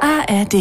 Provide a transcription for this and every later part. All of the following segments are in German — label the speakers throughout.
Speaker 1: ARD.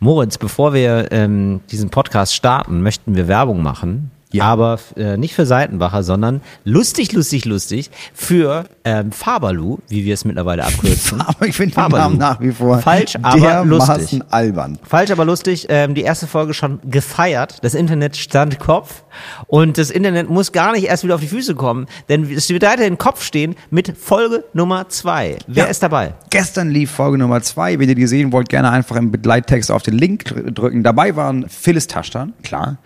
Speaker 2: Moritz, bevor wir ähm, diesen Podcast starten, möchten wir Werbung machen.
Speaker 3: Ja.
Speaker 2: Aber äh, nicht für Seitenbacher, sondern lustig, lustig, lustig für ähm, Faberlu, wie wir es mittlerweile abkürzen.
Speaker 3: Aber ich finde den
Speaker 2: Faberlou.
Speaker 3: Namen nach wie vor
Speaker 2: Falsch, aber
Speaker 3: dermaßen
Speaker 2: lustig.
Speaker 3: albern.
Speaker 2: Falsch, aber lustig. Ähm, die erste Folge schon gefeiert. Das Internet stand Kopf. Und das Internet muss gar nicht erst wieder auf die Füße kommen, denn es wird weiterhin Kopf stehen mit Folge Nummer zwei. Wer
Speaker 3: Ja.
Speaker 2: ist dabei?
Speaker 3: Gestern lief Folge Nummer zwei. Wenn ihr die sehen wollt, gerne einfach im Begleittext auf den Link dr- drücken. Dabei waren Phyllis Taschtan, klar.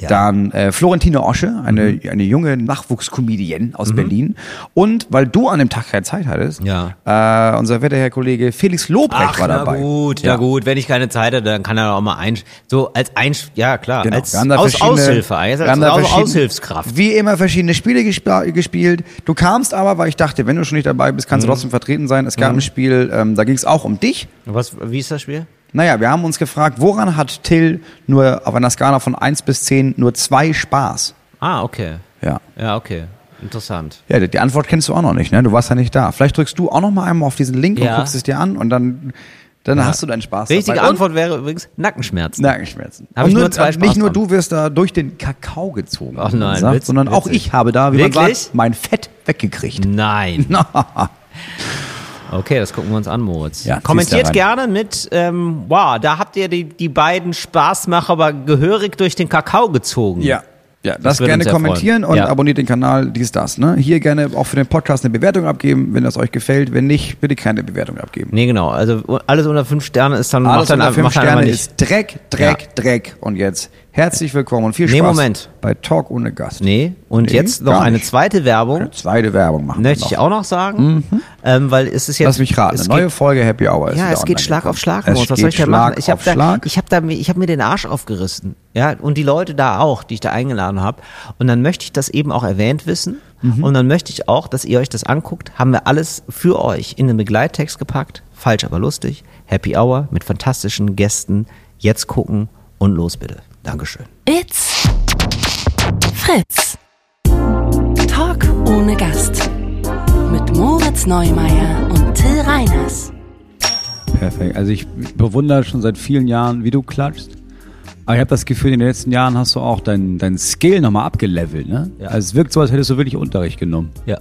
Speaker 2: Ja. Mhm.
Speaker 3: Dann äh, Florentine Osche, eine, eine junge Nachwuchskomedienne aus Berlin. Und weil du an dem Tag keine Zeit hattest, äh, unser werter Herr Kollege Felix Lobrecht war dabei.
Speaker 2: Na gut, ja. na gut, wenn ich keine Zeit hatte, dann kann er auch mal ein, so als ein, ja klar,
Speaker 3: Genau.
Speaker 2: als
Speaker 3: Wir haben da
Speaker 2: Aus,
Speaker 3: verschiedene-
Speaker 2: Aushilfe, als,
Speaker 3: wir haben
Speaker 2: als
Speaker 3: da
Speaker 2: Aus,
Speaker 3: verschiedene-
Speaker 2: Aushilfskraft.
Speaker 3: Wie immer verschiedene Spiele gespa- gespielt. Du kamst aber, weil ich dachte, wenn du schon nicht dabei bist, kannst du
Speaker 2: Mhm.
Speaker 3: trotzdem vertreten sein. Es gab ein Spiel, ähm, da ging es auch um dich.
Speaker 2: Was, wie ist das Spiel?
Speaker 3: Naja, wir haben uns gefragt, woran hat Till nur auf einer Skala von 1 bis 10 nur 2 Spaß?
Speaker 2: Ah, okay.
Speaker 3: Ja.
Speaker 2: Ja, okay. Interessant.
Speaker 3: Ja, die die Antwort kennst du auch noch nicht, ne? Du warst ja nicht da. Vielleicht drückst du auch noch mal einmal auf diesen Link
Speaker 2: Ja.
Speaker 3: und guckst es dir an und dann, dann hast du deinen Spaß.
Speaker 2: Richtige
Speaker 3: dabei. Und
Speaker 2: Antwort wäre übrigens Nackenschmerzen.
Speaker 3: Nackenschmerzen.
Speaker 2: Hab
Speaker 3: Und
Speaker 2: ich nur zwei Spaß
Speaker 3: Nicht nur
Speaker 2: dran.
Speaker 3: du wirst da durch den Kakao gezogen,
Speaker 2: Ach
Speaker 3: wie man
Speaker 2: nein,
Speaker 3: sagt,
Speaker 2: witz-
Speaker 3: sondern auch
Speaker 2: witzig.
Speaker 3: ich habe da, wie man
Speaker 2: Wirklich?
Speaker 3: sagt, mein Fett weggekriegt.
Speaker 2: Nein.
Speaker 3: Hm.
Speaker 2: Okay, das gucken wir uns an, Moritz.
Speaker 3: Ja,
Speaker 2: Kommentiert
Speaker 3: zieh's da
Speaker 2: gerne mit, ähm, wow, da habt ihr die, die beiden Spaßmacher aber gehörig durch den Kakao gezogen.
Speaker 3: Ja, das,
Speaker 2: würde uns
Speaker 3: gerne
Speaker 2: sehr
Speaker 3: kommentieren
Speaker 2: freuen.
Speaker 3: und
Speaker 2: Ja.
Speaker 3: abonniert den Kanal, dies, das. Ne? Hier gerne auch für den Podcast eine Bewertung abgeben, wenn das euch gefällt. Wenn nicht, bitte keine Bewertung abgeben.
Speaker 2: Nee, genau. Also u- alles unter fünf Sterne ist dann,
Speaker 3: Alles
Speaker 2: macht dann,
Speaker 3: unter fünf
Speaker 2: macht dann
Speaker 3: Sterne
Speaker 2: nicht.
Speaker 3: ist Dreck, Dreck, Dreck. Und jetzt herzlich willkommen und viel Spaß
Speaker 2: Nee, Moment.
Speaker 3: bei Talk ohne Gast.
Speaker 2: Nee, und
Speaker 3: Nee,
Speaker 2: jetzt noch
Speaker 3: gar
Speaker 2: eine
Speaker 3: nicht.
Speaker 2: zweite Werbung.
Speaker 3: Eine zweite Werbung machen
Speaker 2: Möchte
Speaker 3: wir
Speaker 2: ich
Speaker 3: noch. Mhm.
Speaker 2: auch noch sagen, ähm, weil es ist jetzt.
Speaker 3: Lass mich raten,
Speaker 2: es
Speaker 3: eine neue
Speaker 2: geht-
Speaker 3: Folge Happy Hour ist
Speaker 2: Ja,
Speaker 3: wieder
Speaker 2: es geht
Speaker 3: online
Speaker 2: Schlag auf
Speaker 3: gekommen.
Speaker 2: Schlag,
Speaker 3: Es
Speaker 2: Moritz. Was
Speaker 3: geht
Speaker 2: soll ich da
Speaker 3: Schlag
Speaker 2: machen? Ich habe
Speaker 3: auf
Speaker 2: da,
Speaker 3: Schlag.
Speaker 2: ich hab da, ich hab mir den Arsch aufgerissen. Ja, und die Leute da auch, die ich da eingeladen habe. Und dann möchte ich das eben auch erwähnt wissen.
Speaker 3: Mhm.
Speaker 2: Und dann möchte ich auch, dass ihr euch das anguckt. Haben wir alles für euch in den Begleittext gepackt. Falsch, aber lustig. Happy Hour mit fantastischen Gästen. Jetzt gucken und los bitte. Dankeschön.
Speaker 1: It's Fritz. Talk ohne Gast. Mit Moritz Neumeier und Till Reiners.
Speaker 4: Perfekt. Also ich bewundere schon seit vielen Jahren, wie du klatschst. Aber ich habe das Gefühl, in den letzten Jahren hast du auch deinen dein Skill nochmal abgelevelt. Ne?
Speaker 2: Ja.
Speaker 4: Also es wirkt so, als hättest du wirklich Unterricht genommen.
Speaker 2: Ja.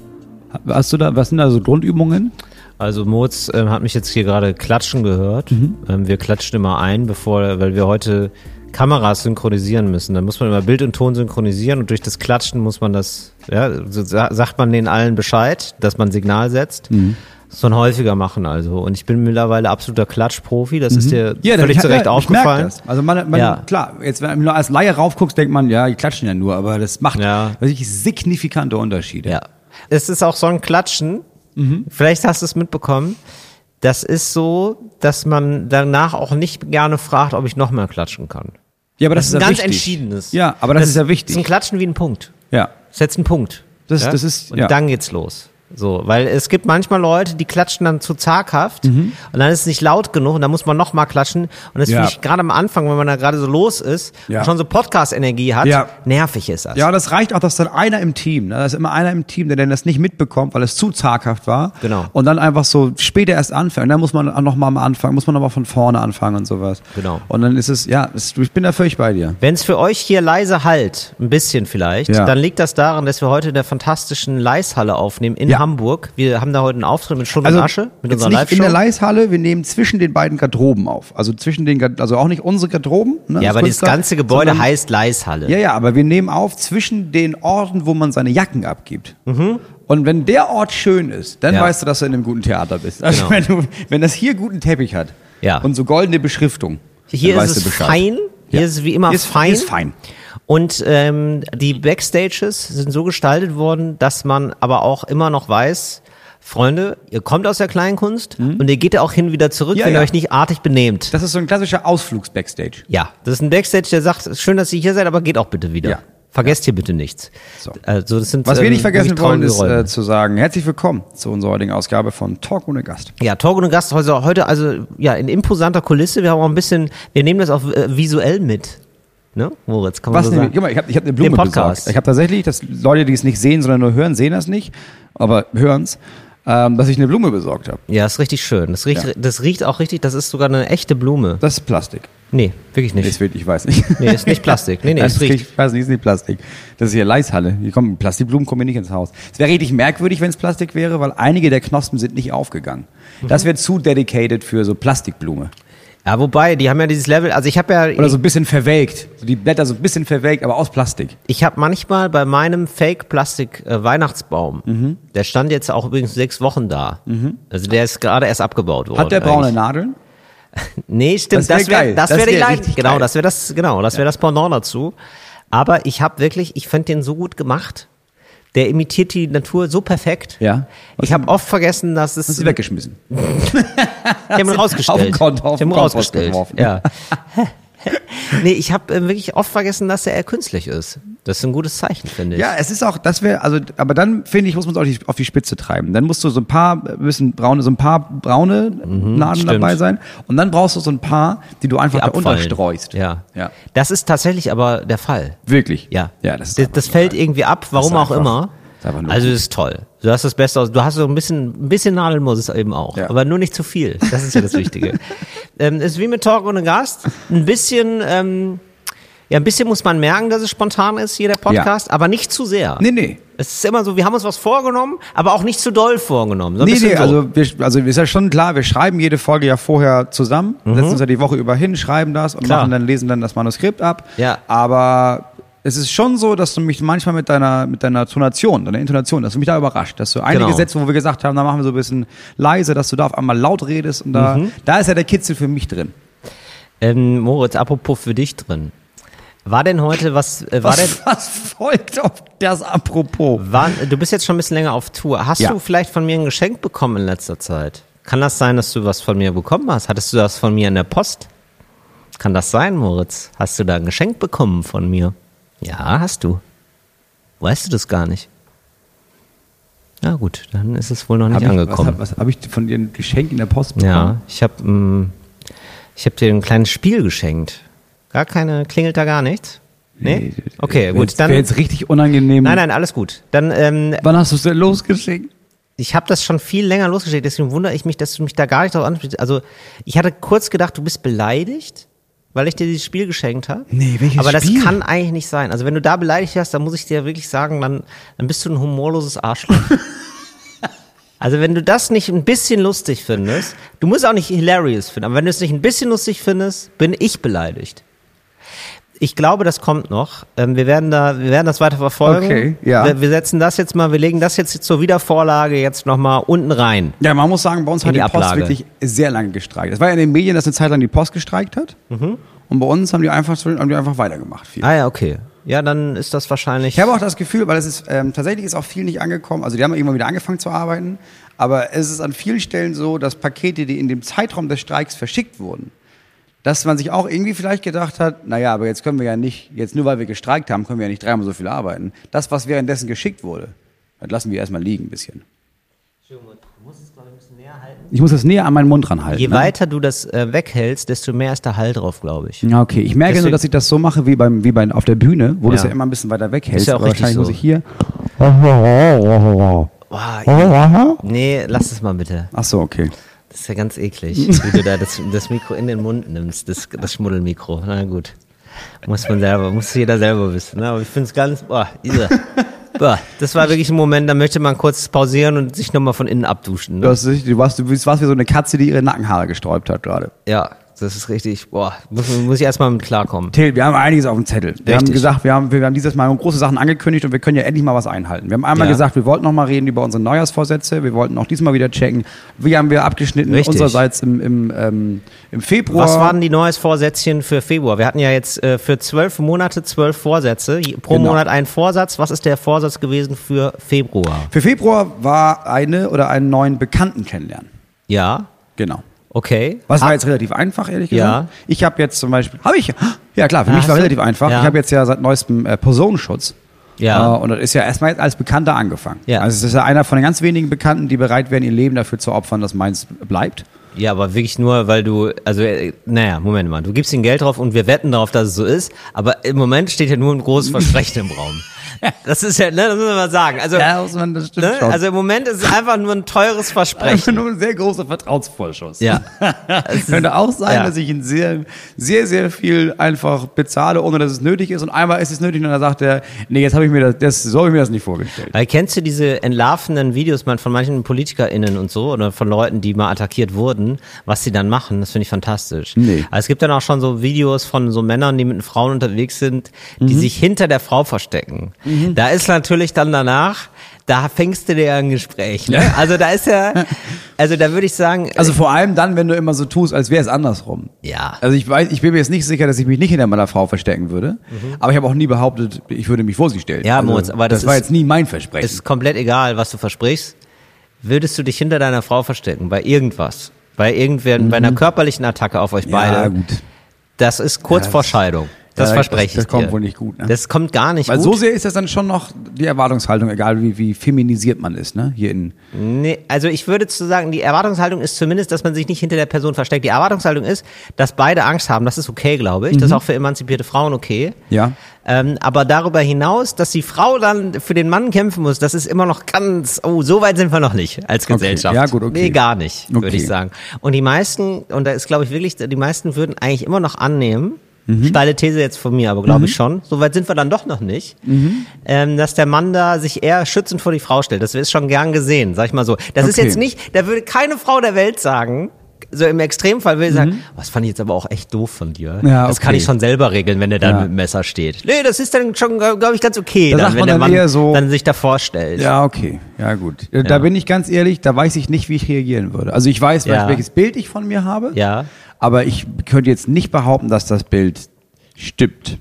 Speaker 4: Hast du da, was sind da so Grundübungen?
Speaker 2: Also Moritz ähm, hat mich jetzt hier gerade klatschen gehört.
Speaker 4: Mhm.
Speaker 2: Ähm, wir klatschen immer ein, bevor, weil wir heute Kameras synchronisieren müssen. Dann muss man immer Bild und Ton synchronisieren und durch das Klatschen muss man das, ja, so sa sagt man den allen Bescheid, dass man Signal setzt.
Speaker 4: Mhm.
Speaker 2: Das soll man häufiger machen also. Und ich bin mittlerweile absoluter Klatschprofi, das ist dir völlig zu Recht
Speaker 4: Mhm. ja, ich merk
Speaker 2: aufgefallen.
Speaker 4: das. Also man, man
Speaker 2: Ja.
Speaker 4: klar, jetzt wenn du als Laie raufguckst, denkt man, ja, die klatschen ja nur, aber das macht
Speaker 2: Ja.
Speaker 4: wirklich signifikante Unterschiede.
Speaker 2: Ja. Es ist auch so ein Klatschen.
Speaker 4: Mhm.
Speaker 2: Vielleicht hast du es mitbekommen. Das ist so, dass man danach auch nicht gerne fragt, ob ich noch mehr klatschen kann.
Speaker 4: Ja, aber
Speaker 2: Das,
Speaker 4: das,
Speaker 2: ist ein
Speaker 4: ja
Speaker 2: ganz
Speaker 4: wichtig.
Speaker 2: entschiedenes.
Speaker 4: Ja, aber das, ist ja
Speaker 2: Es ist ein
Speaker 4: wichtig.
Speaker 2: Klatschen wie ein Punkt.
Speaker 4: Ja.
Speaker 2: Setzt einen Punkt.
Speaker 4: Das- das ist-
Speaker 2: Und
Speaker 4: ja.
Speaker 2: dann geht's los. So, weil es gibt manchmal Leute, die klatschen dann zu zaghaft und dann ist es nicht laut genug und dann muss man nochmal klatschen. Und das
Speaker 4: Mhm. Ja.
Speaker 2: finde ich gerade am Anfang, wenn man da gerade so los ist
Speaker 4: Ja.
Speaker 2: und schon so Podcast-Energie hat,
Speaker 4: Ja.
Speaker 2: nervig ist das.
Speaker 4: Ja, und das reicht auch, dass dann einer im Team, ne? da ist immer einer im Team, der dann das nicht mitbekommt, weil es zu zaghaft war.
Speaker 2: Genau.
Speaker 4: Und dann einfach so später erst anfangen. Dann muss man auch nochmal am Anfang, muss man aber von vorne anfangen und sowas.
Speaker 2: Genau.
Speaker 4: Und dann ist es, ja, es, ich bin da völlig bei dir.
Speaker 2: Wenn es für euch hier leise halt, ein bisschen vielleicht,
Speaker 4: Ja.
Speaker 2: dann liegt das daran, dass wir heute in der fantastischen Leishalle aufnehmen in
Speaker 4: Ja.
Speaker 2: Hamburg. Wir haben da heute einen Auftritt mit Stunde und Asche, mit
Speaker 4: Also jetzt
Speaker 2: unserer
Speaker 4: nicht in der
Speaker 2: Live-Show.
Speaker 4: Leishalle, wir nehmen zwischen den beiden Garderoben auf. Also zwischen den, Gard- also auch nicht unsere Garderoben. Ne,
Speaker 2: Ja,
Speaker 4: als
Speaker 2: aber dieses
Speaker 4: Künstler,
Speaker 2: ganze Gebäude
Speaker 4: sondern-
Speaker 2: heißt Leishalle.
Speaker 4: Ja, ja, aber wir nehmen auf zwischen den Orten, wo man seine Jacken abgibt. Und wenn der Ort schön ist, dann
Speaker 2: Mhm. Ja.
Speaker 4: weißt du, dass du in einem guten Theater bist.
Speaker 2: Genau.
Speaker 4: Also wenn, du, wenn das hier guten Teppich hat
Speaker 2: Ja.
Speaker 4: und so goldene Beschriftung,
Speaker 2: Hier
Speaker 4: dann
Speaker 2: ist
Speaker 4: weißt
Speaker 2: es
Speaker 4: du Bescheid.
Speaker 2: fein. Hier
Speaker 4: Ja.
Speaker 2: ist es wie immer
Speaker 4: Hier ist- hier
Speaker 2: fein.
Speaker 4: ist fein.
Speaker 2: Und ähm, die Backstages sind so gestaltet worden, dass man aber auch immer noch weiß, Freunde, ihr kommt aus der Kleinkunst und ihr geht da auch hin wieder zurück,
Speaker 4: Mhm. Ja,
Speaker 2: wenn
Speaker 4: ja.
Speaker 2: ihr euch nicht artig benehmt.
Speaker 4: Das ist so ein klassischer Ausflugs-Backstage.
Speaker 2: Ja, das ist ein Backstage, der sagt, es ist schön, dass ihr hier seid, aber geht auch bitte wieder.
Speaker 4: Ja.
Speaker 2: Vergesst hier bitte nichts.
Speaker 4: So.
Speaker 2: Also das sind,
Speaker 4: Was wir
Speaker 2: ähm,
Speaker 4: nicht vergessen
Speaker 2: wirklich
Speaker 4: wollen,
Speaker 2: traurige
Speaker 4: ist äh,
Speaker 2: Räume.
Speaker 4: zu sagen, herzlich willkommen zu unserer heutigen Ausgabe von Talk ohne Gast.
Speaker 2: ja, Torgen und Gasthäuser heute also ja in imposanter Kulisse. Wir haben auch ein bisschen, wir nehmen das auch äh, visuell mit. Ne, Moritz, kann man
Speaker 4: Was
Speaker 2: so
Speaker 4: nehmen wir?
Speaker 2: sagen?
Speaker 4: Guck mal, ich habe ich hab eine Blume
Speaker 2: Den Podcast.
Speaker 4: besorgt. Ich habe tatsächlich, dass Leute, die es nicht sehen, sondern nur hören, sehen das nicht, aber hören's. ähm, dass ich eine Blume besorgt habe.
Speaker 2: Ja, ist richtig schön. Das riecht,
Speaker 4: Ja.
Speaker 2: das riecht auch richtig, das ist sogar eine echte Blume.
Speaker 4: Das ist Plastik.
Speaker 2: Nee, wirklich nicht.
Speaker 4: Ist wirklich, ich weiß nicht.
Speaker 2: Nee, ist nicht Plastik. Nee, nee,
Speaker 4: das
Speaker 2: es riecht.
Speaker 4: Ich weiß nicht, ist nicht Plastik. Das ist hier Leishalle. Hier kommen, Plastikblumen kommen hier nicht ins Haus. Es wäre richtig merkwürdig, wenn es Plastik wäre, weil einige der Knospen sind nicht aufgegangen. Das wäre zu dedicated für so Plastikblume.
Speaker 2: Ja, wobei, die haben ja dieses Level, also ich habe ja,
Speaker 4: Oder so ein bisschen verwelkt. So die Blätter so ein bisschen verwelkt, aber aus Plastik.
Speaker 2: ich habe manchmal bei meinem Fake-Plastik-Weihnachtsbaum,
Speaker 4: Mhm.
Speaker 2: der stand jetzt auch übrigens sechs Wochen da. Also der ist gerade erst abgebaut worden.
Speaker 4: Hat der braune
Speaker 2: eigentlich.
Speaker 4: Nadeln?
Speaker 2: Nee, stimmt,
Speaker 4: Das wär
Speaker 2: das wäre
Speaker 4: geil.
Speaker 2: das
Speaker 4: Das
Speaker 2: wär die
Speaker 4: wär
Speaker 2: Leid.
Speaker 4: richtig
Speaker 2: Genau,
Speaker 4: geil.
Speaker 2: das wäre das, genau, das wäre das Pendant dazu. Aber ich habe wirklich, ich fand den so gut gemacht. Der imitiert die Natur so perfekt.
Speaker 4: Ja.
Speaker 2: Ich habe oft vergessen, dass es.
Speaker 4: Hast du weggeschmissen?
Speaker 2: Ich habe ihn rausgestellt.
Speaker 4: auf den Konto-
Speaker 2: ich
Speaker 4: auf
Speaker 2: hab
Speaker 4: den
Speaker 2: ihn
Speaker 4: Kompost
Speaker 2: rausgestellt.
Speaker 4: geworfen.
Speaker 2: Ja. nee, ich habe äh, wirklich oft vergessen, dass er eher künstlich ist. Das ist ein gutes Zeichen, finde ich.
Speaker 4: Ja, es ist auch, das wäre, also, aber dann finde ich, muss man es auch die, auf die Spitze treiben. Dann musst du so ein paar, äh, bisschen braune, so ein paar braune Nadeln
Speaker 2: stimmt.
Speaker 4: dabei sein. Und dann brauchst du so ein paar, Mhm, die du einfach
Speaker 2: Die
Speaker 4: da
Speaker 2: abfallen.
Speaker 4: unterstreust.
Speaker 2: Ja.
Speaker 4: Ja.
Speaker 2: Das ist tatsächlich aber der Fall.
Speaker 4: Wirklich.
Speaker 2: Ja.
Speaker 4: Ja, das ist
Speaker 2: das,
Speaker 4: einfach nur
Speaker 2: fällt
Speaker 4: geil.
Speaker 2: irgendwie ab, warum
Speaker 4: ist
Speaker 2: auch
Speaker 4: einfach-
Speaker 2: immer.
Speaker 4: ist einfach nur
Speaker 2: also
Speaker 4: gut.
Speaker 2: es ist toll. Du hast das Beste aus. Du hast so ein bisschen, ein bisschen Nadeln muss es eben auch.
Speaker 4: Ja.
Speaker 2: Aber nur nicht zu viel. Das ist ja das Wichtige. ähm, ist wie mit Talk ohne Gast. Ein bisschen, ähm, ja, ein bisschen muss man merken, dass es spontan ist, hier der Podcast, aber nicht zu sehr.
Speaker 4: Nee, nee.
Speaker 2: Es ist immer so, wir haben uns was vorgenommen, aber auch nicht zu doll vorgenommen. So ein
Speaker 4: Nee,
Speaker 2: bisschen
Speaker 4: nee,
Speaker 2: so.
Speaker 4: also, wir, also ist ja schon klar, wir schreiben jede Folge ja vorher zusammen, setzen uns ja die Woche über hin, schreiben das und
Speaker 2: Mhm. Klar.
Speaker 4: machen dann, lesen dann das Manuskript ab.
Speaker 2: Ja.
Speaker 4: Aber es ist schon so, dass du mich manchmal mit deiner, mit deiner Tonation, deiner Intonation, dass du mich da überrascht, dass du einige
Speaker 2: Genau.
Speaker 4: Sätze, wo wir gesagt haben, da machen wir so ein bisschen leise, dass du da auf einmal laut redest und da,
Speaker 2: Mhm.
Speaker 4: da ist ja der Kitzel für mich drin.
Speaker 2: ähm, Moritz, apropos für dich drin. War denn heute was, äh, war denn,
Speaker 4: Was, was folgt auf das apropos?
Speaker 2: War, du bist jetzt schon ein bisschen länger auf Tour. Hast
Speaker 4: Ja.
Speaker 2: du vielleicht von mir ein Geschenk bekommen in letzter Zeit? Kann das sein, dass du was von mir bekommen hast? Hattest du das von mir in der Post? Kann das sein, Moritz? Hast du da ein Geschenk bekommen von mir? Ja, hast du. Weißt du das gar nicht? Na gut, dann ist es wohl noch nicht
Speaker 4: Hab ich, was
Speaker 2: angekommen.
Speaker 4: hab- was habe ich von dir ein Geschenk in der Post bekommen?
Speaker 2: ja, ich habe ich hab dir ein kleines Spiel geschenkt. Gar keine, klingelt da gar nichts? Nee? Okay, gut,
Speaker 5: Wäre
Speaker 2: dann.
Speaker 5: jetzt richtig unangenehm.
Speaker 2: Nein, nein, alles gut. Dann ähm,
Speaker 5: Wann hast du es denn losgeschickt?
Speaker 2: Ich habe das schon viel länger losgeschickt, deswegen wundere ich mich, dass du mich da gar nicht drauf ansprichst. Also, ich hatte kurz gedacht, du bist beleidigt, weil ich dir dieses Spiel geschenkt habe.
Speaker 5: Nee, welches
Speaker 2: Aber das
Speaker 5: Spiel?
Speaker 2: kann eigentlich nicht sein. Also, wenn du da beleidigt hast, dann muss ich dir wirklich sagen, dann, dann bist du ein humorloses Arschloch. also, wenn du das nicht ein bisschen lustig findest, du musst auch nicht hilarious finden, aber wenn du es nicht ein bisschen lustig findest, bin ich beleidigt. Ich glaube, das kommt noch. Ähm, Wir werden da, wir werden das weiter verfolgen.
Speaker 4: Okay, ja.
Speaker 2: Wir, wir setzen das jetzt mal, wir legen das jetzt zur Wiedervorlage jetzt nochmal unten rein.
Speaker 4: Ja, man muss sagen, bei uns hat
Speaker 2: die
Speaker 4: die, Post
Speaker 2: Ablage.
Speaker 4: wirklich sehr lange gestreikt. Es war ja in den Medien, dass eine Zeit lang die Post gestreikt hat.
Speaker 5: Mhm.
Speaker 4: Und bei uns haben die einfach, haben die einfach weitergemacht. Viel.
Speaker 2: Ah ja, okay. Ja, dann ist das wahrscheinlich.
Speaker 4: Ich habe auch das Gefühl, weil es ist, ähm, tatsächlich ist auch viel nicht angekommen. Also die haben irgendwann wieder angefangen zu arbeiten. Aber es ist an vielen Stellen so, dass Pakete, die in dem Zeitraum des Streiks verschickt wurden, dass man sich auch irgendwie vielleicht gedacht hat, naja, aber jetzt können wir ja nicht, jetzt nur weil wir gestreikt haben, können wir ja nicht dreimal so viel arbeiten. Das, was währenddessen geschickt wurde, das lassen wir erstmal liegen ein bisschen. Ich muss das näher an meinen Mund ranhalten.
Speaker 2: Je
Speaker 4: ne?
Speaker 2: weiter du das äh, weghältst, desto mehr ist der Hall drauf, glaube ich.
Speaker 4: Ja, okay. Ich merke
Speaker 2: Deswegen-
Speaker 4: nur, dass ich das so mache wie beim wie bei, auf der Bühne, wo du es
Speaker 2: Ja.
Speaker 4: ja immer ein bisschen weiter weghältst.
Speaker 2: Ist ja auch
Speaker 4: aber
Speaker 2: richtig
Speaker 4: wahrscheinlich
Speaker 2: so.
Speaker 4: muss ich hier.
Speaker 2: Boah, ihr- nee, lass es mal bitte.
Speaker 4: Ach so, okay.
Speaker 2: Das ist ja ganz eklig, wie du da das, das Mikro in den Mund nimmst, das, das Schmuddelmikro. Na gut. Muss man selber, muss jeder selber wissen. Ne? Aber ich finde es ganz, boah, irre. boah, das war wirklich ein Moment, da möchte man kurz pausieren und sich nochmal von innen abduschen. Ne?
Speaker 4: Du, hast, dich- du, warst, du warst wie so eine Katze, die ihre Nackenhaare gesträubt hat gerade.
Speaker 2: Ja, das ist richtig. Boah, muss, muss ich erstmal mit klarkommen.
Speaker 4: Till, wir haben einiges auf dem Zettel. Wir haben
Speaker 2: Richtig.
Speaker 4: gesagt, wir haben, wir haben dieses Mal große Sachen angekündigt und wir können ja endlich mal was einhalten. Wir haben einmal
Speaker 2: Ja.
Speaker 4: gesagt, wir wollten noch mal reden über unsere Neujahrsvorsätze. Wir wollten auch diesmal wieder checken, wie haben wir abgeschnitten
Speaker 2: Richtig.
Speaker 4: unsererseits im, im, ähm, im Februar.
Speaker 2: Was waren die neues Vorsätzchen für Februar? Wir hatten ja jetzt äh, für zwölf Monate zwölf Vorsätze, je- pro
Speaker 4: Genau.
Speaker 2: Monat ein Vorsatz. Was ist der Vorsatz gewesen für Februar?
Speaker 4: Für Februar war eine oder einen neuen Bekannten kennenlernen.
Speaker 2: Ja,
Speaker 4: Genau.
Speaker 2: okay.
Speaker 4: Was
Speaker 2: Ah,
Speaker 4: war jetzt relativ einfach, ehrlich
Speaker 2: Ja.
Speaker 4: gesagt. Ich habe jetzt zum Beispiel, habe ich, ja klar, für
Speaker 2: Ah,
Speaker 4: mich war
Speaker 2: hast du?
Speaker 4: relativ einfach.
Speaker 2: Ja.
Speaker 4: Ich habe jetzt ja seit neuestem äh, Personenschutz.
Speaker 2: Ja.
Speaker 4: Äh, und das ist ja erstmal jetzt als Bekannter angefangen.
Speaker 2: Ja.
Speaker 4: Also es ist ja einer von den ganz wenigen Bekannten, die bereit wären, ihr Leben dafür zu opfern, dass meins bleibt.
Speaker 2: Ja, aber wirklich nur, weil du, also, äh, naja, Moment mal, du gibst ihm Geld drauf und wir wetten darauf, dass es so ist, aber im Moment steht ja nur ein großes Versprechen im Raum. Das ist ja, ne, das muss man mal sagen. Also,
Speaker 4: Ja, muss man, das stimmt
Speaker 2: ne,
Speaker 4: schon.
Speaker 2: also im Moment ist es einfach nur ein teures
Speaker 4: Einfach
Speaker 2: Versprechen.
Speaker 4: nur ein sehr großer Vertrauensvorschuss.
Speaker 2: Ja.
Speaker 4: Könnte auch sein,
Speaker 2: ja.
Speaker 4: dass ich ihn sehr, sehr, sehr viel einfach bezahle, ohne dass es nötig ist. Und einmal ist es nötig und dann sagt er, nee, jetzt habe ich mir das, das so habe ich mir das nicht vorgestellt.
Speaker 2: Weil kennst du diese entlarvenden Videos man, von manchen PolitikerInnen und so oder von Leuten, die mal attackiert wurden, was sie dann machen? Das finde ich fantastisch.
Speaker 6: Nee.
Speaker 2: Aber es gibt dann auch schon so Videos von so Männern, die mit Frauen unterwegs sind, die sich hinter der Frau verstecken. Da ist natürlich dann danach, da fängst du dir ja ein Gespräch. Ne? Also da ist ja, also da würde ich sagen,
Speaker 4: Also vor allem dann, wenn du immer so tust, als wäre es andersrum.
Speaker 2: ja.
Speaker 4: Also ich weiß, ich bin mir jetzt nicht sicher, dass ich mich nicht hinter meiner Frau verstecken würde, aber ich habe auch nie behauptet, ich würde mich vor sie stellen.
Speaker 2: Mhm. Ja,
Speaker 4: also,
Speaker 2: Moritz, aber das
Speaker 4: war
Speaker 2: ist-
Speaker 4: jetzt nie mein Versprechen.
Speaker 2: ist komplett egal, was du versprichst. Würdest du dich hinter deiner Frau verstecken bei irgendwas, bei irgendwer, bei einer körperlichen Attacke auf euch
Speaker 4: Ja,
Speaker 2: beide?
Speaker 4: gut.
Speaker 2: Das ist kurz
Speaker 4: Ja, das-
Speaker 2: vor Scheidung. Das
Speaker 4: Ja,
Speaker 2: verspreche ich
Speaker 4: das- das kommt
Speaker 2: dir.
Speaker 4: wohl nicht gut, ne?
Speaker 2: Das kommt gar nicht
Speaker 4: Weil
Speaker 2: gut.
Speaker 4: so sehr ist das dann schon noch die Erwartungshaltung, egal wie, wie feminisiert man ist, ne? Hier in
Speaker 2: nee, also ich würde zu sagen, die Erwartungshaltung ist zumindest, dass man sich nicht hinter der Person versteckt. Die Erwartungshaltung ist, dass beide Angst haben. Das ist okay, glaube ich. Das ist auch für emanzipierte Frauen okay.
Speaker 4: Mhm. Ja.
Speaker 2: Ähm, aber darüber hinaus, dass die Frau dann für den Mann kämpfen muss, das ist immer noch ganz, oh, so weit sind wir noch nicht als Gesellschaft.
Speaker 4: Ja, gut, okay.
Speaker 2: Nee, gar nicht, würde
Speaker 4: Okay.
Speaker 2: ich sagen. Und die meisten, und da ist, glaube ich, wirklich, die meisten würden eigentlich immer noch annehmen,
Speaker 4: Mhm.
Speaker 2: steile These jetzt von mir, aber glaube ich schon, so weit sind wir dann doch noch nicht,
Speaker 4: Mhm.
Speaker 2: ähm, dass der Mann da sich eher schützend vor die Frau stellt. Das ist schon gern gesehen, sag ich mal so. Das ist
Speaker 4: Okay.
Speaker 2: jetzt nicht, da würde keine Frau der Welt sagen, so im Extremfall würde ich sagen, oh, das fand ich jetzt aber auch echt doof von dir.
Speaker 4: Mhm. Ja,
Speaker 2: Das kann
Speaker 4: okay.
Speaker 2: ich schon selber regeln, wenn der dann
Speaker 4: Ja.
Speaker 2: mit dem Messer steht. Nee, das ist dann schon, glaube ich, ganz okay,
Speaker 4: Da
Speaker 2: dann,
Speaker 4: sagt
Speaker 2: wenn
Speaker 4: man
Speaker 2: der
Speaker 4: dann
Speaker 2: Mann
Speaker 4: eher so-
Speaker 2: dann sich da vorstellt.
Speaker 4: Ja, okay. Ja, gut. Äh, Da bin ich ganz ehrlich, da weiß ich nicht, wie ich reagieren würde. Also ich weiß,
Speaker 2: Ja.
Speaker 4: welches Bild ich von mir habe,
Speaker 2: Ja.
Speaker 4: aber ich könnte jetzt nicht behaupten, dass das Bild stimmt.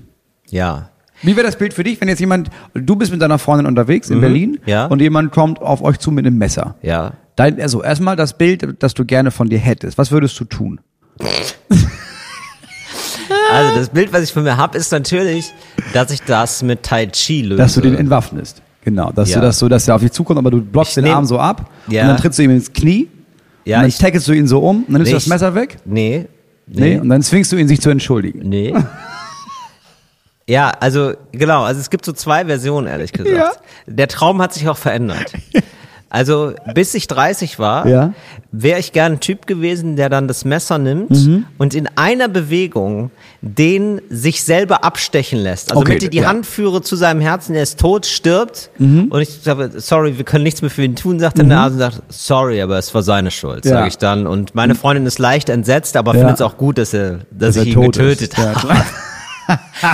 Speaker 2: ja.
Speaker 4: Wie wäre das Bild für dich, wenn jetzt jemand, du bist mit deiner Freundin unterwegs in Berlin
Speaker 2: Mhm. Ja.
Speaker 4: und jemand kommt auf euch zu mit einem Messer?
Speaker 2: Ja.
Speaker 4: Dein, also erstmal das Bild, das du gerne von dir hättest. Was würdest du tun?
Speaker 2: Also das Bild, was ich von mir habe, ist natürlich, dass ich das mit Tai Chi löse.
Speaker 4: Dass du den entwaffnest. Genau, dass
Speaker 2: Ja.
Speaker 4: du das so, dass er auf dich zukommt, aber du blockst
Speaker 2: Ich
Speaker 4: den
Speaker 2: nehm-
Speaker 4: Arm so ab
Speaker 2: Ja.
Speaker 4: und dann trittst du ihm ins Knie und
Speaker 2: ja,
Speaker 4: dann
Speaker 2: ich,
Speaker 4: tackelst du ihn so um und dann nimmst
Speaker 2: Nee,
Speaker 4: du das
Speaker 2: ich-
Speaker 4: Messer weg.
Speaker 2: nee,
Speaker 4: Nee.
Speaker 2: nee,
Speaker 4: und dann zwingst du ihn, sich zu entschuldigen.
Speaker 2: nee. ja, also genau, also es gibt so zwei Versionen, ehrlich gesagt.
Speaker 4: Ja.
Speaker 2: Der Traum hat sich auch verändert. Also bis ich 30 war,
Speaker 4: Ja.
Speaker 2: wäre ich gern ein Typ gewesen, der dann das Messer nimmt
Speaker 4: Mhm.
Speaker 2: und in einer Bewegung den sich selber abstechen lässt. Also
Speaker 4: Okay,
Speaker 2: mit die, die
Speaker 4: ja. Mhm.
Speaker 2: Hand führe zu seinem Herzen, er ist tot, stirbt und ich sage, sorry, wir können nichts mehr für ihn tun, sagt der Nase und sagt, sorry, aber es war seine Schuld,
Speaker 4: Ja. Mhm.
Speaker 2: sage ich dann. Und meine Freundin ist leicht entsetzt, aber
Speaker 4: Ja.
Speaker 2: findet es auch gut, dass er, dass,
Speaker 4: Also er
Speaker 2: ich ihn
Speaker 4: tot
Speaker 2: getötet
Speaker 4: ist. Ja,
Speaker 2: habe.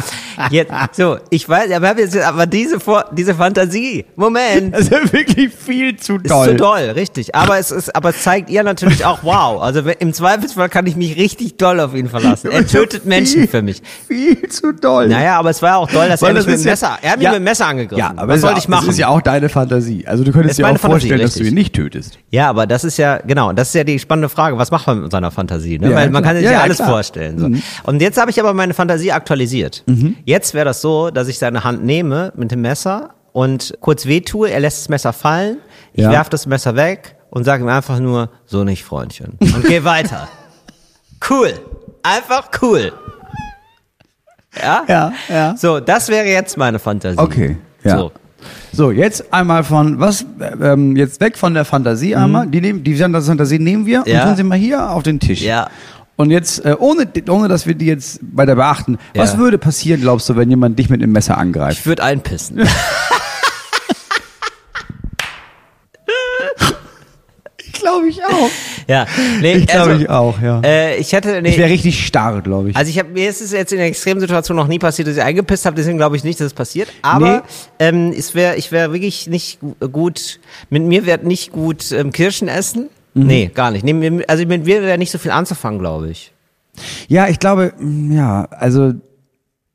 Speaker 2: Jetzt, so, ich weiß, aber, hab jetzt, aber diese, Vor diese Fantasie, Moment,
Speaker 4: Das ist ja wirklich viel zu
Speaker 2: ist
Speaker 4: doll.
Speaker 2: zu doll, richtig. Aber es ist, aber es zeigt ihr natürlich auch, wow. Also wenn- im Zweifelsfall kann ich mich richtig doll auf ihn verlassen. Er tötet Menschen für mich.
Speaker 4: Viel zu doll.
Speaker 2: Naja, aber es war ja auch doll, dass er
Speaker 4: Weil
Speaker 2: mich
Speaker 4: das
Speaker 2: mit
Speaker 4: ist
Speaker 2: dem
Speaker 4: ja-
Speaker 2: Messer, er hat mich
Speaker 4: Ja.
Speaker 2: mit dem Messer angegriffen.
Speaker 4: Ja, aber
Speaker 2: Was
Speaker 4: es
Speaker 2: soll
Speaker 4: ist,
Speaker 2: ich machen?
Speaker 4: Das ist ja auch deine Fantasie. Also du
Speaker 2: Ist
Speaker 4: könntest dir auch
Speaker 2: meine Fantasie,
Speaker 4: vorstellen, dass du
Speaker 2: richtig.
Speaker 4: ihn nicht tötest.
Speaker 2: Ja, aber das ist ja, genau, das ist ja die spannende Frage. Was macht man mit seiner Fantasie? Ne?
Speaker 4: Ja,
Speaker 2: Weil man
Speaker 4: klar.
Speaker 2: kann sich ja,
Speaker 4: Ja, ja,
Speaker 2: alles
Speaker 4: klar. Mhm.
Speaker 2: vorstellen. So. Und jetzt habe ich aber meine Fantasie aktualisiert. Jetzt wäre das so, dass ich seine Hand nehme mit dem Messer und kurz wehtue, er lässt das Messer fallen, ich
Speaker 4: Ja.
Speaker 2: werf das Messer weg und sage ihm einfach nur, so nicht, Freundchen. Und geh weiter. Cool. Einfach cool. Ja?
Speaker 4: Ja, ja.
Speaker 2: So, das wäre jetzt meine Fantasie.
Speaker 4: Okay, ja.
Speaker 2: So.
Speaker 4: So, jetzt einmal von, was, äh, ähm, jetzt weg von der Fantasie einmal. Die nehmen, die Fantasie nehmen wir
Speaker 2: Ja.
Speaker 4: und tun sie mal hier auf den Tisch.
Speaker 2: Ja.
Speaker 4: Und jetzt, äh, ohne, ohne dass wir die jetzt weiter beachten,
Speaker 2: Ja.
Speaker 4: was würde passieren, glaubst du, wenn jemand dich mit einem Messer angreift?
Speaker 2: Ich würde einpissen.
Speaker 4: Ich glaube ich auch.
Speaker 2: ja. Nee,
Speaker 4: Ich glaube ich auch, ja.
Speaker 2: Äh, ich hätte, nee,
Speaker 4: Ich wäre richtig starr, glaube ich.
Speaker 2: Also ich habe mir ist es jetzt in der extremen Situation noch nie passiert, dass ich eingepisst habe, deswegen glaube ich nicht, dass es passiert. Aber
Speaker 4: Nee.
Speaker 2: ähm, es wär, ich wäre wirklich nicht gu- äh, gut, mit mir wäre nicht gut ähm, Kirschen essen.
Speaker 4: Mhm.
Speaker 2: Nee, gar nicht. Nee, mir- also mit mir wäre nicht so viel anzufangen, glaube ich.
Speaker 4: Ja, ich glaube, mm, ja, also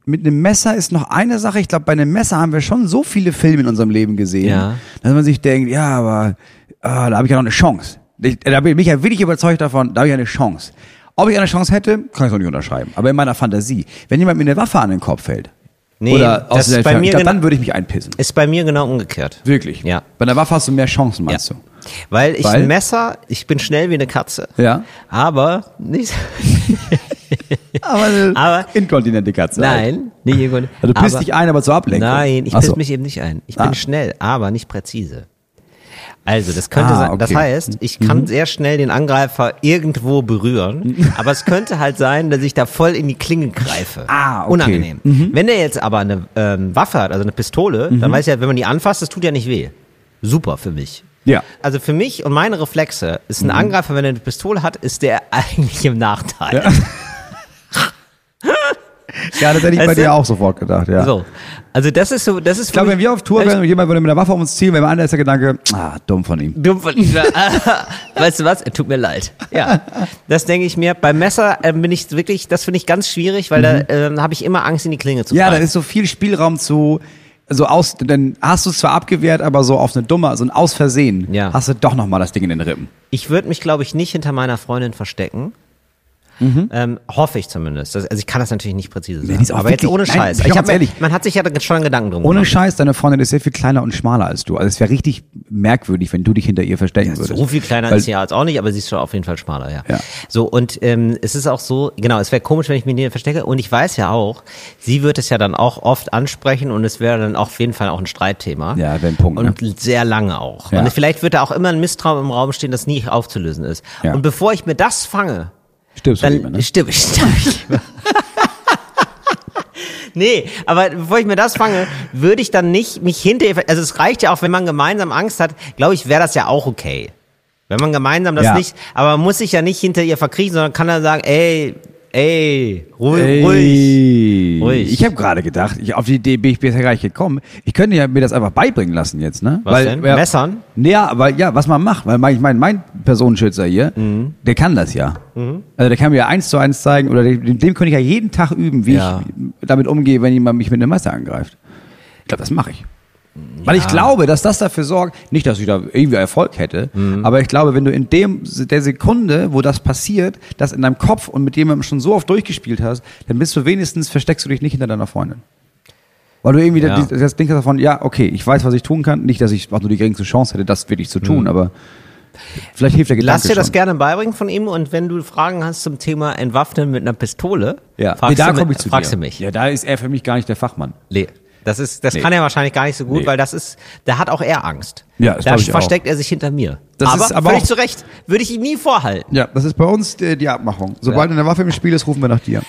Speaker 4: mit einem Messer ist noch eine Sache. Ich glaube, bei einem Messer haben wir schon so viele Filme in unserem Leben gesehen,
Speaker 2: Ja.
Speaker 4: dass man sich denkt, ja, aber ah, da habe ich ja noch eine Chance. Ich, da bin ich ja wirklich überzeugt davon, da habe ich eine Chance. Ob ich eine Chance hätte, kann ich noch nicht unterschreiben. Aber in meiner Fantasie, wenn jemand mir eine Waffe an den Kopf hält
Speaker 2: Nee,
Speaker 4: oder aus
Speaker 2: das
Speaker 4: der
Speaker 2: ist bei
Speaker 4: Entfernung, ich
Speaker 2: mir
Speaker 4: glaub,
Speaker 2: genau-
Speaker 4: dann würde ich mich einpissen.
Speaker 2: Ist bei mir genau umgekehrt.
Speaker 4: Wirklich.
Speaker 2: Ja.
Speaker 4: Bei einer Waffe hast du mehr Chancen, meinst
Speaker 2: Ja. Weil ich
Speaker 4: Weil?
Speaker 2: ein Messer, ich bin schnell wie eine Katze.
Speaker 4: du? Ja.
Speaker 2: Aber nicht.
Speaker 4: Aber eine
Speaker 2: Aber-
Speaker 4: inkontinente Katze. halt.
Speaker 2: Nein, nicht irgendwann.
Speaker 4: Also du pisst
Speaker 2: aber-
Speaker 4: dich ein, aber zur Ablenkung.
Speaker 2: Nein, ich
Speaker 4: Ach
Speaker 2: piss
Speaker 4: so.
Speaker 2: mich eben nicht ein. Ich
Speaker 4: Ah.
Speaker 2: bin schnell, aber nicht präzise. Also, das könnte
Speaker 4: Ah,
Speaker 2: sein. Das
Speaker 4: okay. Mhm.
Speaker 2: heißt, ich kann sehr schnell den Angreifer irgendwo berühren, aber es könnte halt sein, dass ich da voll in die Klinge greife.
Speaker 4: Ah, okay.
Speaker 2: Unangenehm. Wenn der jetzt aber eine ähm, Waffe hat, also eine Pistole, dann
Speaker 4: Mhm.
Speaker 2: weiß ich ja, wenn man die anfasst, das tut ja nicht weh. Super für mich.
Speaker 4: Ja. Mhm.
Speaker 2: Also für mich und meine Reflexe ist ein Angreifer, wenn er eine Pistole hat, ist der eigentlich im Nachteil.
Speaker 4: Ja. Ja, das hätte ich bei
Speaker 2: Weißt du?
Speaker 4: dir auch sofort gedacht, ja.
Speaker 2: So. Also das ist so, das ist
Speaker 4: Ich glaube, wenn wir auf Tour wären und jemand würde mit einer Waffe auf uns ziehen, wäre mein allererster Gedanke, ah, dumm von ihm.
Speaker 2: Dumm von ihm. äh, weißt du was? Tut mir leid. Ja, das denke ich mir. Beim Messer äh, bin ich wirklich, das finde ich ganz schwierig, weil da ähm, habe ich immer Angst, in die Klinge zu
Speaker 4: Mhm. Ja, da
Speaker 2: fallen.
Speaker 4: ist so viel Spielraum zu, so aus, dann hast du es zwar abgewehrt, aber so auf eine dumme, so ein Aus Versehen,
Speaker 2: Ja.
Speaker 4: hast du doch nochmal das Ding in den Rippen.
Speaker 2: Ich würde mich, glaube ich, nicht hinter meiner Freundin verstecken. Ähm, hoffe ich zumindest. Das, also ich kann das natürlich nicht präzise sagen.
Speaker 4: Mhm. die ist auch
Speaker 2: aber jetzt
Speaker 4: wirklich-
Speaker 2: ohne
Speaker 4: Nein,
Speaker 2: Scheiß.
Speaker 4: ich
Speaker 2: ich
Speaker 4: bin
Speaker 2: hab
Speaker 4: ganz
Speaker 2: mir,
Speaker 4: ehrlich.
Speaker 2: man hat sich ja da schon Gedanken drum
Speaker 4: Ohne
Speaker 2: gemacht.
Speaker 4: Scheiß, deine Freundin ist sehr viel kleiner und schmaler als du. Also es wäre richtig merkwürdig, wenn du dich hinter ihr verstecken würdest.
Speaker 2: So viel kleiner
Speaker 4: Weil-
Speaker 2: ist sie ja jetzt auch nicht, aber sie ist schon auf jeden Fall schmaler, ja.
Speaker 4: Ja.
Speaker 2: So, und ähm, es ist auch so, genau, es wäre komisch, wenn ich mich hier verstecke. Und ich weiß ja auch, sie wird es ja dann auch oft ansprechen und es wäre dann auf jeden Fall auch ein Streitthema.
Speaker 4: Ja, wäre ein Punkt, ne?
Speaker 2: Und sehr lange auch.
Speaker 4: Ja.
Speaker 2: Und vielleicht wird da auch immer ein Misstrauen im Raum stehen, das nie aufzulösen ist.
Speaker 4: Ja.
Speaker 2: Und bevor ich mir das fange,
Speaker 4: Stirbst du
Speaker 2: dann
Speaker 4: lieber, ne?
Speaker 2: stirb ich. Stirb ich lieber. Nee, aber bevor ich mir das fange, würde ich dann nicht mich hinter, also es reicht ja auch, wenn man gemeinsam Angst hat, glaube ich, wäre das ja auch okay. Wenn man gemeinsam das
Speaker 4: Ja.
Speaker 2: nicht, aber man muss sich ja nicht hinter ihr verkriechen, sondern kann dann sagen, ey, ey, ruhig, ruhig.
Speaker 4: Ey.
Speaker 2: Ruhig.
Speaker 4: Ich habe gerade gedacht, ich, auf die Idee bin ich bisher gar nicht gekommen. Ich könnte ja mir das einfach beibringen lassen jetzt, ne?
Speaker 2: Was denn?
Speaker 4: Ja,
Speaker 2: Messern?
Speaker 4: Ja, aber ja, was man macht, weil mein- ich meine, mein Personenschützer hier,
Speaker 2: Mhm.
Speaker 4: der kann das ja. Also der kann mir ja eins zu eins zeigen oder dem, dem könnte ich ja jeden Tag üben, wie
Speaker 2: Ja.
Speaker 4: ich damit umgehe, wenn jemand mich mit einem Messer angreift. Ich glaube, das mache ich. Weil ich glaube, dass das dafür sorgt, nicht, dass ich da irgendwie Erfolg hätte,
Speaker 2: Mhm.
Speaker 4: aber ich glaube, wenn du in dem, der Sekunde, wo das passiert, das in deinem Kopf und mit jemandem schon so oft durchgespielt hast, dann bist du wenigstens, versteckst du dich nicht hinter deiner Freundin. Weil du irgendwie
Speaker 2: Ja.
Speaker 4: das, das Ding hast davon, ja, okay, ich weiß, was ich tun kann. Nicht, dass ich auch nur die geringste Chance hätte, das wirklich zu tun, aber vielleicht hilft der Gedanke
Speaker 2: Mhm. Lass dir das
Speaker 4: schon.
Speaker 2: gerne beibringen von ihm und wenn du Fragen hast zum Thema Entwaffnen mit einer Pistole,
Speaker 4: Ja,
Speaker 2: fragst,
Speaker 4: nee, da
Speaker 2: du,
Speaker 4: komme
Speaker 2: mi-
Speaker 4: ich zu
Speaker 2: fragst
Speaker 4: dir.
Speaker 2: du mich.
Speaker 4: Ja, da ist er für mich gar nicht der Fachmann.
Speaker 2: Nee. Das ist, das
Speaker 4: Nee.
Speaker 2: kann er wahrscheinlich gar nicht so gut,
Speaker 4: Nee.
Speaker 2: weil das ist, da hat auch er Angst.
Speaker 4: Ja, das
Speaker 2: da
Speaker 4: glaub ich auch.
Speaker 2: versteckt er sich hinter mir.
Speaker 4: Das
Speaker 2: aber,
Speaker 4: ist aber
Speaker 2: völlig
Speaker 4: auch-
Speaker 2: zu Recht, würde ich ihm nie vorhalten.
Speaker 4: Ja,
Speaker 3: Das ist bei uns äh, die, die Abmachung. Sobald eine Waffe im Spiel ist, rufen wir nach dir.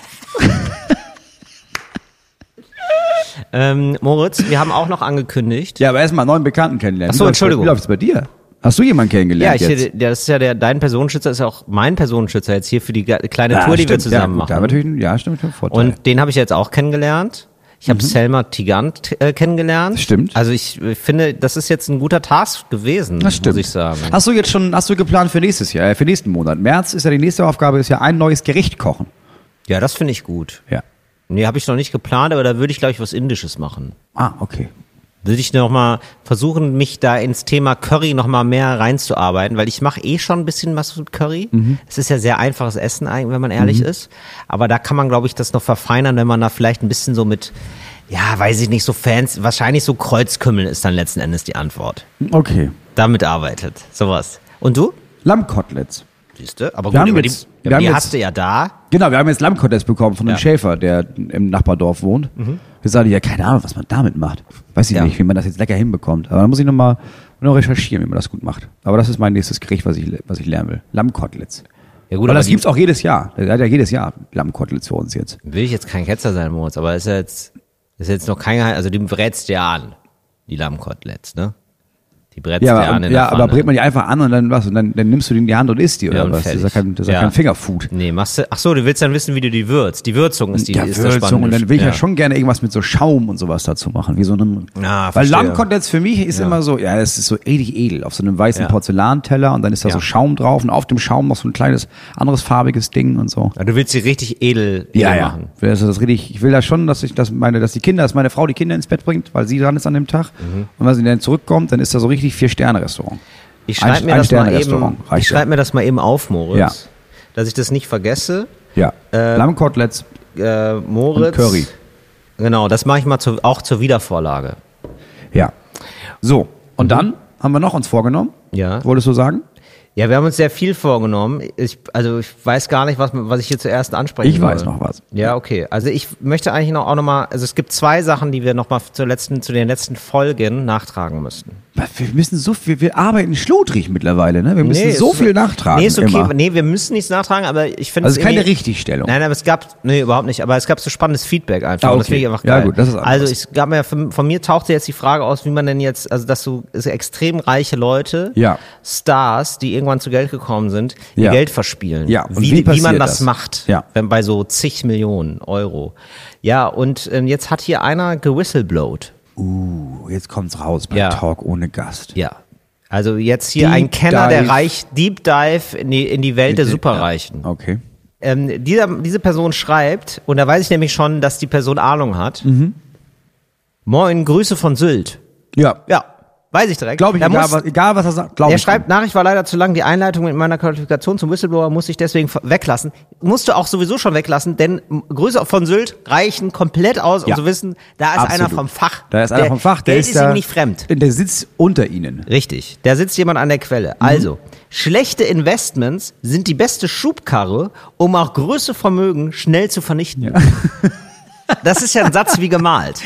Speaker 2: Ähm, Moritz, wir haben auch noch angekündigt.
Speaker 4: Ja, aber erstmal einen neuen Bekannten kennenlernen.
Speaker 2: Ach so,
Speaker 4: Wie läuft's bei-
Speaker 2: Entschuldigung.
Speaker 4: Wie läuft's bei dir? Hast du jemanden
Speaker 2: Ja,
Speaker 4: kennengelernt
Speaker 2: ich,
Speaker 4: jetzt?
Speaker 2: der- das ist ja der, dein Personenschützer ist ja auch mein Personenschützer jetzt hier für die ge- kleine
Speaker 4: Ja,
Speaker 2: Tour, die wir
Speaker 4: Ah, stimmt.
Speaker 2: zusammen
Speaker 4: ja, gut, da
Speaker 2: machen.
Speaker 4: haben wir natürlich, ja, stimmt, mit Vorteil.
Speaker 2: Und den habe ich jetzt auch kennengelernt. Ich habe Selma Tigant äh, kennengelernt.
Speaker 4: Das Mhm. stimmt.
Speaker 2: Also ich äh, finde, das ist jetzt ein guter Task gewesen,
Speaker 4: das stimmt. Also
Speaker 2: muss ich sagen.
Speaker 4: Hast du jetzt schon, hast du geplant für nächstes Jahr, äh, für nächsten Monat? März ist ja die nächste Aufgabe, ist ja ein neues Gericht kochen.
Speaker 2: Ja, das finde ich gut.
Speaker 4: Ja.
Speaker 2: Nee, habe ich noch nicht geplant, aber da würde ich, glaube ich, was Indisches machen.
Speaker 4: Ah, okay.
Speaker 2: würde ich noch mal versuchen, mich da ins Thema Curry noch mal mehr reinzuarbeiten, weil ich mache eh schon ein bisschen was mit Curry. Es ist ja sehr einfaches Essen, eigentlich, wenn man ehrlich ist. Aber da kann man, glaube ich, das noch verfeinern, wenn man da vielleicht ein bisschen so mit, ja, weiß ich nicht, so Fans, wahrscheinlich so Kreuzkümmel ist dann letzten Endes die Antwort.
Speaker 4: Okay.
Speaker 2: Damit arbeitet, sowas. Und du?
Speaker 4: Lammkoteletts.
Speaker 2: Siehste, aber
Speaker 4: Wir
Speaker 2: gut,
Speaker 4: haben
Speaker 2: über die,
Speaker 4: jetzt- wir
Speaker 2: über
Speaker 4: haben
Speaker 2: die
Speaker 4: jetzt-
Speaker 2: hast du ja da.
Speaker 4: Genau, wir haben jetzt Lammkoteletts bekommen von einem
Speaker 2: Ja. Mhm.
Speaker 4: Schäfer, der im Nachbardorf wohnt. Wir sagen ja, keine Ahnung, was man damit macht. Weiß ich
Speaker 2: Ja.
Speaker 4: nicht, wie man das jetzt lecker hinbekommt. Aber da muss ich nochmal noch recherchieren, wie man das gut macht. Aber das ist mein nächstes Gericht, was ich, le- was ich lernen will. Lammkoteletts.
Speaker 2: Ja
Speaker 4: Gut, aber das
Speaker 2: die-
Speaker 4: gibt's auch jedes Jahr. Er hat ja jedes Jahr Lammkoteletts für uns jetzt.
Speaker 2: Will ich jetzt kein Ketzer sein, Moritz, aber ist ja jetzt, ist jetzt noch kein Geheimnis, also die brätst du ja an, die Lammkoteletts, ne? Die brätst du
Speaker 4: Ja,
Speaker 2: ja,
Speaker 4: aber,
Speaker 2: an in
Speaker 4: ja
Speaker 2: der
Speaker 4: aber
Speaker 2: Pfanne.
Speaker 4: brät man die einfach an und dann was? Und dann, dann nimmst du die in die Hand und isst die oder
Speaker 2: und
Speaker 4: was? Das ist ja
Speaker 2: fertig.
Speaker 4: kein, das ist ja.
Speaker 2: Ja.
Speaker 4: kein Fingerfood.
Speaker 2: Nee, machst du, ach so, du willst dann wissen, wie du die würzt. Die Würzung ist die,
Speaker 4: ja,
Speaker 2: ist das
Speaker 4: Würzung
Speaker 2: Spannende.
Speaker 4: und dann will ich ja. schon gerne irgendwas mit so Schaum und sowas dazu machen, wie so einem.
Speaker 2: Ah,
Speaker 4: weil
Speaker 2: verstehe.
Speaker 4: Lammkoteletts für mich ist immer so, ja, es ist so richtig edel auf so einem weißen
Speaker 2: Ja.
Speaker 4: Porzellanteller und dann ist da
Speaker 2: Ja.
Speaker 4: so Schaum drauf und auf dem Schaum noch so ein kleines anderes farbiges Ding und so.
Speaker 2: Ja, Du willst sie richtig edel, edel machen.
Speaker 4: Ich will Also das- das richtig, ich will da schon, dass ich, dass meine, dass die Kinder, dass meine Frau die Kinder ins Bett bringt, weil sie dran ist an dem Tag.
Speaker 2: Mhm.
Speaker 4: Und wenn sie dann zurückkommt, dann ist da so richtig vier Sterne Restaurant.
Speaker 2: Ich schreibe mir, das mal eben, ich schreib
Speaker 4: schreibe
Speaker 2: mir das mal eben auf, Moritz.
Speaker 4: Ja.
Speaker 2: Dass ich das nicht vergesse.
Speaker 4: ja.
Speaker 2: äh,
Speaker 4: Ähm. Lammkoteletts.
Speaker 2: Äh, Moritz.
Speaker 4: Und Curry.
Speaker 2: Genau, das mache ich mal zu, auch zur Wiedervorlage.
Speaker 4: Ja. So. Und dann haben wir noch uns vorgenommen.
Speaker 2: Mhm. Ja.
Speaker 4: Wolltest du sagen?
Speaker 2: Ja, wir haben uns sehr viel vorgenommen. Ich, also ich weiß gar nicht, was, was ich hier zuerst ansprechen
Speaker 4: Ich weiß
Speaker 2: soll.
Speaker 4: noch was.
Speaker 2: Ja, okay. Also ich möchte eigentlich noch auch nochmal, also es gibt zwei Sachen, die wir nochmal zur letzten, zu den letzten Folgen nachtragen müssten.
Speaker 4: Wir müssen so viel, wir arbeiten schludrig mittlerweile, ne? Wir müssen so
Speaker 2: ist-
Speaker 4: viel nachtragen.
Speaker 2: Nee, ist okay.
Speaker 4: Immer.
Speaker 2: Nee, wir müssen nichts nachtragen, aber ich finde
Speaker 4: Also es ist keine
Speaker 2: irgendwie-
Speaker 4: Richtigstellung.
Speaker 2: Nein, aber es gab, nee, überhaupt nicht, aber es gab so spannendes Feedback einfach.
Speaker 4: Ah,
Speaker 2: und Das
Speaker 4: okay.
Speaker 2: finde ich einfach
Speaker 4: Ja,
Speaker 2: geil.
Speaker 4: gut, das ist anders.
Speaker 2: also es gab mir, von, von mir tauchte jetzt die Frage aus, wie man denn jetzt, also dass so so extrem reiche Leute,
Speaker 4: Ja.
Speaker 2: Stars, die irgendwann zu Geld gekommen sind,
Speaker 4: Ja.
Speaker 2: ihr Geld verspielen.
Speaker 4: Ja, und
Speaker 2: Wie,
Speaker 4: wie
Speaker 2: wie, man
Speaker 4: passiert
Speaker 2: das,
Speaker 4: das?
Speaker 2: macht,
Speaker 4: Ja.
Speaker 2: wenn bei so zig Millionen Euro. Ja, und ähm, jetzt hat hier einer gewhistleblowt.
Speaker 4: Uh, jetzt kommt's raus bei
Speaker 2: Ja.
Speaker 4: Talk ohne Gast.
Speaker 2: Ja. Also jetzt hier
Speaker 4: Deep
Speaker 2: ein Kenner der
Speaker 4: Dive.
Speaker 2: Reich, Deep Dive in die, in die Welt der
Speaker 4: Ja.
Speaker 2: Superreichen.
Speaker 4: Okay.
Speaker 2: Ähm, dieser, diese Person schreibt, und da weiß ich nämlich schon, dass die Person Ahnung hat.
Speaker 4: Mhm.
Speaker 2: Moin, Grüße von Sylt.
Speaker 4: Ja.
Speaker 2: Ja, weiß ich direkt.
Speaker 4: Glaube ich,
Speaker 2: Da
Speaker 4: egal,
Speaker 2: muss-
Speaker 4: was, egal was er sagt, glaube
Speaker 2: er
Speaker 4: ich.
Speaker 2: schreibt, Nachricht war leider zu lang, die Einleitung mit meiner Qualifikation zum Whistleblower muss ich deswegen ver- weglassen. Musst du auch sowieso schon weglassen, denn m- Grüße von Sylt reichen komplett aus, um
Speaker 4: Ja.
Speaker 2: zu wissen, da ist
Speaker 4: Absolut.
Speaker 2: einer vom Fach.
Speaker 4: Da ist einer
Speaker 2: Der-
Speaker 4: vom Fach. Der
Speaker 2: Geld ist,
Speaker 4: da-
Speaker 2: ihm nicht fremd.
Speaker 4: Der sitzt unter ihnen.
Speaker 2: Richtig, da sitzt jemand an der Quelle. Also, schlechte Investments sind die beste Schubkarre, um auch größere Vermögen schnell zu vernichten. Das ist ja ein Satz wie gemalt.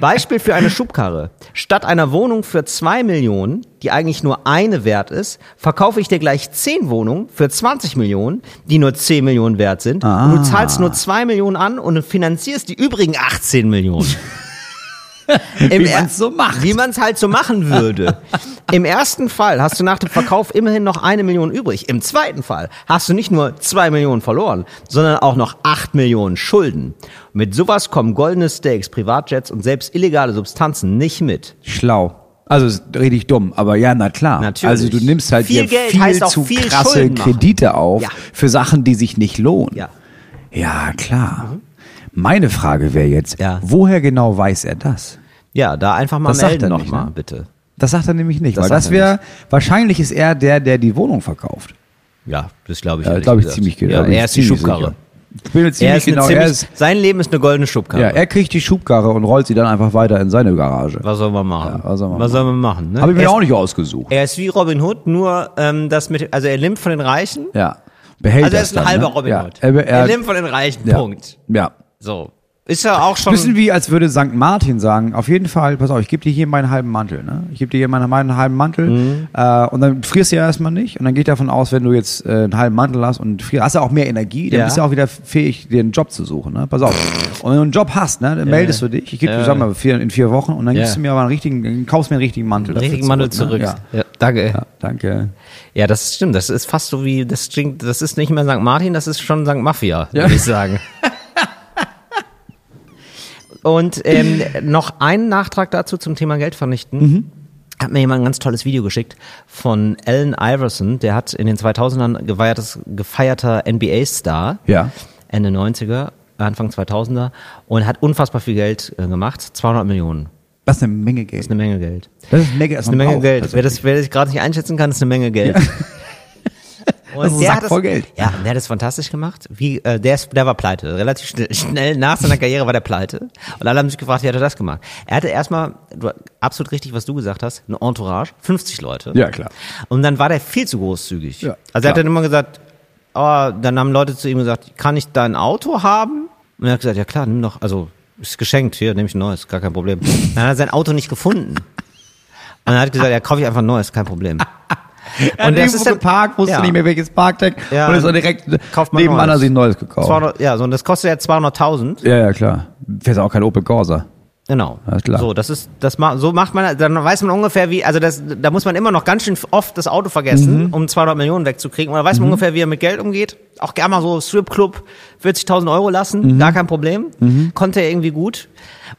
Speaker 2: Beispiel für eine Schubkarre. Statt einer Wohnung für zwei Millionen, die eigentlich nur eine wert ist, verkaufe ich dir gleich zehn Wohnungen für 20 Millionen, die nur 10 Millionen wert sind. Und du zahlst nur zwei Millionen an und finanzierst die übrigen 18 Millionen. Im
Speaker 4: Wie
Speaker 2: Er-
Speaker 4: man's so macht.
Speaker 2: Wie man es halt so machen würde. Im ersten Fall hast du nach dem Verkauf immerhin noch eine Million übrig. Im zweiten Fall hast du nicht nur zwei Millionen verloren, sondern auch noch acht Millionen Schulden. Mit sowas kommen goldene Steaks, Privatjets und selbst illegale Substanzen nicht mit.
Speaker 4: Schlau. Also ist richtig dumm, aber ja, na klar.
Speaker 2: Natürlich.
Speaker 4: Also du nimmst halt
Speaker 2: Viel
Speaker 4: dir
Speaker 2: Geld
Speaker 4: viel
Speaker 2: heißt auch
Speaker 4: zu
Speaker 2: viel
Speaker 4: krasse
Speaker 2: Schulden machen.
Speaker 4: Kredite auf
Speaker 2: Ja.
Speaker 4: für Sachen, die sich nicht lohnen.
Speaker 2: Ja. Mhm.
Speaker 4: Ja, klar. Meine Frage wäre jetzt,
Speaker 2: Ja.
Speaker 4: woher genau weiß er das?
Speaker 2: Ja, da einfach mal
Speaker 4: Das sagt
Speaker 2: melden
Speaker 4: er nicht,
Speaker 2: nochmal,
Speaker 4: ne?
Speaker 2: bitte.
Speaker 4: Das sagt er nämlich nicht,
Speaker 2: Das
Speaker 4: weil
Speaker 2: sagt
Speaker 4: das
Speaker 2: er
Speaker 4: wäre, wahrscheinlich ist er der, der die Wohnung verkauft.
Speaker 2: Ja, das glaube ich.
Speaker 4: Ja,
Speaker 2: ehrlich
Speaker 4: glaube ich
Speaker 2: gesagt.
Speaker 4: ziemlich
Speaker 2: ja,
Speaker 4: genau.
Speaker 2: Er ist die Schubkarre.
Speaker 4: Ich bin mir ziemlich
Speaker 2: Er ist eine
Speaker 4: genau,
Speaker 2: ziemlich,
Speaker 4: er ist,
Speaker 2: sein Leben ist eine goldene Schubkarre.
Speaker 4: ja, er kriegt die Schubkarre und rollt sie dann einfach weiter in seine Garage.
Speaker 2: was soll man machen?
Speaker 4: Ja, was soll man
Speaker 2: was soll man machen? ne?
Speaker 4: Habe ich mir
Speaker 2: Er ist-
Speaker 4: auch nicht ausgesucht.
Speaker 2: Er ist wie Robin Hood, nur ähm, das mit, also er nimmt von den Reichen.
Speaker 4: ja. Behält
Speaker 2: Also er
Speaker 4: das
Speaker 2: ist ein
Speaker 4: dann,
Speaker 2: halber
Speaker 4: ne?
Speaker 2: Robin
Speaker 4: ja.
Speaker 2: Hood.
Speaker 4: Er, er,
Speaker 2: Er nimmt von den Reichen.
Speaker 4: ja.
Speaker 2: Punkt.
Speaker 4: Ja.
Speaker 2: So. Ist ja auch schon.
Speaker 4: Bisschen wie, als würde St. Martin sagen, auf jeden Fall, pass auf, ich gebe dir hier meinen halben Mantel. Ne? Ich gebe dir hier meinen, meinen halben Mantel
Speaker 2: Mhm.
Speaker 4: äh, und dann frierst du ja erstmal nicht. Und dann geht davon aus, wenn du jetzt äh, einen halben Mantel hast und frierst, hast du auch mehr Energie, dann
Speaker 2: Ja.
Speaker 4: bist du auch wieder fähig, dir einen Job zu suchen. Ne? Pass auf. Und wenn du einen Job hast, ne, dann meldest du dich. Ich gebe dir,
Speaker 2: Ja.
Speaker 4: sag mal, vier, in vier Wochen und dann
Speaker 2: Ja.
Speaker 4: gibst du mir aber einen richtigen, kaufst mir einen richtigen Mantel. dafür
Speaker 2: richtigen Mandel zurück.
Speaker 4: Ne? Ja.
Speaker 2: danke.
Speaker 4: ja,
Speaker 2: Ja.
Speaker 4: danke.
Speaker 2: das stimmt. Das ist fast so wie, das klingt, das ist nicht mehr St. Martin, das ist schon St. Mafia, würde ich sagen. Und ähm, noch einen Nachtrag dazu zum Thema Geld vernichten.
Speaker 4: Mhm.
Speaker 2: Hat mir jemand ein ganz tolles Video geschickt von Allen Iverson. Der hat in den 2000ern gefeiertes, gefeierter NBA-Star.
Speaker 4: Ja.
Speaker 2: Ende 90er, Anfang 2000er. Und hat unfassbar viel Geld äh, gemacht. 200 Millionen.
Speaker 4: Das ist eine Menge Geld.
Speaker 2: ist eine Menge Geld.
Speaker 4: Das ist eine Menge, Also
Speaker 2: Das ist eine Menge Geld. Wer das, wer das gerade nicht einschätzen kann, ist eine Menge Geld. Und
Speaker 4: Das ist ein Sack voll Geld.
Speaker 2: Ja, und der hat das fantastisch gemacht. Wie, äh, der, ist, der war pleite. Relativ schnell, schnell nach seiner Karriere war der pleite. Und alle haben sich gefragt, wie hat er das gemacht? Er hatte erstmal, du, absolut richtig, was du gesagt hast, ein Entourage, 50 Leute.
Speaker 4: Ja, klar.
Speaker 2: Und dann war der viel zu großzügig.
Speaker 4: Ja,
Speaker 2: also er hat
Speaker 4: klar.
Speaker 2: dann immer gesagt, oh, dann haben Leute zu ihm gesagt, kann ich dein Auto haben? Und er hat gesagt, ja klar, nimm doch, also ist geschenkt, hier, nehme ich ein neues, gar kein Problem. Dann hat er sein Auto nicht gefunden. Und er hat gesagt, ja, kaufe ich einfach ein neues, kein Problem.
Speaker 4: Und das ist
Speaker 2: dann-
Speaker 4: ein Park, wusste
Speaker 2: ja.
Speaker 4: nicht mehr welches Parkdeck
Speaker 2: Ja,
Speaker 4: und ist dann direkt
Speaker 2: kauft man
Speaker 4: nebenan
Speaker 2: neues.
Speaker 4: hat sich ein neues gekauft.
Speaker 2: 200, ja, so, und das kostet ja 200.000.
Speaker 4: Ja, ja, klar. Fährst auch kein Opel Corsa.
Speaker 2: Genau.
Speaker 4: Ja, klar.
Speaker 2: So, das ist, das ma so macht man, dann weiß man ungefähr wie, also das, da muss man immer noch ganz schön oft das Auto vergessen,
Speaker 4: Mhm.
Speaker 2: um 200 Millionen wegzukriegen. Und da weiß man ungefähr, wie er mit Geld umgeht. Auch gerne mal so Stripclub 40.000 Euro
Speaker 4: Mhm.
Speaker 2: lassen, gar kein Problem. Konnte er irgendwie gut.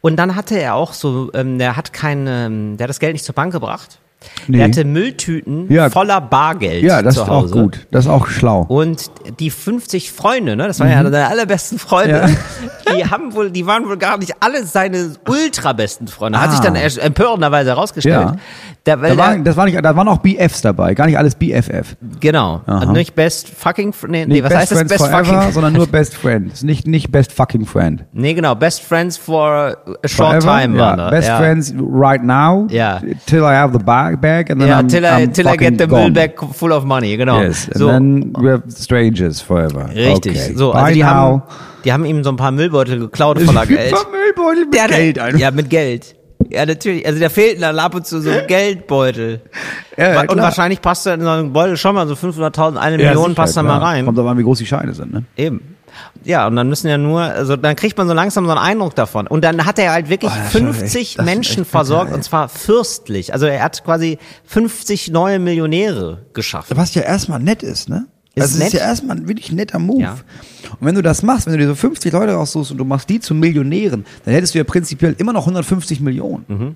Speaker 2: Und dann hatte er auch so, ähm, der hat kein, ähm, der hat das Geld nicht zur Bank gebracht.
Speaker 4: Nee.
Speaker 2: Der hatte Mülltüten
Speaker 4: Ja.
Speaker 2: voller Bargeld
Speaker 4: Ja, das
Speaker 2: zu
Speaker 4: ist auch
Speaker 2: Hause. Oh,
Speaker 4: gut. Das ist auch schlau.
Speaker 2: Und die 50 Freunde, ne, das waren ja
Speaker 4: Mhm.
Speaker 2: seine allerbesten Freunde, die haben wohl, die waren wohl gar nicht alle seine ultrabesten Freunde. Hat
Speaker 4: Ah.
Speaker 2: sich dann erst empörenderweise herausgestellt.
Speaker 4: Ja.
Speaker 2: Da, äh, weil
Speaker 4: Da
Speaker 2: da
Speaker 4: waren, das war nicht, da waren auch BFs dabei, gar nicht alles BFF.
Speaker 2: genau.
Speaker 4: Aha.
Speaker 2: Nicht best fucking, fr- nee, nee, was heißt das?
Speaker 4: Friends
Speaker 2: Best
Speaker 4: forever,
Speaker 2: fucking,
Speaker 4: sondern nur Best Friends. Nicht, nicht Best Fucking Friend.
Speaker 2: nee, genau. Best friends for a short
Speaker 4: Forever?
Speaker 2: time.
Speaker 4: ja.
Speaker 2: waren da.
Speaker 4: Best
Speaker 2: ja.
Speaker 4: Friends right now.
Speaker 2: Ja.
Speaker 4: Till I have the bag, back, back and then
Speaker 2: Ja,
Speaker 4: I'm,
Speaker 2: till, I,
Speaker 4: I'm
Speaker 2: till I get
Speaker 4: fucking
Speaker 2: the
Speaker 4: gone.
Speaker 2: bill back full of money, genau.
Speaker 4: Yes, and
Speaker 2: so,
Speaker 4: then we're strangers forever.
Speaker 2: richtig.
Speaker 4: Okay.
Speaker 2: So,
Speaker 4: Bye
Speaker 2: also die
Speaker 4: now.
Speaker 2: haben, die haben ihm so ein paar Müllbeutel geklaut von der Geld.
Speaker 4: Müllbeutel mit
Speaker 2: Der hatte-
Speaker 4: Geld einfach.
Speaker 2: Ja, mit Geld. Ja, natürlich. Also da fehlten dann ab und zu so ein Geldbeutel.
Speaker 4: Ja,
Speaker 2: Wa- und
Speaker 4: klar.
Speaker 2: wahrscheinlich passt da in so einen Beutel schon mal so 500.000, eine Million
Speaker 4: sicher,
Speaker 2: passt da mal
Speaker 4: klar.
Speaker 2: rein.
Speaker 4: Kommt aber an, wie groß die Scheine sind, ne?
Speaker 2: Eben. Ja, und dann müssen ja nur, also dann kriegt man so langsam so einen Eindruck davon. Und dann hat er halt wirklich
Speaker 4: Oh, das ist schon
Speaker 2: 50
Speaker 4: echt- das ist echt
Speaker 2: Menschen
Speaker 4: bitter,
Speaker 2: versorgt
Speaker 4: ey.
Speaker 2: und zwar fürstlich. Also er hat quasi 50 neue Millionäre geschaffen.
Speaker 4: Was ja erstmal nett ist, ne?
Speaker 2: Ist
Speaker 4: also es
Speaker 2: nett.
Speaker 4: ist ja erstmal ein wirklich netter Move.
Speaker 2: Ja.
Speaker 4: Und wenn du das machst, wenn du dir so 50 Leute raussuchst und du machst die zu Millionären, dann hättest du ja prinzipiell immer noch 150 Millionen.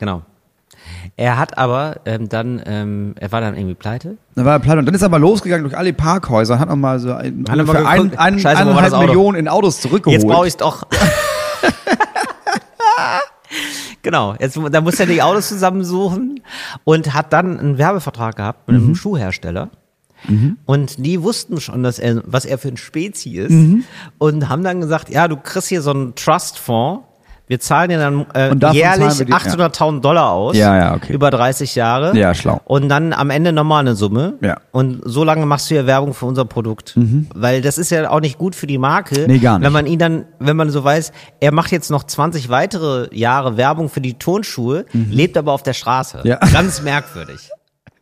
Speaker 2: Genau. Er hat aber ähm, dann, ähm, er war dann irgendwie pleite.
Speaker 4: Dann war er pleite. Und dann ist er aber losgegangen durch alle Parkhäuser, hat nochmal so ein,
Speaker 2: Hat er mal
Speaker 4: ungefähr ein,
Speaker 2: geguckt,
Speaker 4: ein,
Speaker 2: scheiße, wo war das
Speaker 4: eineinhalb
Speaker 2: Auto?
Speaker 4: Millionen in Autos zurückgeholt.
Speaker 2: Jetzt brauche ich doch. genau, jetzt, da muss er die Autos zusammensuchen und hat dann einen Werbevertrag gehabt mit einem
Speaker 4: Mhm.
Speaker 2: Schuhhersteller. Und die wussten schon, dass er, was er für ein Spezi ist
Speaker 4: Mhm.
Speaker 2: und haben dann gesagt, ja, du kriegst hier so einen Trustfonds. Wir zahlen dir dann äh,
Speaker 4: Und davon
Speaker 2: jährlich
Speaker 4: zahlen wir die- ja.
Speaker 2: 800.000 Dollar aus.
Speaker 4: Ja, ja, okay.
Speaker 2: Über 30 Jahre.
Speaker 4: Ja, schlau.
Speaker 2: Und dann am Ende nochmal eine Summe.
Speaker 4: Ja. Mhm.
Speaker 2: Und so lange machst du ja Werbung für unser Produkt. Weil das ist ja auch nicht gut für die Marke.
Speaker 4: Nee, gar nicht.
Speaker 2: Wenn man ihn dann, wenn man so weiß, er macht jetzt noch 20 weitere Jahre Werbung für die Turnschuhe, lebt aber auf der Straße.
Speaker 4: Mhm. Ja.
Speaker 2: Ganz merkwürdig.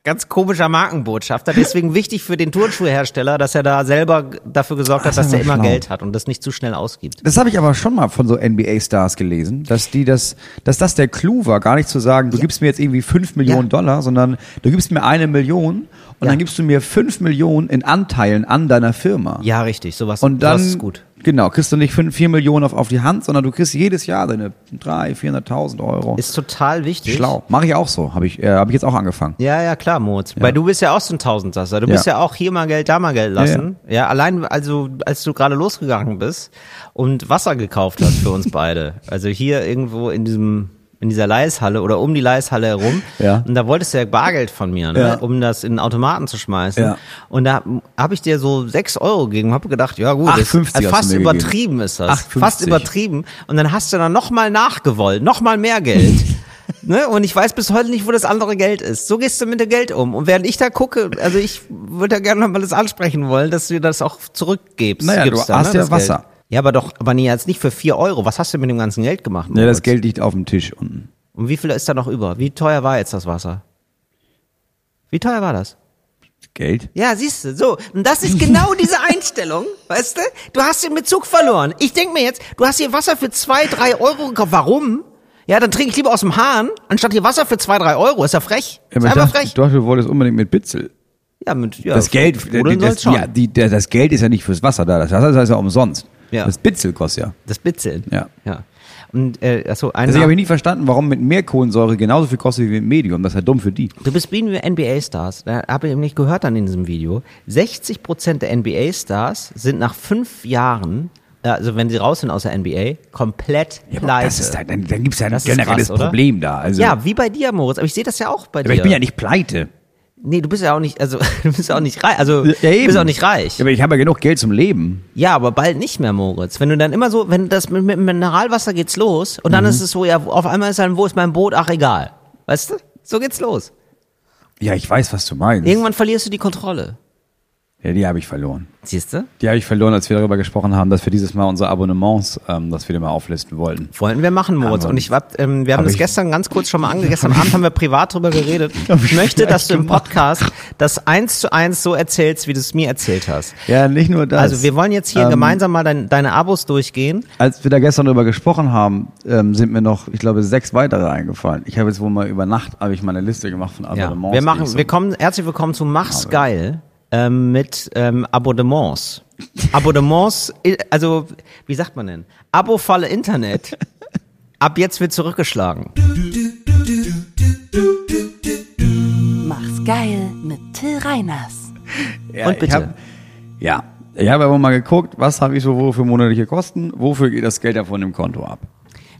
Speaker 2: Ganz komischer Markenbotschafter. Deswegen wichtig für den Turnschuhhersteller, dass er da selber dafür gesorgt hat,
Speaker 4: Das
Speaker 2: dass
Speaker 4: ist
Speaker 2: er
Speaker 4: aber
Speaker 2: immer
Speaker 4: schlau.
Speaker 2: Geld hat und das nicht zu schnell ausgibt.
Speaker 4: Das habe ich aber schon mal von so NBA-Stars gelesen, dass die das, dass das der Clou war, gar nicht zu sagen, du gibst mir jetzt irgendwie 5 Millionen
Speaker 2: Ja.
Speaker 4: Dollar, sondern du gibst mir eine Million und
Speaker 2: Ja.
Speaker 4: dann gibst du mir 5 Millionen in Anteilen an deiner Firma.
Speaker 2: Ja, richtig. Sowas,
Speaker 4: Und dann,
Speaker 2: sowas ist gut.
Speaker 4: genau, kriegst du nicht 5, 4 Millionen auf, auf die Hand, sondern du kriegst jedes Jahr deine 300.000, 400.000 Euro.
Speaker 2: Ist total wichtig.
Speaker 4: schlau. Mache ich auch so. Habe ich, äh, hab ich jetzt auch angefangen.
Speaker 2: Ja, ja, klar, Moritz. Weil du bist ja auch so ein Tausendsasser. Du
Speaker 4: Ja.
Speaker 2: bist ja auch hier mal Geld, da mal Geld lassen. Ja, allein, also, als du gerade losgegangen bist und Wasser gekauft hast für uns beide. Also hier irgendwo in diesem, in dieser Leishalle oder um die Leishalle herum.
Speaker 4: Ja.
Speaker 2: Und da wolltest du ja Bargeld von mir, ne?
Speaker 4: Ja.
Speaker 2: um das in den Automaten zu schmeißen.
Speaker 4: Ja.
Speaker 2: Und da habe ich dir so sechs Euro gegeben und habe gedacht, ja gut,
Speaker 4: 8,50
Speaker 2: das,
Speaker 4: hast
Speaker 2: fast
Speaker 4: du mir gegeben.
Speaker 2: übertrieben ist das.
Speaker 4: 8,50.
Speaker 2: Fast übertrieben. Und dann hast du dann nochmal nachgewollt, nochmal mehr Geld. ne? Und ich weiß bis heute nicht, wo das andere Geld ist. So gehst du mit dem Geld um. Und während ich da gucke, also ich würde ja gerne nochmal das ansprechen wollen, dass du das auch zurückgibst.
Speaker 4: Naja, du
Speaker 2: Gibst ne,
Speaker 4: hast ja
Speaker 2: das
Speaker 4: Wasser.
Speaker 2: Geld. Ja, aber doch, aber nee, jetzt nicht für vier Euro. Was hast du mit dem ganzen Geld gemacht?
Speaker 4: Ja,
Speaker 2: Moritz?
Speaker 4: das Geld liegt auf dem Tisch unten.
Speaker 2: Und wie viel ist da noch über? Wie teuer war jetzt das Wasser? Wie teuer war das?
Speaker 4: Geld?
Speaker 2: Ja, siehst du, so. Und das ist genau diese Einstellung, weißt du? Du hast den Bezug verloren. Ich denk mir jetzt, du hast hier Wasser für zwei, drei Euro gekauft. Warum? Ja, dann trinke ich lieber aus dem Hahn, anstatt hier Wasser für zwei, drei Euro. Ist ja frech. ist
Speaker 4: Ja, aber ich
Speaker 2: einfach
Speaker 4: dachte,
Speaker 2: frech.
Speaker 4: ich dachte, du wolltest unbedingt mit Bitzel.
Speaker 2: Ja, mit, ja,
Speaker 4: Das Geld,
Speaker 2: Sprudeln Also,
Speaker 4: das,
Speaker 2: soll's schon.
Speaker 4: ja, die, der, das Geld ist ja nicht fürs Wasser da. Das Wasser ist ja umsonst.
Speaker 2: Ja. Genau.
Speaker 4: Das Bitzel kostet ja.
Speaker 2: Das Bitzeln.
Speaker 4: Ja.
Speaker 2: ja. Und, äh, achso, ein
Speaker 4: Deswegen habe ich nie verstanden, warum mit mehr Kohlensäure genauso viel kostet wie mit Medium. Das ist ja dumm für die.
Speaker 2: Du bist wie NBA-Stars. Da habe ich nämlich gehört dann in diesem Video. 60 Prozent der NBA-Stars sind nach fünf Jahren, äh, also wenn sie raus sind aus der NBA, komplett pleite.
Speaker 4: das ist, dann dann gibt es ja ein
Speaker 2: Das ist
Speaker 4: generelles
Speaker 2: krass, oder?
Speaker 4: Problem da. Also,
Speaker 2: Ja, wie bei dir, Moritz. Aber ich sehe das ja auch bei dir.
Speaker 4: aber ich bin ja nicht pleite.
Speaker 2: Nee, du bist ja auch nicht, also du bist ja auch nicht reich. Also du
Speaker 4: eben.
Speaker 2: bist auch nicht reich.
Speaker 4: Aber ich habe ja genug Geld zum Leben.
Speaker 2: Ja, aber bald nicht mehr, Moritz. Wenn du dann immer so, wenn das mit, mit Mineralwasser geht's los und
Speaker 4: Mhm.
Speaker 2: dann ist es so, ja, auf einmal ist dann, wo ist mein Boot? Ach egal. Weißt du? So geht's los.
Speaker 4: Ja, ich weiß, was du meinst.
Speaker 2: Irgendwann verlierst du die Kontrolle.
Speaker 4: ja, die habe ich verloren.
Speaker 2: Siehst du?
Speaker 4: Die habe ich verloren, als wir darüber gesprochen haben, dass wir dieses Mal unsere Abonnements, ähm, dass wir die mal auflisten wollten.
Speaker 2: Wollten wir machen, Moritz.
Speaker 4: Aber-
Speaker 2: Und ich hab, ähm, wir haben
Speaker 4: Aber
Speaker 2: das
Speaker 4: ich-
Speaker 2: gestern ganz kurz schon mal ange. Gestern Abend haben wir privat drüber geredet.
Speaker 4: Hab
Speaker 2: Ich
Speaker 4: ich
Speaker 2: möchte, dass
Speaker 4: vielleicht
Speaker 2: du im
Speaker 4: gemacht.
Speaker 2: Podcast das eins zu eins so erzählst, wie du es mir erzählt hast.
Speaker 4: Ja, nicht nur das.
Speaker 2: Also wir wollen jetzt hier
Speaker 4: Ähm,
Speaker 2: gemeinsam mal dein, deine Abos durchgehen.
Speaker 4: Als wir da gestern darüber gesprochen haben, ähm, sind mir noch, ich glaube, sechs weitere eingefallen. Ich habe jetzt wohl mal über Nacht, habe ich meine Liste gemacht von
Speaker 2: Ja.
Speaker 4: Abonnements.
Speaker 2: Wir
Speaker 4: die
Speaker 2: machen,
Speaker 4: ich so-
Speaker 2: wir kommen, herzlich willkommen zu Mach's geil ähm, mit ähm, Abonnements. Abonnements, i- also wie sagt man denn? Abo-Falle Internet. Ab jetzt wird zurückgeschlagen.
Speaker 1: Mach's geil mit Till Reiners.
Speaker 4: ja,
Speaker 2: und bitte.
Speaker 4: Ich hab, ja, ich habe aber mal geguckt, was habe ich so wo für monatliche Kosten, wofür geht das Geld davon im Konto ab.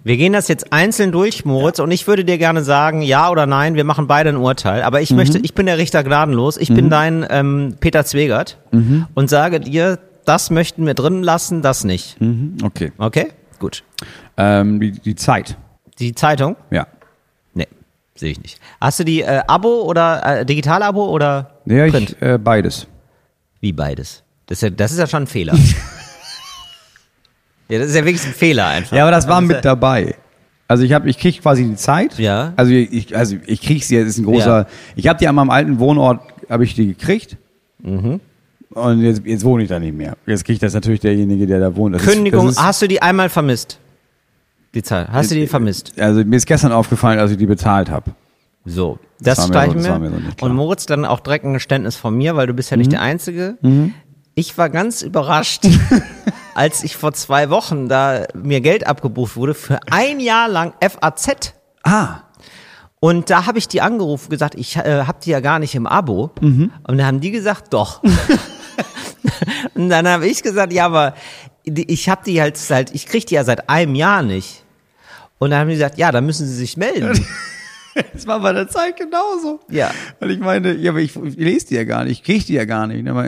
Speaker 2: Wir gehen das jetzt einzeln durch, Moritz, und ich würde dir gerne sagen, ja oder nein, wir machen beide ein Urteil. Aber
Speaker 4: Mhm.
Speaker 2: ich möchte, ich bin der Richter gnadenlos, ich bin dein ähm, Peter Zwegert
Speaker 4: Mhm.
Speaker 2: und sage dir, das möchten wir drin lassen, das nicht.
Speaker 4: Mhm, Okay.
Speaker 2: Okay? Gut.
Speaker 4: Ähm, die, die Zeit.
Speaker 2: Die Zeitung?
Speaker 4: Ja.
Speaker 2: Nee. Sehe ich nicht. Hast du die äh, Abo oder äh, Digital-Abo oder
Speaker 4: Ja,
Speaker 2: Print?
Speaker 4: ich, äh, beides.
Speaker 2: Wie beides. Das ist ja, das ist ja schon ein Fehler. ja, das ist ja wirklich ein Fehler einfach.
Speaker 4: Ja, aber das war mit
Speaker 2: ja,
Speaker 4: dabei. Also ich habe, ich krieg quasi die Zeit.
Speaker 2: Ja.
Speaker 4: Also ich, also ich krieg sie. Das ist ein großer.
Speaker 2: Ja.
Speaker 4: Ich habe die an meinem alten Wohnort, habe ich die gekriegt.
Speaker 2: Mhm.
Speaker 4: Und jetzt, jetzt wohne ich da nicht mehr. Jetzt kriegt das natürlich derjenige, der da wohnt. Das ist-
Speaker 2: Kündigung,
Speaker 4: das ist-
Speaker 2: hast du die einmal vermisst? Die Zahl. Hast du die vermisst?
Speaker 4: also mir ist gestern aufgefallen, als ich die bezahlt habe.
Speaker 2: So, das,
Speaker 4: war mir
Speaker 2: streichen
Speaker 4: so- das
Speaker 2: wir.
Speaker 4: war mir so nicht klar.
Speaker 2: Und
Speaker 4: Mhm.
Speaker 2: Moritz, dann auch direkt ein Geständnis von mir, weil du bist ja nicht der Einzige. Ich war ganz überrascht, als ich vor zwei Wochen, da mir Geld abgebucht wurde, für ein Jahr lang FAZ.
Speaker 4: Ah.
Speaker 2: Und da habe ich die angerufen, gesagt, ich äh, habe die ja gar nicht im Abo.
Speaker 4: Mhm.
Speaker 2: Und dann haben die gesagt, doch. Und dann habe ich gesagt, ja, aber die- ich habe die halt seit, ich krieg die ja seit einem Jahr nicht. Und dann haben die gesagt, ja, dann müssen sie sich melden.
Speaker 4: Das war bei der Zeit genauso.
Speaker 2: Ja.
Speaker 4: Weil ich meine, ja, aber ich, ich lese die ja gar nicht, ich kriege die ja gar nicht. Aber,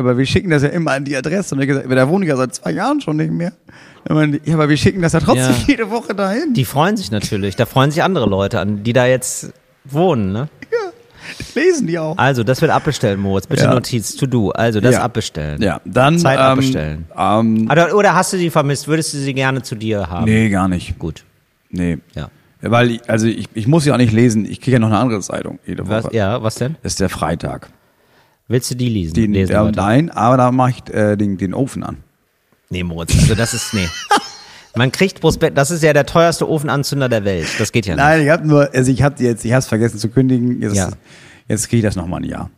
Speaker 4: aber wir schicken das ja immer an die Adresse. Und ich gesagt, aber da wohne ich ja seit zwei Jahren schon nicht mehr. Aber, ja, aber wir schicken das ja trotzdem
Speaker 2: Ja.
Speaker 4: jede Woche dahin.
Speaker 2: Die freuen sich natürlich. Da freuen sich andere Leute an, die da jetzt wohnen. Ne?
Speaker 4: Die lesen die auch.
Speaker 2: Also, das wird abbestellen, Moritz. Bitte
Speaker 4: Ja.
Speaker 2: Notiz, to do. Also, das
Speaker 4: Ja.
Speaker 2: abbestellen.
Speaker 4: Ja, dann
Speaker 2: Zeit
Speaker 4: ähm,
Speaker 2: abbestellen.
Speaker 4: Ähm,
Speaker 2: Oder, oder hast du sie vermisst? Würdest du sie gerne zu dir haben?
Speaker 4: nee, gar nicht.
Speaker 2: Gut.
Speaker 4: Nee.
Speaker 2: Ja.
Speaker 4: Weil ich, also ich, ich muss ja auch nicht lesen. Ich kriege ja noch eine andere Zeitung jede Woche.
Speaker 2: Was, ja, was denn?
Speaker 4: Das ist der Freitag.
Speaker 2: Willst du die lesen?
Speaker 4: Den,
Speaker 2: lesen
Speaker 4: der,
Speaker 2: heute?
Speaker 4: nein, aber da mache ich äh, den, den Ofen an.
Speaker 2: Nee, Moritz. Also, das ist, nee. Man kriegt Prospekt, das ist ja der teuerste Ofenanzünder der Welt. Das geht ja nicht.
Speaker 4: Nein, ich habe nur, also ich habe jetzt, ich habe es vergessen zu kündigen. Jetzt,
Speaker 2: Ja.
Speaker 4: jetzt kriege ich das nochmal ein Jahr.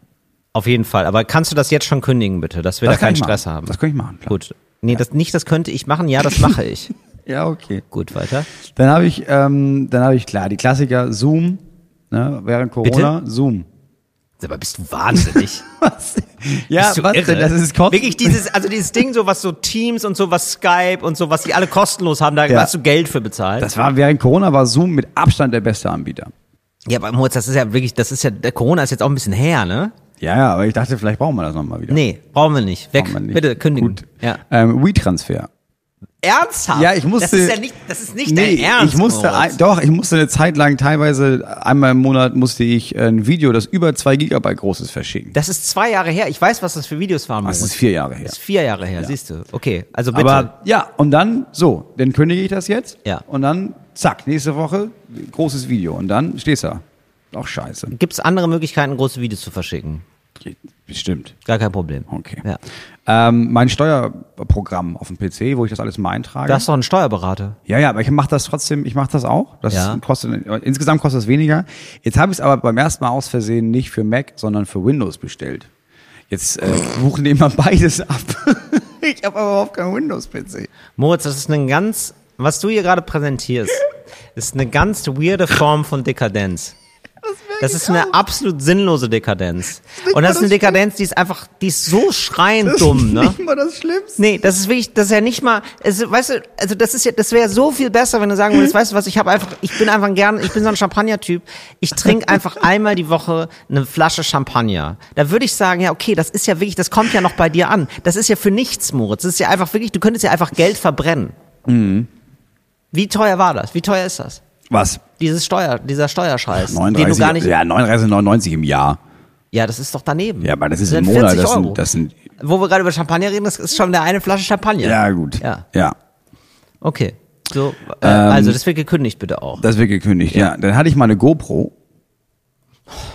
Speaker 2: Auf jeden Fall. Aber kannst du das jetzt schon kündigen, bitte? Dass wir
Speaker 4: Das
Speaker 2: da
Speaker 4: kann
Speaker 2: keinen
Speaker 4: ich machen.
Speaker 2: Stress haben.
Speaker 4: Das kann ich machen, klar.
Speaker 2: Gut. Nee, das, nicht, das könnte ich machen. Ja, das mache ich.
Speaker 4: Ja, okay.
Speaker 2: Gut, weiter.
Speaker 4: Dann habe ich, ähm, dann habe ich klar die Klassiker Zoom ne, während Corona Zoom.
Speaker 2: Aber bist du wahnsinnig?
Speaker 4: Was? Ja,
Speaker 2: Bist du
Speaker 4: was
Speaker 2: irre?
Speaker 4: denn? Das ist kotzen.
Speaker 2: Wirklich dieses, also dieses Ding, so was so Teams und so was Skype und so was, die alle kostenlos haben, da
Speaker 4: Ja.
Speaker 2: hast du Geld für bezahlt.
Speaker 4: Das war während Corona war Zoom mit Abstand der beste Anbieter.
Speaker 2: ja, aber Moritz, das ist ja wirklich, das ist ja, der Corona ist jetzt auch ein bisschen her, ne?
Speaker 4: Ja, ja, aber ich dachte, vielleicht brauchen wir das nochmal wieder.
Speaker 2: Nee, brauchen wir nicht. Weg,
Speaker 4: Brauchen wir nicht.
Speaker 2: bitte kündigen.
Speaker 4: Gut.
Speaker 2: Ja.
Speaker 4: Ähm, WeTransfer.
Speaker 2: Ernsthaft?
Speaker 4: Ja, ich musste.
Speaker 2: Das ist ja nicht, das ist nicht dein Ernst.
Speaker 4: Ich musste
Speaker 2: Moritz.
Speaker 4: ein, doch, ich musste eine Zeit lang teilweise einmal im Monat musste ich ein Video, das über zwei Gigabyte groß ist, verschicken.
Speaker 2: das ist zwei Jahre her. Ich weiß, was das für Videos waren.
Speaker 4: Das
Speaker 2: Moritz.
Speaker 4: ist vier Jahre her.
Speaker 2: Das ist vier Jahre her, siehst du. Okay, also bitte.
Speaker 4: Aber ja, und dann so, dann kündige ich das jetzt.
Speaker 2: Ja.
Speaker 4: Und dann zack, nächste Woche großes Video und dann stehst du da. Auch scheiße.
Speaker 2: Gibt es andere Möglichkeiten, große Videos zu verschicken?
Speaker 4: Bestimmt.
Speaker 2: Gar kein Problem.
Speaker 4: Okay.
Speaker 2: Ja.
Speaker 4: Ähm, mein Steuerprogramm auf dem PC, wo ich das alles mal eintrage.
Speaker 2: Da ist doch ein Steuerberater.
Speaker 4: Ja, ja, aber ich mache das trotzdem, ich mache das auch. Das
Speaker 2: Ja.
Speaker 4: kostet, insgesamt kostet es weniger. Jetzt habe ich es aber beim ersten Mal aus Versehen nicht für Mac, sondern für Windows bestellt. Jetzt äh, buchen die immer beides ab. ich habe aber überhaupt keinen Windows-PC.
Speaker 2: Moritz, das ist eine ganz, was du hier gerade präsentierst, ist eine ganz weirde Form von Dekadenz. Das ist eine absolut sinnlose Dekadenz. Und das ist eine Dekadenz, die ist einfach, die ist so schreiend dumm, ne?
Speaker 4: Nicht mal das Schlimmste.
Speaker 2: Nee, das ist wirklich, das ist ja nicht mal, also, weißt du, also das ist ja, das wäre so viel besser, wenn du sagen würdest, weißt du was, ich habe einfach, ich bin einfach gern, ich bin so ein Champagner-Typ, ich trinke einfach einmal die Woche eine Flasche Champagner. Da würde ich sagen, ja, okay, das ist ja wirklich, das kommt ja noch bei dir an. Das ist ja für nichts, Moritz. Das ist ja einfach wirklich, du könntest ja einfach Geld verbrennen.
Speaker 4: Mhm.
Speaker 2: Wie teuer war das? Wie teuer ist das?
Speaker 4: Was?
Speaker 2: Dieses Steuer, dieser Steuerscheiß, den du
Speaker 4: 39,
Speaker 2: gar nicht, ja.
Speaker 4: ja, 39,99 im Jahr.
Speaker 2: das ist doch daneben.
Speaker 4: Ja, aber das ist im
Speaker 2: sind
Speaker 4: Monat.
Speaker 2: 40
Speaker 4: Das
Speaker 2: Euro.
Speaker 4: sind, das sind,
Speaker 2: Wo wir gerade über Champagner reden, das ist schon der eine Flasche Champagner.
Speaker 4: ja, gut.
Speaker 2: Ja.
Speaker 4: ja.
Speaker 2: Okay. So, äh, also das wird gekündigt bitte auch.
Speaker 4: Das wird gekündigt, ja. Dann hatte ich mal eine GoPro.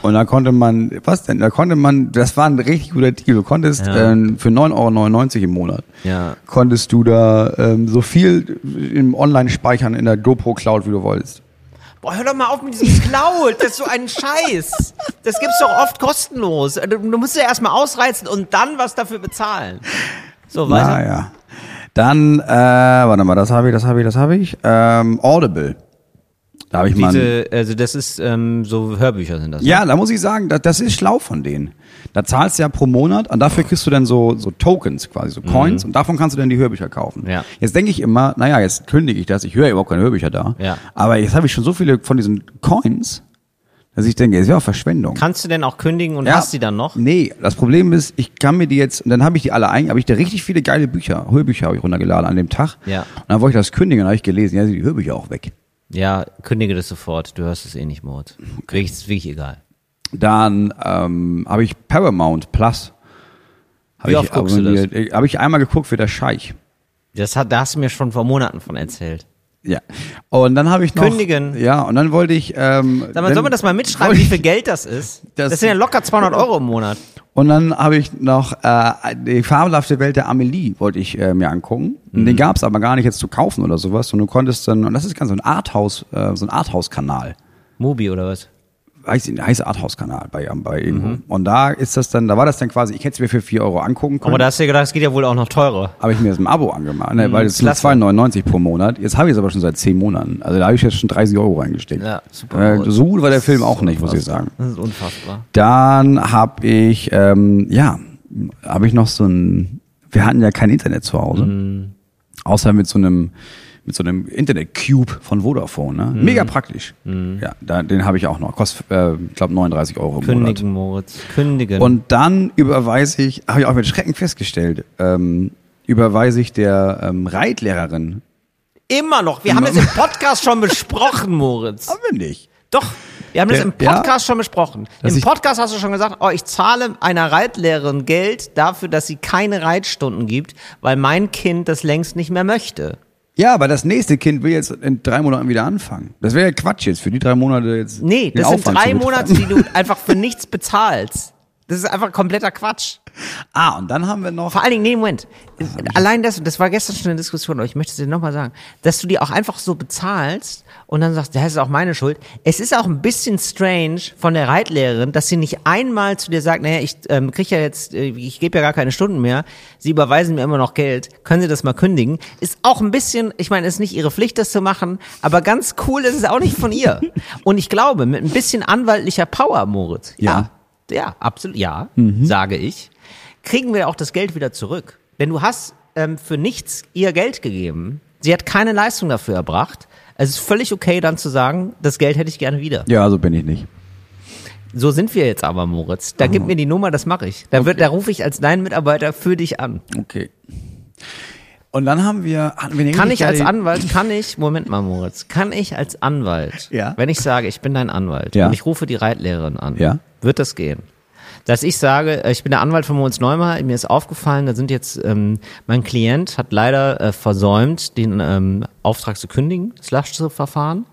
Speaker 4: Und da konnte man, was denn? Da konnte man, das war ein richtig guter Deal. Du konntest
Speaker 2: Ja.
Speaker 4: ähm, für 9,99 Euro im Monat,
Speaker 2: Ja.
Speaker 4: konntest du da ähm, so viel im Online speichern in der GoPro Cloud, wie du wolltest.
Speaker 2: Boah, hör doch mal auf mit diesem Cloud, das ist so ein Scheiß. Das gibt's doch oft kostenlos. Du, du musst ja erstmal ausreizen und dann was dafür bezahlen. So, weiter.
Speaker 4: Naja. Dann, äh, warte mal, das habe ich, das habe ich, das habe ich. Ähm, Audible. Da habe ich mal. ein-
Speaker 2: Diese, also das ist ähm, so Hörbücher sind das. ne?
Speaker 4: Ja, da muss ich sagen, das, das ist schlau von denen. Da zahlst du ja pro Monat und dafür kriegst du dann so, so Tokens quasi, so Coins und davon kannst du dann die Hörbücher kaufen.
Speaker 2: Mhm. Ja.
Speaker 4: Jetzt denke ich immer, naja, jetzt kündige ich das, ich höre ja überhaupt keine Hörbücher da.
Speaker 2: Ja.
Speaker 4: Aber jetzt habe ich schon so viele von diesen Coins, dass ich denke, es wäre auch Verschwendung.
Speaker 2: Kannst du denn auch kündigen und hast die dann noch?
Speaker 4: Nee, das Problem ist, ich kann mir die jetzt, und dann habe ich die alle ein, habe ich da richtig viele geile Bücher, Hörbücher habe ich runtergeladen an dem Tag.
Speaker 2: Ja.
Speaker 4: Und dann wollte ich das kündigen und habe ich gelesen, ja, sind die Hörbücher auch weg.
Speaker 2: Ja, kündige das sofort. Du hörst es eh nicht, Moritz. Okay. Ist wirklich egal.
Speaker 4: Dann ähm, habe ich Paramount Plus. Hab
Speaker 2: Wie oft guckst du das?
Speaker 4: Habe ich einmal geguckt für der Scheich.
Speaker 2: Das hat, da hast du mir schon vor Monaten von erzählt.
Speaker 4: Ja. Und dann habe ich noch.
Speaker 2: Kündigen.
Speaker 4: Ja, und dann wollte ich. Ähm,
Speaker 2: Sag mal,
Speaker 4: dann-
Speaker 2: soll man das mal mitschreiben, wie viel Geld das ist? Das,
Speaker 4: Das-
Speaker 2: sind ja locker 200 Euro im Monat.
Speaker 4: Und dann habe ich noch äh, die fabelhafte Welt der Amelie wollte ich äh, mir angucken. Und
Speaker 2: Mhm.
Speaker 4: Den gab es aber gar nicht jetzt zu kaufen oder sowas. Und du konntest dann, und das ist ganz so ein Arthouse, äh, so ein Arthouse-Kanal.
Speaker 2: Mubi oder was?
Speaker 4: Weiß ich nicht, heißt Arthouse-Kanal bei, ähm, bei irgendwo.
Speaker 2: Mhm.
Speaker 4: Und da ist das dann, da war das dann quasi, ich hätte es mir für 4 Euro angucken können.
Speaker 2: Aber da hast du dir gedacht, es geht ja wohl auch noch teurer.
Speaker 4: habe ich mir das im Abo angemacht, ne, weil es sind
Speaker 2: Mhm, klasse.
Speaker 4: 2,99 pro Monat. Jetzt habe ich es aber schon seit 10 Monaten. Also da habe ich jetzt schon 30 Euro reingesteckt.
Speaker 2: Ja, super.
Speaker 4: Äh, so gut war der Film auch nicht, muss ich sagen.
Speaker 2: Das ist unfassbar.
Speaker 4: Dann habe ich, ähm, ja, habe ich noch so ein, wir hatten ja kein Internet zu Hause.
Speaker 2: Mhm.
Speaker 4: Außer mit so einem, mit so einem Internet-Cube von Vodafone. Ne?
Speaker 2: Mhm.
Speaker 4: Mega praktisch. Ja, da, den habe ich auch noch. Kostet, äh, ich glaube, 39 Euro im Monat.
Speaker 2: Kündigen, Moritz. Kündigen.
Speaker 4: Und dann überweise ich, habe ich auch mit Schrecken festgestellt, ähm, überweise ich der ähm, Reitlehrerin.
Speaker 2: immer noch. Wir haben das im Podcast schon besprochen, Moritz.
Speaker 4: Aber nicht.
Speaker 2: Doch, wir haben das
Speaker 4: Der-
Speaker 2: im Podcast schon besprochen.
Speaker 4: Dass
Speaker 2: Im
Speaker 4: ich-
Speaker 2: Podcast hast du schon gesagt, oh, ich zahle einer Reitlehrerin Geld dafür, dass sie keine Reitstunden gibt, weil mein Kind das längst nicht mehr möchte.
Speaker 4: Ja, aber das nächste Kind will jetzt in drei Monaten wieder anfangen. Das wäre ja Quatsch jetzt für die drei Monate jetzt.
Speaker 2: Nee,
Speaker 4: den
Speaker 2: das sind
Speaker 4: Aufwand zu
Speaker 2: drei
Speaker 4: betreiben.
Speaker 2: Monate, die du einfach für nichts bezahlst. Das ist einfach kompletter Quatsch.
Speaker 4: Ah, und dann haben wir noch.
Speaker 2: Vor allen Dingen, nee, Moment. Allein das, das war gestern schon eine Diskussion, aber ich möchte es dir nochmal sagen, dass du die auch einfach so bezahlst und dann sagst, das ist auch meine Schuld. Es ist auch ein bisschen strange von der Reitlehrerin, dass sie nicht einmal zu dir sagt, naja, ich ähm, kriege ja jetzt, äh, ich gebe ja gar keine Stunden mehr, sie überweisen mir immer noch Geld, können sie das mal kündigen? Ist auch ein bisschen, ich meine, ist nicht ihre Pflicht, das zu machen, aber ganz cool ist es auch nicht von ihr. Und ich glaube, mit ein bisschen anwaltlicher Power, Moritz.
Speaker 4: Ja.
Speaker 2: Ja, absolut, ja, sage ich. Kriegen wir auch das Geld wieder zurück. Denn du hast ähm, für nichts ihr Geld gegeben. Sie hat keine Leistung dafür erbracht. Es ist völlig okay, dann zu sagen, das Geld hätte ich gerne wieder.
Speaker 4: Ja, so bin ich nicht.
Speaker 2: So sind wir jetzt aber, Moritz. Da gib mir die Nummer, das mache ich. Da, wird, da rufe ich als dein Mitarbeiter für dich an.
Speaker 4: Okay. Und dann haben wir. Hatten wir eine
Speaker 2: Kann
Speaker 4: richtig
Speaker 2: ich als
Speaker 4: geile-
Speaker 2: Anwalt, kann ich, Moment mal, Moritz, kann ich als Anwalt,
Speaker 4: Ja.
Speaker 2: wenn ich sage, ich bin dein Anwalt
Speaker 4: Ja.
Speaker 2: und ich rufe die Reitlehrerin an,
Speaker 4: Ja.
Speaker 2: wird das gehen? Dass ich sage, äh, ich bin der Anwalt von Moritz Neumann, mir ist aufgefallen, da sind jetzt, ähm, mein Klient hat leider äh, versäumt, den ähm, Auftrag zu kündigen, das Lastschriftverfahren.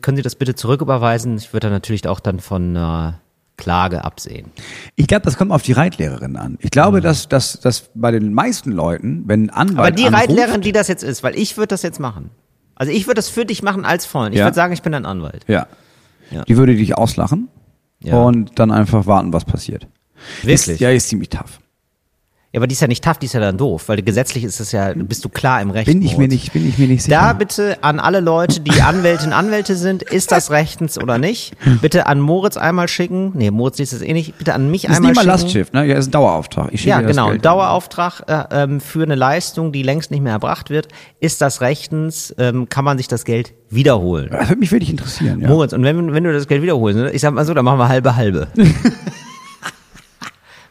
Speaker 2: Können Sie das bitte zurücküberweisen? Ich würde da natürlich auch dann von äh, Klage absehen.
Speaker 4: Ich glaube, das kommt auf die Reitlehrerin an. Ich glaube, dass, dass, dass bei den meisten Leuten, wenn ein Anwalt.
Speaker 2: Hm. Aber die
Speaker 4: anruft,
Speaker 2: Reitlehrerin, die das jetzt ist, weil ich würde das jetzt machen. Also ich würde das für dich machen als Freund. Ich
Speaker 4: Ja.
Speaker 2: würde sagen, ich bin dein Anwalt.
Speaker 4: Ja.
Speaker 2: Ja.
Speaker 4: Die würde dich auslachen
Speaker 2: Ja.
Speaker 4: und dann einfach warten, was passiert.
Speaker 2: Wirklich?
Speaker 4: Ist, ja, ist ziemlich tough.
Speaker 2: Ja, aber die ist ja nicht tough, die ist ja dann doof, weil gesetzlich ist es ja, bist du klar im Recht.
Speaker 4: Bin ich mir
Speaker 2: Moritz.
Speaker 4: nicht, bin ich mir nicht sicher.
Speaker 2: Da bitte an alle Leute, die Anwältinnen Anwälte sind, ist das rechtens oder nicht? Bitte an Moritz einmal schicken. Nee, Moritz liest es eh nicht. Bitte an mich
Speaker 4: ist
Speaker 2: einmal
Speaker 4: nicht mal
Speaker 2: schicken.
Speaker 4: Lastschiff, ne? Ja, ist ein Dauerauftrag. Ich schicke
Speaker 2: Ja,
Speaker 4: dir das
Speaker 2: genau.
Speaker 4: Geld.
Speaker 2: Dauerauftrag äh, ähm, für eine Leistung, die längst nicht mehr erbracht wird, ist das rechtens, ähm, kann man sich das Geld wiederholen.
Speaker 4: Das würde mich wirklich interessieren, ja.
Speaker 2: Moritz, und wenn, wenn du das Geld wiederholst, ne, ich sag mal so, dann machen wir halbe halbe.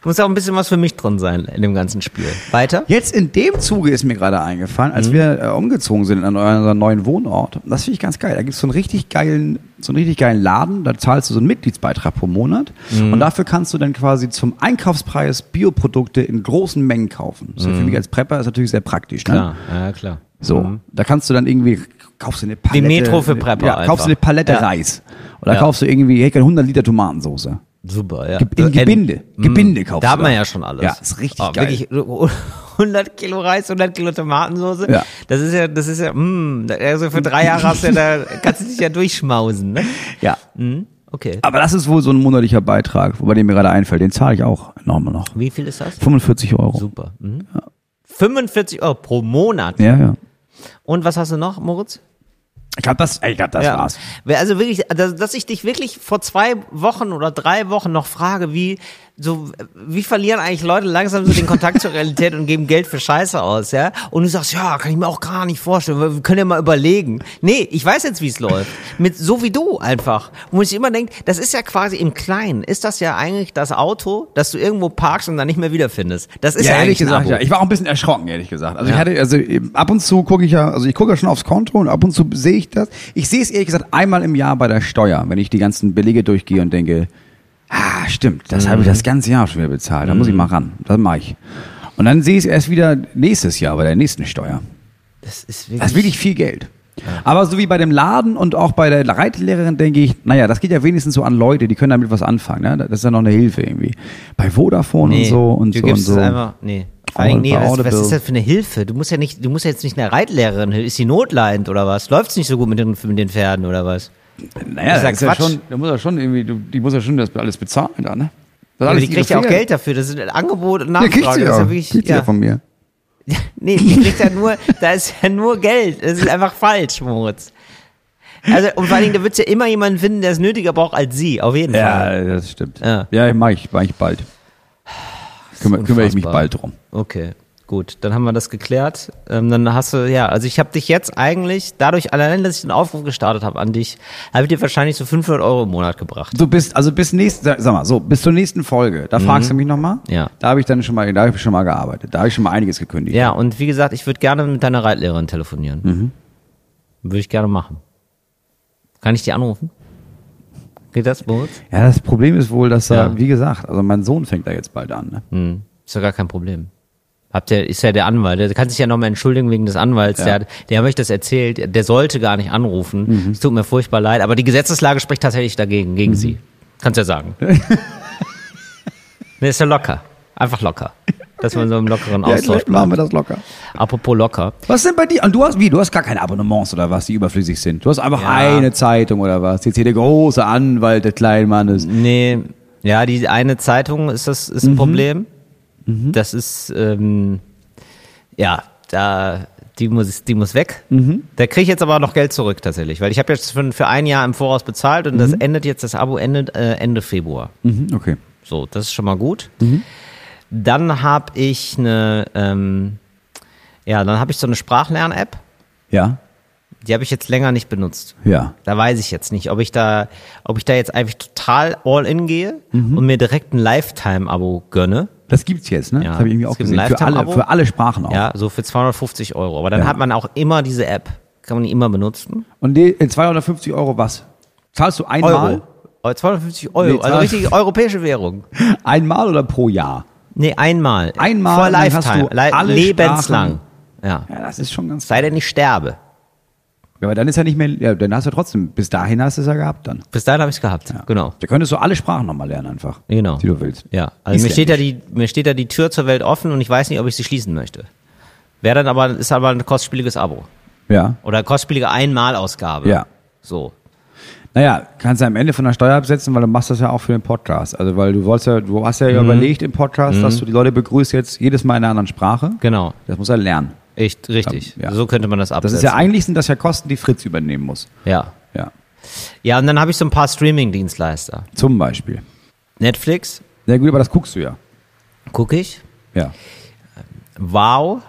Speaker 2: Muss auch ein bisschen was für mich drin sein in dem ganzen Spiel. Weiter?
Speaker 4: Jetzt in dem Zuge ist mir gerade eingefallen,
Speaker 2: Mhm.
Speaker 4: als wir äh, umgezogen sind an unseren neuen Wohnort, das finde ich ganz geil. Da gibt es so einen richtig geilen, so einen richtig geilen Laden, da zahlst du so einen Mitgliedsbeitrag pro Monat
Speaker 2: Mhm.
Speaker 4: und dafür kannst du dann quasi zum Einkaufspreis Bioprodukte in großen Mengen kaufen. Das ist ja für mich als Prepper ist natürlich sehr praktisch, ne?
Speaker 2: Mhm. Klar, Ah, ja, klar.
Speaker 4: So, da kannst du dann irgendwie, kaufst du eine Palette.
Speaker 2: Mhm. Metro für Prepper
Speaker 4: Ja, kaufst
Speaker 2: einfach.
Speaker 4: du eine Palette
Speaker 2: Ja.
Speaker 4: Reis. Oder
Speaker 2: Ja.
Speaker 4: kaufst du irgendwie, hey, 100 Liter Tomatensauce.
Speaker 2: Super, ja. Mm.
Speaker 4: In Gebinde. Gebinde kaufst
Speaker 2: Da
Speaker 4: du
Speaker 2: hat man
Speaker 4: da.
Speaker 2: ja schon alles.
Speaker 4: Ja, ist richtig
Speaker 2: Oh,
Speaker 4: geil.
Speaker 2: Wirklich, so 100 Kilo Reis, 100 Kilo Tomatensoße.
Speaker 4: Ja.
Speaker 2: Das ist ja, das ist ja, mm, also für drei Jahre hast du ja da, kannst du dich ja durchschmausen, ne?
Speaker 4: Ja. Ah.
Speaker 2: Mhm, okay.
Speaker 4: Aber das ist wohl so ein monatlicher Beitrag, wobei der mir gerade einfällt. Den zahle ich auch nochmal noch.
Speaker 2: Wie viel ist das?
Speaker 4: 45 Euro.
Speaker 2: Super. Mhm. 45 Euro pro Monat.
Speaker 4: Ja, ja.
Speaker 2: Und was hast du noch, Moritz?
Speaker 4: Ich glaube, das, ich glaub, das war's.
Speaker 2: Wer- Also wirklich, dass, dass ich dich wirklich vor zwei Wochen oder drei Wochen noch frage, wie, so, wie verlieren eigentlich Leute langsam so den Kontakt zur Realität und geben Geld für Scheiße aus, ja? Und du sagst, ja, kann ich mir auch gar nicht vorstellen, wir können ja mal überlegen. Nee, ich weiß jetzt, wie es läuft. Mit, so wie du einfach. Wo ich immer denke, das ist ja quasi im Kleinen, ist das ja eigentlich das Auto, das du irgendwo parkst und dann nicht mehr wiederfindest. Das ist ja, eigentlich
Speaker 4: ehrlich
Speaker 2: ein
Speaker 4: gesagt,
Speaker 2: Abo.
Speaker 4: ja. Ich war auch ein bisschen erschrocken, ehrlich gesagt. Also
Speaker 2: Ja.
Speaker 4: ich hatte, also eben ab und zu gucke ich ja, also ich gucke ja schon aufs Konto und ab und zu sehe ich das. Ich sehe es ehrlich gesagt einmal im Jahr bei der Steuer, wenn ich die ganzen Belege durchgehe und denke, ah, stimmt, das habe
Speaker 2: Mhm.
Speaker 4: ich das ganze Jahr schon wieder bezahlt. Da muss ich mal ran. Das mache ich. Und dann sehe ich es erst wieder nächstes Jahr bei der nächsten Steuer.
Speaker 2: Das ist wirklich,
Speaker 4: Das ist wirklich viel Geld. Aber so wie bei dem Laden und auch bei der Reitlehrerin denke ich, naja, das geht ja wenigstens so an Leute, die können damit was anfangen. Ne? Das ist ja noch eine Hilfe irgendwie. Bei Vodafone und so und
Speaker 2: du
Speaker 4: so
Speaker 2: gibst
Speaker 4: und so.
Speaker 2: Es einfach, nee. Vor
Speaker 4: All
Speaker 2: allem, nee, was,
Speaker 4: about
Speaker 2: was
Speaker 4: Audible.
Speaker 2: ist das für eine Hilfe? Du musst ja nicht, du musst ja jetzt nicht eine Reitlehrerin, ist sie notleidend oder was? Läuft's nicht so gut mit den, mit den Pferden oder was?
Speaker 4: Naja,
Speaker 2: Ist ja
Speaker 4: das ist ja
Speaker 2: Quatsch.
Speaker 4: schon, da muss er schon irgendwie, du- die muss ja schon das alles bezahlen da, ne? Das
Speaker 2: Ja, aber
Speaker 4: alles
Speaker 2: die kriegt ja auch
Speaker 4: ihre Fehler.
Speaker 2: Geld dafür. Das ist ein Angebot und
Speaker 4: Ja,
Speaker 2: Nachfrage.
Speaker 4: kriegt
Speaker 2: das
Speaker 4: sie ja.
Speaker 2: ist ja
Speaker 4: Kriegt
Speaker 2: wirklich,
Speaker 4: sie ja
Speaker 2: ja.
Speaker 4: von mir.
Speaker 2: Nee, die kriegt ja nur, da ist ja nur Geld. Das ist einfach falsch, Moritz. Also, und vor allen Dingen, da wird's ja immer jemanden finden, der es nötiger braucht als sie, auf jeden Fall.
Speaker 4: Ja, das stimmt.
Speaker 2: Ja.
Speaker 4: Ja, mach ich, mach ich bald. Kümmer, kümmere ich mich
Speaker 2: unfassbar.
Speaker 4: bald drum.
Speaker 2: Okay, gut, dann haben wir das geklärt. Ähm, dann hast du, ja, also ich habe dich jetzt eigentlich, dadurch allein, dass ich den Aufruf gestartet habe an dich, habe ich dir wahrscheinlich so 500 Euro im Monat gebracht.
Speaker 4: Du bist, also bis nächsten, sag sag mal, so, bis zur nächsten Folge. Da fragst du mich nochmal.
Speaker 2: Mhm. Ja.
Speaker 4: Da habe ich dann schon mal, da habe ich schon mal gearbeitet. Da habe ich schon mal einiges gekündigt.
Speaker 2: Ja, und wie gesagt, ich würde gerne mit deiner Reitlehrerin telefonieren.
Speaker 4: Mhm.
Speaker 2: Würde ich gerne machen. Kann ich die anrufen? Geht das, Moritz?
Speaker 4: Ja, das Problem ist wohl, dass da,
Speaker 2: Ja.
Speaker 4: wie gesagt, also mein Sohn fängt da jetzt bald an. Ne?
Speaker 2: Hm. Ist ja gar kein Problem. Habt ihr, ist ja der Anwalt, der kann sich ja nochmal entschuldigen wegen des Anwalts, der, hat, der hat euch das erzählt, der sollte gar nicht anrufen. Es tut mir furchtbar leid, aber die Gesetzeslage spricht tatsächlich dagegen, gegen sie. Kannst ja sagen. nee, ist ja locker. Einfach locker. Dass man so im lockeren Austausch
Speaker 4: vielleicht machen wir das locker.
Speaker 2: Apropos locker.
Speaker 4: Was denn bei dir? Und du hast wie? Du hast gar keine Abonnements oder was, die überflüssig sind. Du hast einfach
Speaker 2: Ja.
Speaker 4: eine Zeitung oder was. Jetzt hier der große Anwalt des kleinen Mannes.
Speaker 2: Mhm. Nee, ja, die eine Zeitung ist das ist ein Problem. Das ist ähm, ja, da die muss die muss weg. Da kriege ich jetzt aber noch Geld zurück tatsächlich, weil ich habe jetzt für, für ein Jahr im Voraus bezahlt und das endet jetzt das Abo endet äh, Ende Februar.
Speaker 4: Mhm, okay.
Speaker 2: So, das ist schon mal gut. Dann habe ich eine ähm, ja, dann habe ich so eine Sprachlern-App.
Speaker 4: Ja,
Speaker 2: Die habe ich jetzt länger nicht benutzt.
Speaker 4: ja.
Speaker 2: Da weiß ich jetzt nicht, ob ich da, ob ich da jetzt einfach total all in gehe
Speaker 4: Mhm.
Speaker 2: und mir direkt ein Lifetime-Abo gönne.
Speaker 4: Das gibt's jetzt, ne?
Speaker 2: Ja,
Speaker 4: Das habe ich irgendwie
Speaker 2: es
Speaker 4: auch
Speaker 2: gibt ein
Speaker 4: gesehen. Für alle,
Speaker 2: Lifetime-Abo.
Speaker 4: für alle Sprachen auch.
Speaker 2: Ja, so für 250 Euro. Aber dann
Speaker 4: Ja.
Speaker 2: hat man auch immer diese App. Kann man die immer benutzen.
Speaker 4: Und die, in 250 Euro was? Zahlst du einmal?
Speaker 2: Euro. 250 Euro.
Speaker 4: Nee,
Speaker 2: also
Speaker 4: zahl-
Speaker 2: richtig europäische Währung.
Speaker 4: Einmal oder pro Jahr?
Speaker 2: Nee, einmal.
Speaker 4: Einmal,
Speaker 2: Vor
Speaker 4: dann hast
Speaker 2: Lifetime.
Speaker 4: du
Speaker 2: Li-
Speaker 4: alle
Speaker 2: lebenslang. Ja.
Speaker 4: Ja, das ist schon ganz.
Speaker 2: Sei denn, ich sterbe.
Speaker 4: Aber dann ist ja nicht mehr, ja, dann hast du trotzdem, bis dahin hast du es ja gehabt dann.
Speaker 2: Bis dahin habe ich es gehabt.
Speaker 4: Ja.
Speaker 2: Genau.
Speaker 4: Da könntest du alle Sprachen nochmal lernen einfach.
Speaker 2: Genau.
Speaker 4: Die du willst.
Speaker 2: Ja, also mir steht, da
Speaker 4: Isländisch.
Speaker 2: die, mir steht da die Tür zur Welt offen und ich weiß nicht, ob ich sie schließen möchte. Wäre dann aber, ist aber ein kostspieliges Abo.
Speaker 4: Ja.
Speaker 2: Oder kostspielige Einmalausgabe.
Speaker 4: Ja.
Speaker 2: So.
Speaker 4: Naja, kannst du am Ende von der Steuer absetzen, weil du machst das ja auch für den Podcast. Also weil du wolltest ja, du hast
Speaker 2: Mhm.
Speaker 4: ja überlegt im Podcast, dass du die Leute begrüßt jetzt jedes Mal in einer anderen Sprache.
Speaker 2: Genau.
Speaker 4: Das muss er lernen.
Speaker 2: Echt, richtig.
Speaker 4: Ja.
Speaker 2: So könnte man das
Speaker 4: Das
Speaker 2: absetzen.
Speaker 4: ist ja eigentlich sind das ja Kosten, die Fritz übernehmen muss.
Speaker 2: Ja.
Speaker 4: Ja.
Speaker 2: Ja, und dann habe ich so ein paar Streaming-Dienstleister.
Speaker 4: Zum Beispiel.
Speaker 2: Netflix
Speaker 4: Na gut, aber das guckst du ja.
Speaker 2: gucke ich.
Speaker 4: Ja.
Speaker 2: Wow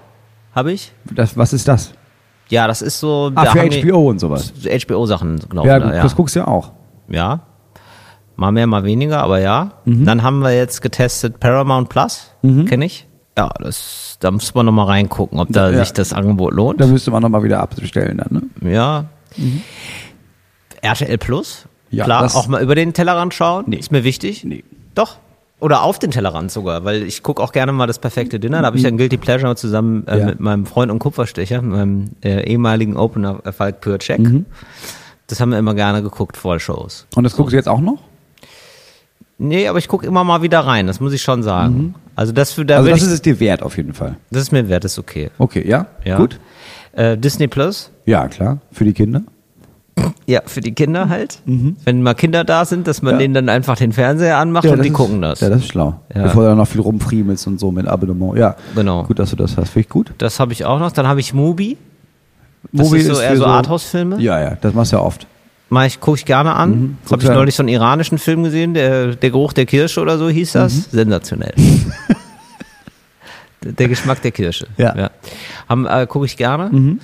Speaker 2: habe ich.
Speaker 4: Das, was ist das?
Speaker 2: Ja, das ist so.
Speaker 4: Ah,
Speaker 2: da
Speaker 4: für
Speaker 2: haben die-
Speaker 4: HBO und sowas.
Speaker 2: so HBO-Sachen, glaube
Speaker 4: Ja,
Speaker 2: ich. ne?
Speaker 4: gut,
Speaker 2: Ja.
Speaker 4: das guckst du ja auch.
Speaker 2: ja. Mal mehr, mal weniger, aber ja.
Speaker 4: Mhm.
Speaker 2: Dann haben wir jetzt getestet Paramount Plus, kenne ich. Ja, das, da muss man nochmal reingucken, ob da
Speaker 4: Ja.
Speaker 2: sich das Angebot lohnt.
Speaker 4: Da müsste man nochmal wieder abbestellen dann, ne?
Speaker 2: Ja. Mhm. RTL Plus?
Speaker 4: Ja,
Speaker 2: Klar,
Speaker 4: das-
Speaker 2: auch mal über den Tellerrand schauen.
Speaker 4: Nee.
Speaker 2: Ist mir wichtig.
Speaker 4: Nee.
Speaker 2: Doch. Oder auf den Tellerrand sogar, weil ich gucke auch gerne mal das perfekte Dinner. Da habe ich dann Guilty Pleasure zusammen äh,
Speaker 4: Mhm. Ja.
Speaker 2: mit meinem Freund und Kupferstecher, meinem äh, ehemaligen Opener äh, Falk Pürcek.
Speaker 4: Mhm.
Speaker 2: Das haben wir immer gerne geguckt vor Shows.
Speaker 4: Und das guckst du jetzt auch noch?
Speaker 2: Nee, aber ich gucke immer mal wieder rein, das muss ich schon sagen. Also das für da
Speaker 4: Also
Speaker 2: würd
Speaker 4: das
Speaker 2: ich,
Speaker 4: ist es dir wert auf jeden Fall.
Speaker 2: das ist mir wert, ist okay.
Speaker 4: Okay, ja?
Speaker 2: Ja.
Speaker 4: Gut?
Speaker 2: Äh, Disney Plus,
Speaker 4: Ja, klar. Für die Kinder.
Speaker 2: Ja, für die Kinder halt. Wenn mal Kinder da sind, dass man
Speaker 4: Mhm. Ja.
Speaker 2: denen dann einfach den Fernseher anmacht
Speaker 4: ja,
Speaker 2: und die
Speaker 4: ist,
Speaker 2: gucken das.
Speaker 4: Ja, das ist schlau.
Speaker 2: Ja.
Speaker 4: Bevor du dann noch viel rumfriemelst und so mit Abonnement. Ja,
Speaker 2: Genau.
Speaker 4: Gut, dass du das hast. Finde ich gut.
Speaker 2: das habe ich auch noch. Dann habe ich Mubi. Das
Speaker 4: Movie
Speaker 2: ist so eher
Speaker 4: für
Speaker 2: so Arthouse-Filme.
Speaker 4: Ja, ja, das machst du ja oft.
Speaker 2: Mach ich, gucke ich gerne
Speaker 4: Mhm.
Speaker 2: an. das habe ich
Speaker 4: guck's an.
Speaker 2: neulich so einen iranischen Film gesehen, der, der Geruch der Kirsche oder so hieß das.
Speaker 4: Mhm.
Speaker 2: Sensationell. der der Geschmack der Kirsche.
Speaker 4: Ja. Mhm.
Speaker 2: Haben, Äh, gucke ich gerne.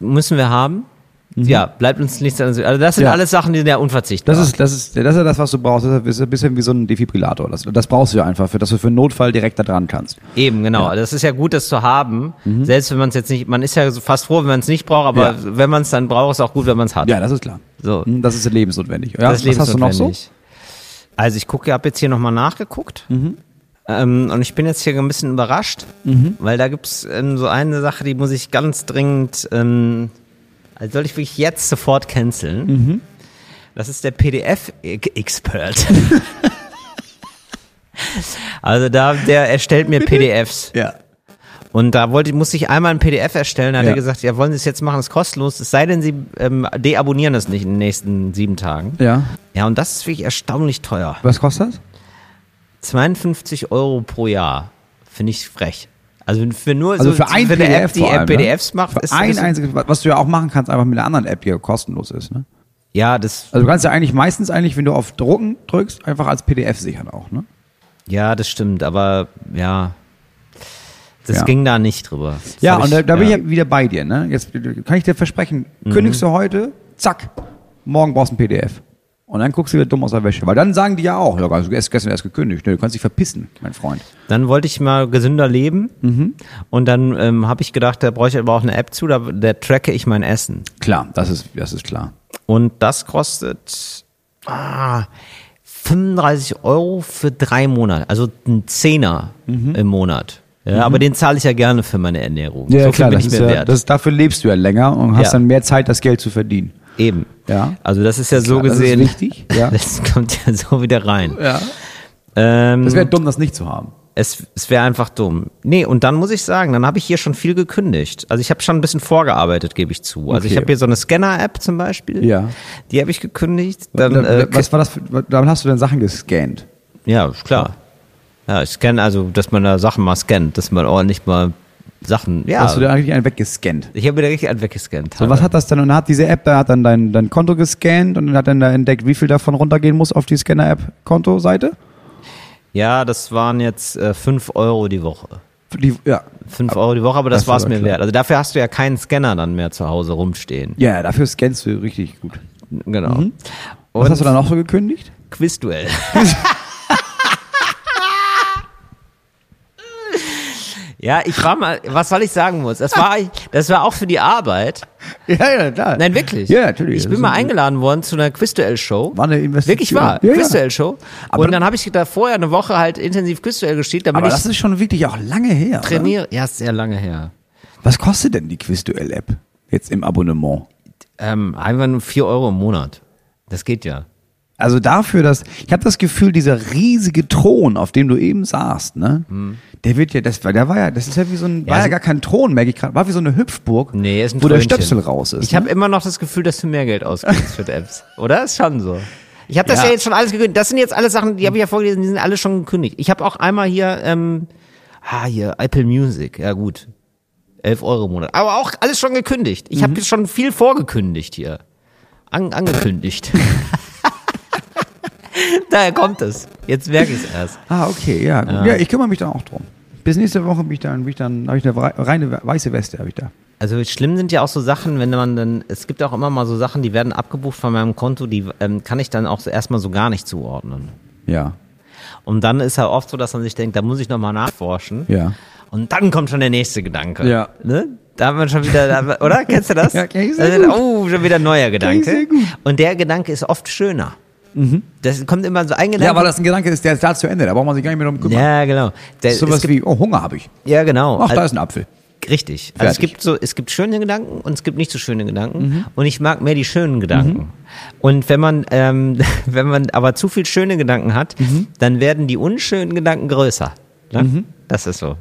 Speaker 2: Müssen wir haben. Ja, bleibt uns nichts anderes. Also das sind
Speaker 4: Ja.
Speaker 2: alles Sachen, die sind ja unverzichtbar.
Speaker 4: Das ist, das ist, das ist ja das, was du brauchst. Das ist ein bisschen wie so ein Defibrillator. Das, das brauchst du ja einfach, für, dass du für einen Notfall direkt da dran kannst.
Speaker 2: Eben, genau. Das ist ja gut, das zu haben. Selbst wenn man es jetzt nicht, man ist ja so fast froh, wenn man es nicht braucht, aber
Speaker 4: Mhm. Ja.
Speaker 2: wenn man es dann braucht, ist auch gut, wenn man es hat.
Speaker 4: Ja, das ist klar.
Speaker 2: So.
Speaker 4: Hm, Das ist lebensnotwendig. Ja,
Speaker 2: das ist
Speaker 4: was hast du noch so?
Speaker 2: lebensnotwendig. Also ich gucke, habe jetzt hier nochmal nachgeguckt.
Speaker 4: Mhm.
Speaker 2: Ähm, und ich bin jetzt hier ein bisschen überrascht, weil da gibt's ähm, so eine Sache, die muss ich ganz dringend, ähm, also soll ich wirklich jetzt sofort canceln.
Speaker 4: Mhm.
Speaker 2: Das ist der PDF-Expert. also da, der erstellt mir PDFs.
Speaker 4: Ja.
Speaker 2: Und da wollte, musste ich einmal ein PDF erstellen, da hat
Speaker 4: Ja.
Speaker 2: er gesagt, ja, wollen Sie es jetzt machen, ist kostenlos, es sei denn, Sie ähm, deabonnieren es nicht in den nächsten sieben Tagen.
Speaker 4: Ja.
Speaker 2: Ja, und das ist wirklich erstaunlich teuer.
Speaker 4: Was kostet das?
Speaker 2: 52 Euro pro Jahr, finde ich frech. Also für nur
Speaker 4: Also
Speaker 2: so,
Speaker 4: für ein
Speaker 2: eine
Speaker 4: PDF
Speaker 2: App, die
Speaker 4: vor allem, ne?
Speaker 2: PDFs macht,
Speaker 4: Für
Speaker 2: ist
Speaker 4: ein
Speaker 2: ist-
Speaker 4: einziges, was du ja auch machen kannst, einfach mit einer anderen App, die ja kostenlos ist. Ne?
Speaker 2: ja, das,
Speaker 4: Also du kannst ja eigentlich meistens eigentlich, wenn du auf Drucken drückst, einfach als PDF sichern auch. Ne?
Speaker 2: ja, das stimmt, aber ja, das
Speaker 4: Ja.
Speaker 2: ging da nicht drüber. Das
Speaker 4: Ja,
Speaker 2: hab
Speaker 4: und da, da bin ich ja wieder bei dir. Ne? Jetzt kann ich dir versprechen,
Speaker 2: Mhm.
Speaker 4: kündigst du heute, zack, morgen brauchst du ein PDF. Und dann guckst du wieder dumm aus der Wäsche. Weil dann sagen die ja auch, ja, also erst gestern erst gekündigt. Ne, du kannst dich verpissen, mein Freund.
Speaker 2: Dann wollte ich mal gesünder leben
Speaker 4: Mhm.
Speaker 2: und dann ähm, habe ich gedacht, da brauche ich aber auch eine App zu, da, da tracke ich mein Essen.
Speaker 4: Klar, das ist, das ist klar.
Speaker 2: Und das kostet ah, 35 Euro für drei Monate, also ein Zehner
Speaker 4: Mhm.
Speaker 2: im Monat. Ja, Aber den zahle ich ja gerne für meine Ernährung. so viel bin
Speaker 4: das
Speaker 2: ich
Speaker 4: ist
Speaker 2: mir
Speaker 4: Mhm. ja,
Speaker 2: wert.
Speaker 4: das, dafür lebst du ja länger und hast
Speaker 2: Ja.
Speaker 4: dann mehr Zeit, das Geld zu verdienen.
Speaker 2: Eben.
Speaker 4: Ja.
Speaker 2: Also das ist ja so
Speaker 4: Klar, das ist
Speaker 2: gesehen.
Speaker 4: wichtig, ja.
Speaker 2: Das kommt ja so wieder rein.
Speaker 4: Ja.
Speaker 2: Ähm,
Speaker 4: Es wäre dumm, das nicht zu haben.
Speaker 2: Es, es wäre einfach dumm. Nee, und dann muss ich sagen, dann habe ich hier schon viel gekündigt. Also ich habe schon ein bisschen vorgearbeitet, gebe ich zu. Also ich
Speaker 4: Okay.
Speaker 2: habe hier so eine Scanner-App zum Beispiel.
Speaker 4: Ja.
Speaker 2: Die habe ich gekündigt. Dann,
Speaker 4: Da-
Speaker 2: äh,
Speaker 4: da- was war das? Für, damit hast du dann Sachen gescannt.
Speaker 2: ja, ist klar. Ja, ich scanne, also, dass man da Sachen mal scannt, dass man ordentlich mal Sachen. Ja,
Speaker 4: Hast du dann eigentlich einen weggescannt?
Speaker 2: ich habe mir da richtig einen weggescannt.
Speaker 4: Und was hat das dann? Und hat diese App, da hat dann dein, dein Konto gescannt und hat dann da entdeckt, wie viel davon runtergehen muss auf die Scanner-App-Konto-Seite?
Speaker 2: ja, das waren jetzt äh, 5 Euro die Woche.
Speaker 4: Für Die, ja.
Speaker 2: 5 Euro die Woche, aber das,
Speaker 4: Ah, das war
Speaker 2: war's
Speaker 4: doch
Speaker 2: mir
Speaker 4: klar.
Speaker 2: wert. Also dafür hast du ja keinen Scanner dann mehr zu Hause rumstehen.
Speaker 4: ja, dafür scannst du richtig gut.
Speaker 2: Genau.
Speaker 4: Mhm. Was hast du dann noch so gekündigt?
Speaker 2: Quizduell. ja, ich war mal, was soll ich sagen muss? Das war, das war auch für die Arbeit.
Speaker 4: Ja, ja, klar.
Speaker 2: Nein, wirklich.
Speaker 4: Ja, natürlich.
Speaker 2: Ich
Speaker 4: Das
Speaker 2: bin
Speaker 4: ist
Speaker 2: mal
Speaker 4: ein-
Speaker 2: eingeladen worden zu einer Quizduell-Show.
Speaker 4: War eine Investition.
Speaker 2: Wirklich wahr,
Speaker 4: Ja, ja.
Speaker 2: Quizduell-Show.
Speaker 4: Aber-
Speaker 2: Und dann habe ich da vorher eine Woche halt intensiv Quizduell gespielt, damit
Speaker 4: Aber
Speaker 2: ich
Speaker 4: das ist schon wirklich auch lange her. oder?
Speaker 2: trainiere. Ja, ist sehr lange her.
Speaker 4: Was kostet denn die Quizduell-App jetzt im Abonnement?
Speaker 2: Ähm, einfach nur 4 Euro im Monat. Das geht ja.
Speaker 4: Also dafür, dass ich habe das Gefühl, dieser riesige Thron, auf dem du eben saßt, ne,
Speaker 2: Mhm.
Speaker 4: der wird ja, das war, der war ja, das ist ja wie so ein, war ja
Speaker 2: so-
Speaker 4: gar kein Thron, merke ich gerade, war wie so eine Hüpfburg,
Speaker 2: Nee, ist ein
Speaker 4: wo der
Speaker 2: Träumchen.
Speaker 4: Stöpsel raus ist. ne?
Speaker 2: Ich habe immer noch das Gefühl, dass du mehr Geld ausgibst für die Apps. Oder? Ist schon so. Ich habe das ja.
Speaker 4: Ja.
Speaker 2: jetzt schon alles gekündigt. Das sind jetzt alle Sachen, die habe ich ja vorgelesen, die sind alle schon gekündigt. Ich habe auch einmal hier, ähm, ah, hier, Apple Music. Ja, gut. 11 Euro im Monat. Aber auch alles schon gekündigt. Ich habe jetzt schon viel vorgekündigt hier. An angekündigt. Daher kommt es. Jetzt merke ich es erst.
Speaker 4: Ah, okay, ja, gut. ja, ich kümmere mich dann auch drum. Bis nächste Woche bin ich dann, bin ich dann, habe ich eine wei- reine we- weiße Weste, habe ich da.
Speaker 2: Also schlimm sind ja auch so Sachen, wenn man dann, es gibt auch immer mal so Sachen, die werden abgebucht von meinem Konto, die ähm, kann ich dann auch so erstmal so gar nicht zuordnen.
Speaker 4: Ja,
Speaker 2: Und dann ist ja oft so, dass man sich denkt, da muss ich nochmal nachforschen.
Speaker 4: ja.
Speaker 2: Und dann kommt schon der nächste Gedanke.
Speaker 4: Ja.
Speaker 2: Ne? Da hat man schon wieder, da, hat man- oder? Kennst du das?
Speaker 4: Ja, kenn ich sehr
Speaker 2: Also,
Speaker 4: gut.
Speaker 2: Oh, schon wieder ein neuer Gedanke.
Speaker 4: sehr gut. Mhm.
Speaker 2: Und der Gedanke ist oft schöner. Das kommt immer so ein Gedanke.
Speaker 4: Ja, weil das ein Gedanke ist, der ist da zu Ende, da braucht man sich gar nicht mehr drum kümmern.
Speaker 2: Ja, genau. Der,
Speaker 4: Das ist sowas
Speaker 2: es gibt,
Speaker 4: wie, oh, Hunger habe ich.
Speaker 2: ja, genau.
Speaker 4: Ach, da
Speaker 2: Also-
Speaker 4: ist ein Apfel.
Speaker 2: Richtig. Also es
Speaker 4: Fertig.
Speaker 2: gibt so, es gibt schöne Gedanken und es gibt nicht so schöne Gedanken. Und ich mag mehr die schönen Gedanken. Und wenn man, ähm, wenn man aber zu viel schöne Gedanken hat, dann werden die unschönen Gedanken größer. Ne? Das ist so.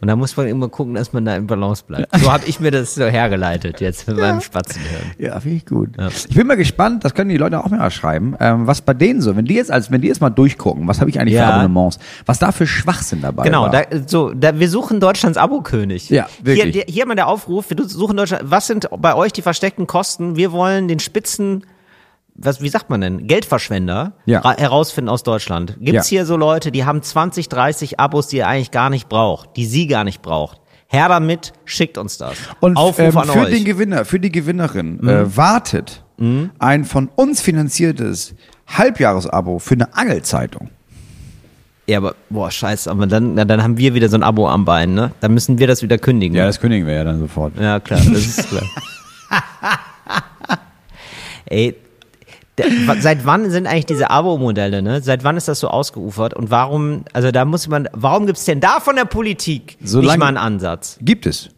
Speaker 2: Und da muss man immer gucken, dass man da im Balance bleibt. So habe ich mir das so hergeleitet jetzt mit meinem Spatzenhirn.
Speaker 4: Ja, finde ich gut. Ich bin mal gespannt, das können die Leute auch mal schreiben, ähm, was bei denen so, wenn die jetzt als wenn die jetzt mal durchgucken, was habe ich eigentlich
Speaker 2: Ja.
Speaker 4: für Abonnements, was da für Schwachsinn dabei
Speaker 2: Genau,
Speaker 4: war.
Speaker 2: da, so, da, wir suchen Deutschlands Abo-König.
Speaker 4: Ja, wirklich.
Speaker 2: Hier, hier mal der Aufruf, wir suchen Deutschland, was sind bei euch die versteckten Kosten? Wir wollen den Spitzen was, wie sagt man denn, Geldverschwender
Speaker 4: Ja.
Speaker 2: ra- herausfinden aus Deutschland. Gibt's
Speaker 4: Ja.
Speaker 2: hier so Leute, die haben 20, 30 Abos, die ihr eigentlich gar nicht braucht, die sie gar nicht braucht. Her damit, schickt uns das.
Speaker 4: Und
Speaker 2: Aufruf
Speaker 4: ähm,
Speaker 2: an
Speaker 4: für
Speaker 2: euch.
Speaker 4: den Gewinner, für die Gewinnerin äh, wartet ein von uns finanziertes Halbjahresabo für eine Angelzeitung.
Speaker 2: ja, aber boah, scheiße, aber dann, na, dann haben wir wieder so ein Abo am Bein, ne? Dann müssen wir das wieder kündigen.
Speaker 4: kündigen wir ja dann sofort.
Speaker 2: Ja, klar, das ist klar. Ey, da, wa- seit wann sind eigentlich diese Abo-Modelle, ne? Seit wann ist das so ausgeufert? Und warum, also da muss man, warum gibt's denn da von der Politik
Speaker 4: Solange-
Speaker 2: nicht mal einen Ansatz?
Speaker 4: Gibt es.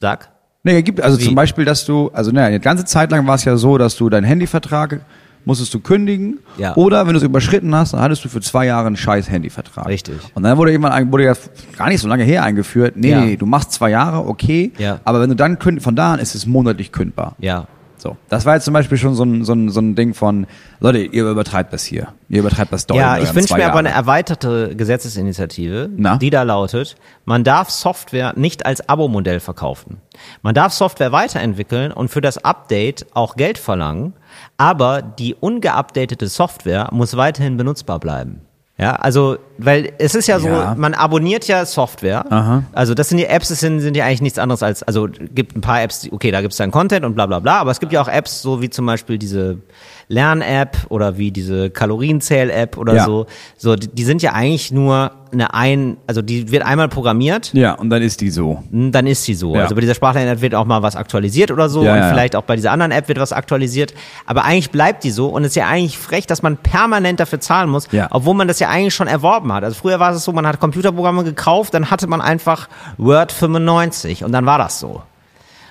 Speaker 2: Sag.
Speaker 4: Nee, gibt also
Speaker 2: Wie?
Speaker 4: zum Beispiel, dass du, also naja, eine ganze Zeit lang war es ja so, dass du deinen Handyvertrag musstest du kündigen
Speaker 2: Ja.
Speaker 4: oder wenn du es überschritten hast, dann hattest du für zwei Jahre einen scheiß Handyvertrag.
Speaker 2: Richtig.
Speaker 4: Und dann wurde irgendwann, ein- wurde ja gar nicht so lange her eingeführt, nee,
Speaker 2: Ja.
Speaker 4: nee, du machst zwei Jahre, okay,
Speaker 2: Ja.
Speaker 4: aber wenn du dann künd, von da an ist es monatlich kündbar.
Speaker 2: Ja.
Speaker 4: So, das war jetzt zum Beispiel schon so ein, so ein, so ein Ding von, Leute, ihr übertreibt das hier. Ihr übertreibt das doll.
Speaker 2: Ja,
Speaker 4: in
Speaker 2: ich
Speaker 4: euren
Speaker 2: wünsche
Speaker 4: zwei
Speaker 2: mir aber
Speaker 4: Jahren.
Speaker 2: eine erweiterte Gesetzesinitiative,
Speaker 4: Na?
Speaker 2: die da lautet, man darf Software nicht als Abo-Modell verkaufen. Man darf Software weiterentwickeln und für das Update auch Geld verlangen, aber die ungeupdatete Software muss weiterhin benutzbar bleiben. Ja, also, weil es ist ja so,
Speaker 4: Ja.
Speaker 2: man abonniert ja Software. Also das sind die Apps, das sind, sind ja eigentlich nichts anderes als, also gibt ein paar Apps, die- okay, da gibt's dann Content und bla bla bla, aber es gibt ja auch Apps, so wie zum Beispiel diese Lern-App oder wie diese Kalorienzähl-App oder
Speaker 4: Ja.
Speaker 2: so. So, die, die sind ja eigentlich nur eine ein, also die wird einmal programmiert,
Speaker 4: Ja, und dann ist die so.
Speaker 2: n, dann ist sie so.
Speaker 4: Ja.
Speaker 2: Also bei dieser Sprachlern-App wird auch mal was aktualisiert oder so
Speaker 4: Ja,
Speaker 2: und
Speaker 4: ja, ja.
Speaker 2: vielleicht auch bei dieser anderen App wird was aktualisiert, aber eigentlich bleibt die so und es ist ja eigentlich frech, dass man permanent dafür zahlen muss,
Speaker 4: Ja.
Speaker 2: obwohl man das ja eigentlich schon erworben hat. Also früher war es so, man hat Computerprogramme gekauft, dann hatte man einfach Word 95 und dann war das so.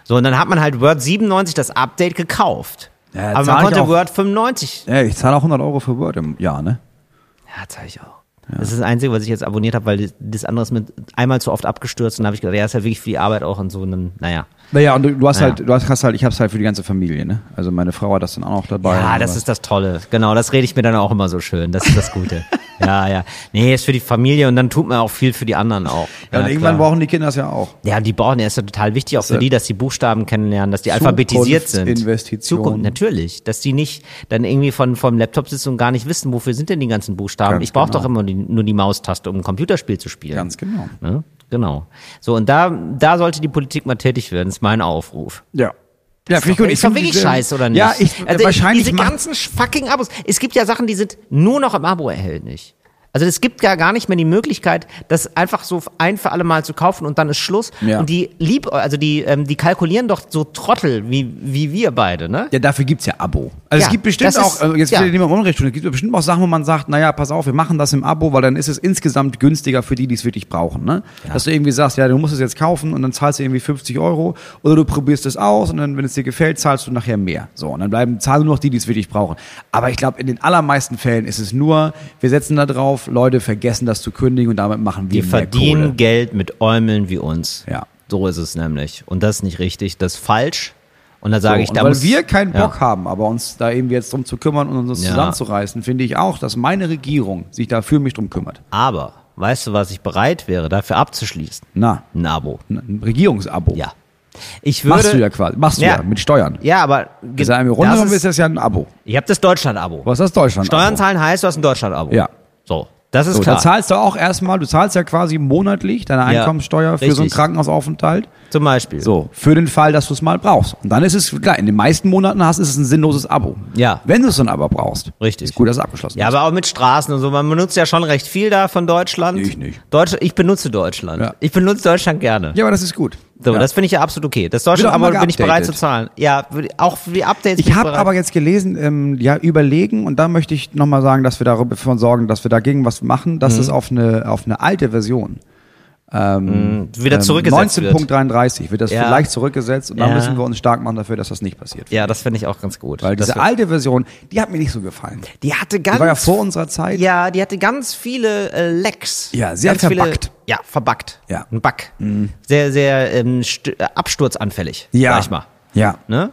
Speaker 2: So, und dann hat man halt Word 97 das Update gekauft.
Speaker 4: Ja,
Speaker 2: aber
Speaker 4: zahl
Speaker 2: man
Speaker 4: ich
Speaker 2: konnte
Speaker 4: auch.
Speaker 2: Word 95
Speaker 4: Ey, ich zahle auch 100 Euro für Word im Jahr, ne?
Speaker 2: ja, das habe ich auch. Das ist das Einzige, was ich jetzt abonniert habe, weil das- das andere ist mit einmal zu oft abgestürzt und da habe ich gedacht, ja, ist ja wirklich viel Arbeit auch und so. Und dann, naja.
Speaker 4: Naja, und du, du hast
Speaker 2: Ja.
Speaker 4: halt, du hast, hast halt, ich hab's halt für die ganze Familie, ne? Also meine Frau hat das dann auch noch dabei.
Speaker 2: Ja,
Speaker 4: Aber-
Speaker 2: das ist das Tolle. Genau, das rede ich mir dann auch immer so schön. Das ist das Gute. ja, ja. Nee, ist für die Familie und dann tut man auch viel für die anderen auch.
Speaker 4: Ja, und irgendwann
Speaker 2: klar.
Speaker 4: brauchen die Kinder das ja auch.
Speaker 2: Ja, und die brauchen, ja, ist ja total wichtig auch für
Speaker 4: ja-
Speaker 2: die, dass die Buchstaben kennenlernen, dass die alphabetisiert sind.
Speaker 4: Zukunftsinvestition.
Speaker 2: Zukunft, natürlich. Dass die nicht dann irgendwie von, vom Laptop sitzen und gar nicht wissen, wofür sind denn die ganzen Buchstaben.
Speaker 4: Ganz
Speaker 2: ich brauche
Speaker 4: genau.
Speaker 2: doch immer die, nur die Maustaste, um ein Computerspiel zu spielen.
Speaker 4: Ganz genau.
Speaker 2: Ne? Genau. So, und da, da sollte die Politik mal tätig werden, ist mein Aufruf.
Speaker 4: Ja. Ja, finde ich
Speaker 2: Doch,
Speaker 4: gut.
Speaker 2: Ist doch
Speaker 4: finde
Speaker 2: wirklich
Speaker 4: diese-
Speaker 2: scheiße, oder nicht?
Speaker 4: Ja, ich, äh,
Speaker 2: also
Speaker 4: wahrscheinlich
Speaker 2: Diese
Speaker 4: macht-
Speaker 2: ganzen sch- fucking Abos. Es gibt ja Sachen, die sind nur noch im Abo erhältlich. Also es gibt ja gar nicht mehr die Möglichkeit, das einfach so ein für alle Mal zu kaufen und dann ist Schluss.
Speaker 4: Ja.
Speaker 2: Und die lieb, also die, ähm, die kalkulieren doch so Trottel wie, wie wir beide, ne?
Speaker 4: Ja, dafür gibt's ja Abo. Also
Speaker 2: Ja,
Speaker 4: es gibt
Speaker 2: das
Speaker 4: bestimmt
Speaker 2: ist-
Speaker 4: auch, also jetzt
Speaker 2: ja.
Speaker 4: will ich niemand Unrecht tun, es gibt bestimmt auch Sachen, wo man sagt, naja, pass auf, wir machen das im Abo, weil dann ist es insgesamt günstiger für die, die es wirklich brauchen. Ne? Dass du irgendwie sagst, ja, du musst es jetzt kaufen und dann zahlst du irgendwie 50 Euro oder du probierst es aus und dann, wenn es dir gefällt, zahlst du nachher mehr. So, und dann bleiben, zahlen nur noch die, die es wirklich brauchen. Aber ich glaube, in den allermeisten Fällen ist es nur, wir setzen da drauf, Leute vergessen das zu kündigen und damit machen wir
Speaker 2: Die
Speaker 4: mehr
Speaker 2: verdienen
Speaker 4: Kohle.
Speaker 2: Geld mit Äumeln wie uns.
Speaker 4: Ja.
Speaker 2: So ist es nämlich. Und das ist nicht richtig, das ist falsch. Und da sage ich,
Speaker 4: und
Speaker 2: da
Speaker 4: weil
Speaker 2: muss,
Speaker 4: wir keinen
Speaker 2: Ja.
Speaker 4: Bock haben, aber uns da eben jetzt drum zu kümmern und uns
Speaker 2: Ja.
Speaker 4: zusammenzureißen, finde ich auch, dass meine Regierung sich da für mich drum kümmert.
Speaker 2: Aber, weißt du, was ich bereit wäre, dafür abzuschließen?
Speaker 4: Na,
Speaker 2: Ein Abo.
Speaker 4: ein Regierungsabo.
Speaker 2: Ja. Ich würde,
Speaker 4: Machst du ja quasi, machst
Speaker 2: Ja.
Speaker 4: du ja mit Steuern.
Speaker 2: Ja, aber
Speaker 4: Ist ja einmal
Speaker 2: das
Speaker 4: runter
Speaker 2: ist-
Speaker 4: ist das ja ein Abo.
Speaker 2: ich habe das Deutschland-Abo.
Speaker 4: Was ist das Deutschland?
Speaker 2: Steuern zahlen heißt, du hast ein Deutschland-Abo.
Speaker 4: Ja.
Speaker 2: So, das ist
Speaker 4: So, da
Speaker 2: klar.
Speaker 4: zahlst du auch erstmal, du zahlst ja quasi monatlich deine
Speaker 2: Ja,
Speaker 4: Einkommensteuer für so einen
Speaker 2: richtig.
Speaker 4: Krankenhausaufenthalt.
Speaker 2: Zum Beispiel.
Speaker 4: So, für den Fall, dass du es mal brauchst. Und dann ist es, klar, in den meisten Monaten hast, ist es ein sinnloses Abo.
Speaker 2: Ja.
Speaker 4: Wenn du es dann aber brauchst.
Speaker 2: Richtig.
Speaker 4: Ist gut, dass es abgeschlossen
Speaker 2: Ja, aber auch mit Straßen und so. Man benutzt ja schon recht viel da von Deutschland.
Speaker 4: Ich nicht.
Speaker 2: Deutsch, ich benutze Deutschland.
Speaker 4: Ja.
Speaker 2: Ich benutze Deutschland gerne.
Speaker 4: ist. Ja, aber das ist gut.
Speaker 2: So,
Speaker 4: ja.
Speaker 2: das finde ich ja absolut okay. Das
Speaker 4: auch
Speaker 2: Deutschland-Abo
Speaker 4: immer
Speaker 2: bin ich bereit zu
Speaker 4: geupdatet.
Speaker 2: zahlen. Ja, würd- auch für die Updates bin
Speaker 4: Ich habe
Speaker 2: bereit.
Speaker 4: aber jetzt gelesen, ähm, ja, überlegen, und da möchte ich nochmal sagen, dass wir davon sorgen, dass wir dagegen was machen,
Speaker 2: Mhm.
Speaker 4: dass es auf eine, auf eine alte Version, ähm,
Speaker 2: wieder zurückgesetzt wird.
Speaker 4: 19.33 wird das
Speaker 2: Ja.
Speaker 4: vielleicht zurückgesetzt und da
Speaker 2: Ja.
Speaker 4: müssen wir uns stark machen dafür, dass das nicht passiert.
Speaker 2: Ja, das finde ich auch ganz gut.
Speaker 4: Weil
Speaker 2: Das
Speaker 4: diese
Speaker 2: wird-
Speaker 4: alte Version, die hat mir nicht so gefallen.
Speaker 2: die hatte
Speaker 4: Die
Speaker 2: ganz
Speaker 4: war ja vor unserer Zeit.
Speaker 2: Ja, die hatte ganz viele äh, Lecks.
Speaker 4: Ja, sehr
Speaker 2: ganz viele-
Speaker 4: verbuggt.
Speaker 2: ja, verbuggt.
Speaker 4: Ja.
Speaker 2: Ein Bug. Sehr, sehr ähm, st- äh, absturzanfällig,
Speaker 4: Ja.
Speaker 2: sag ich mal.
Speaker 4: Ja.
Speaker 2: Ne?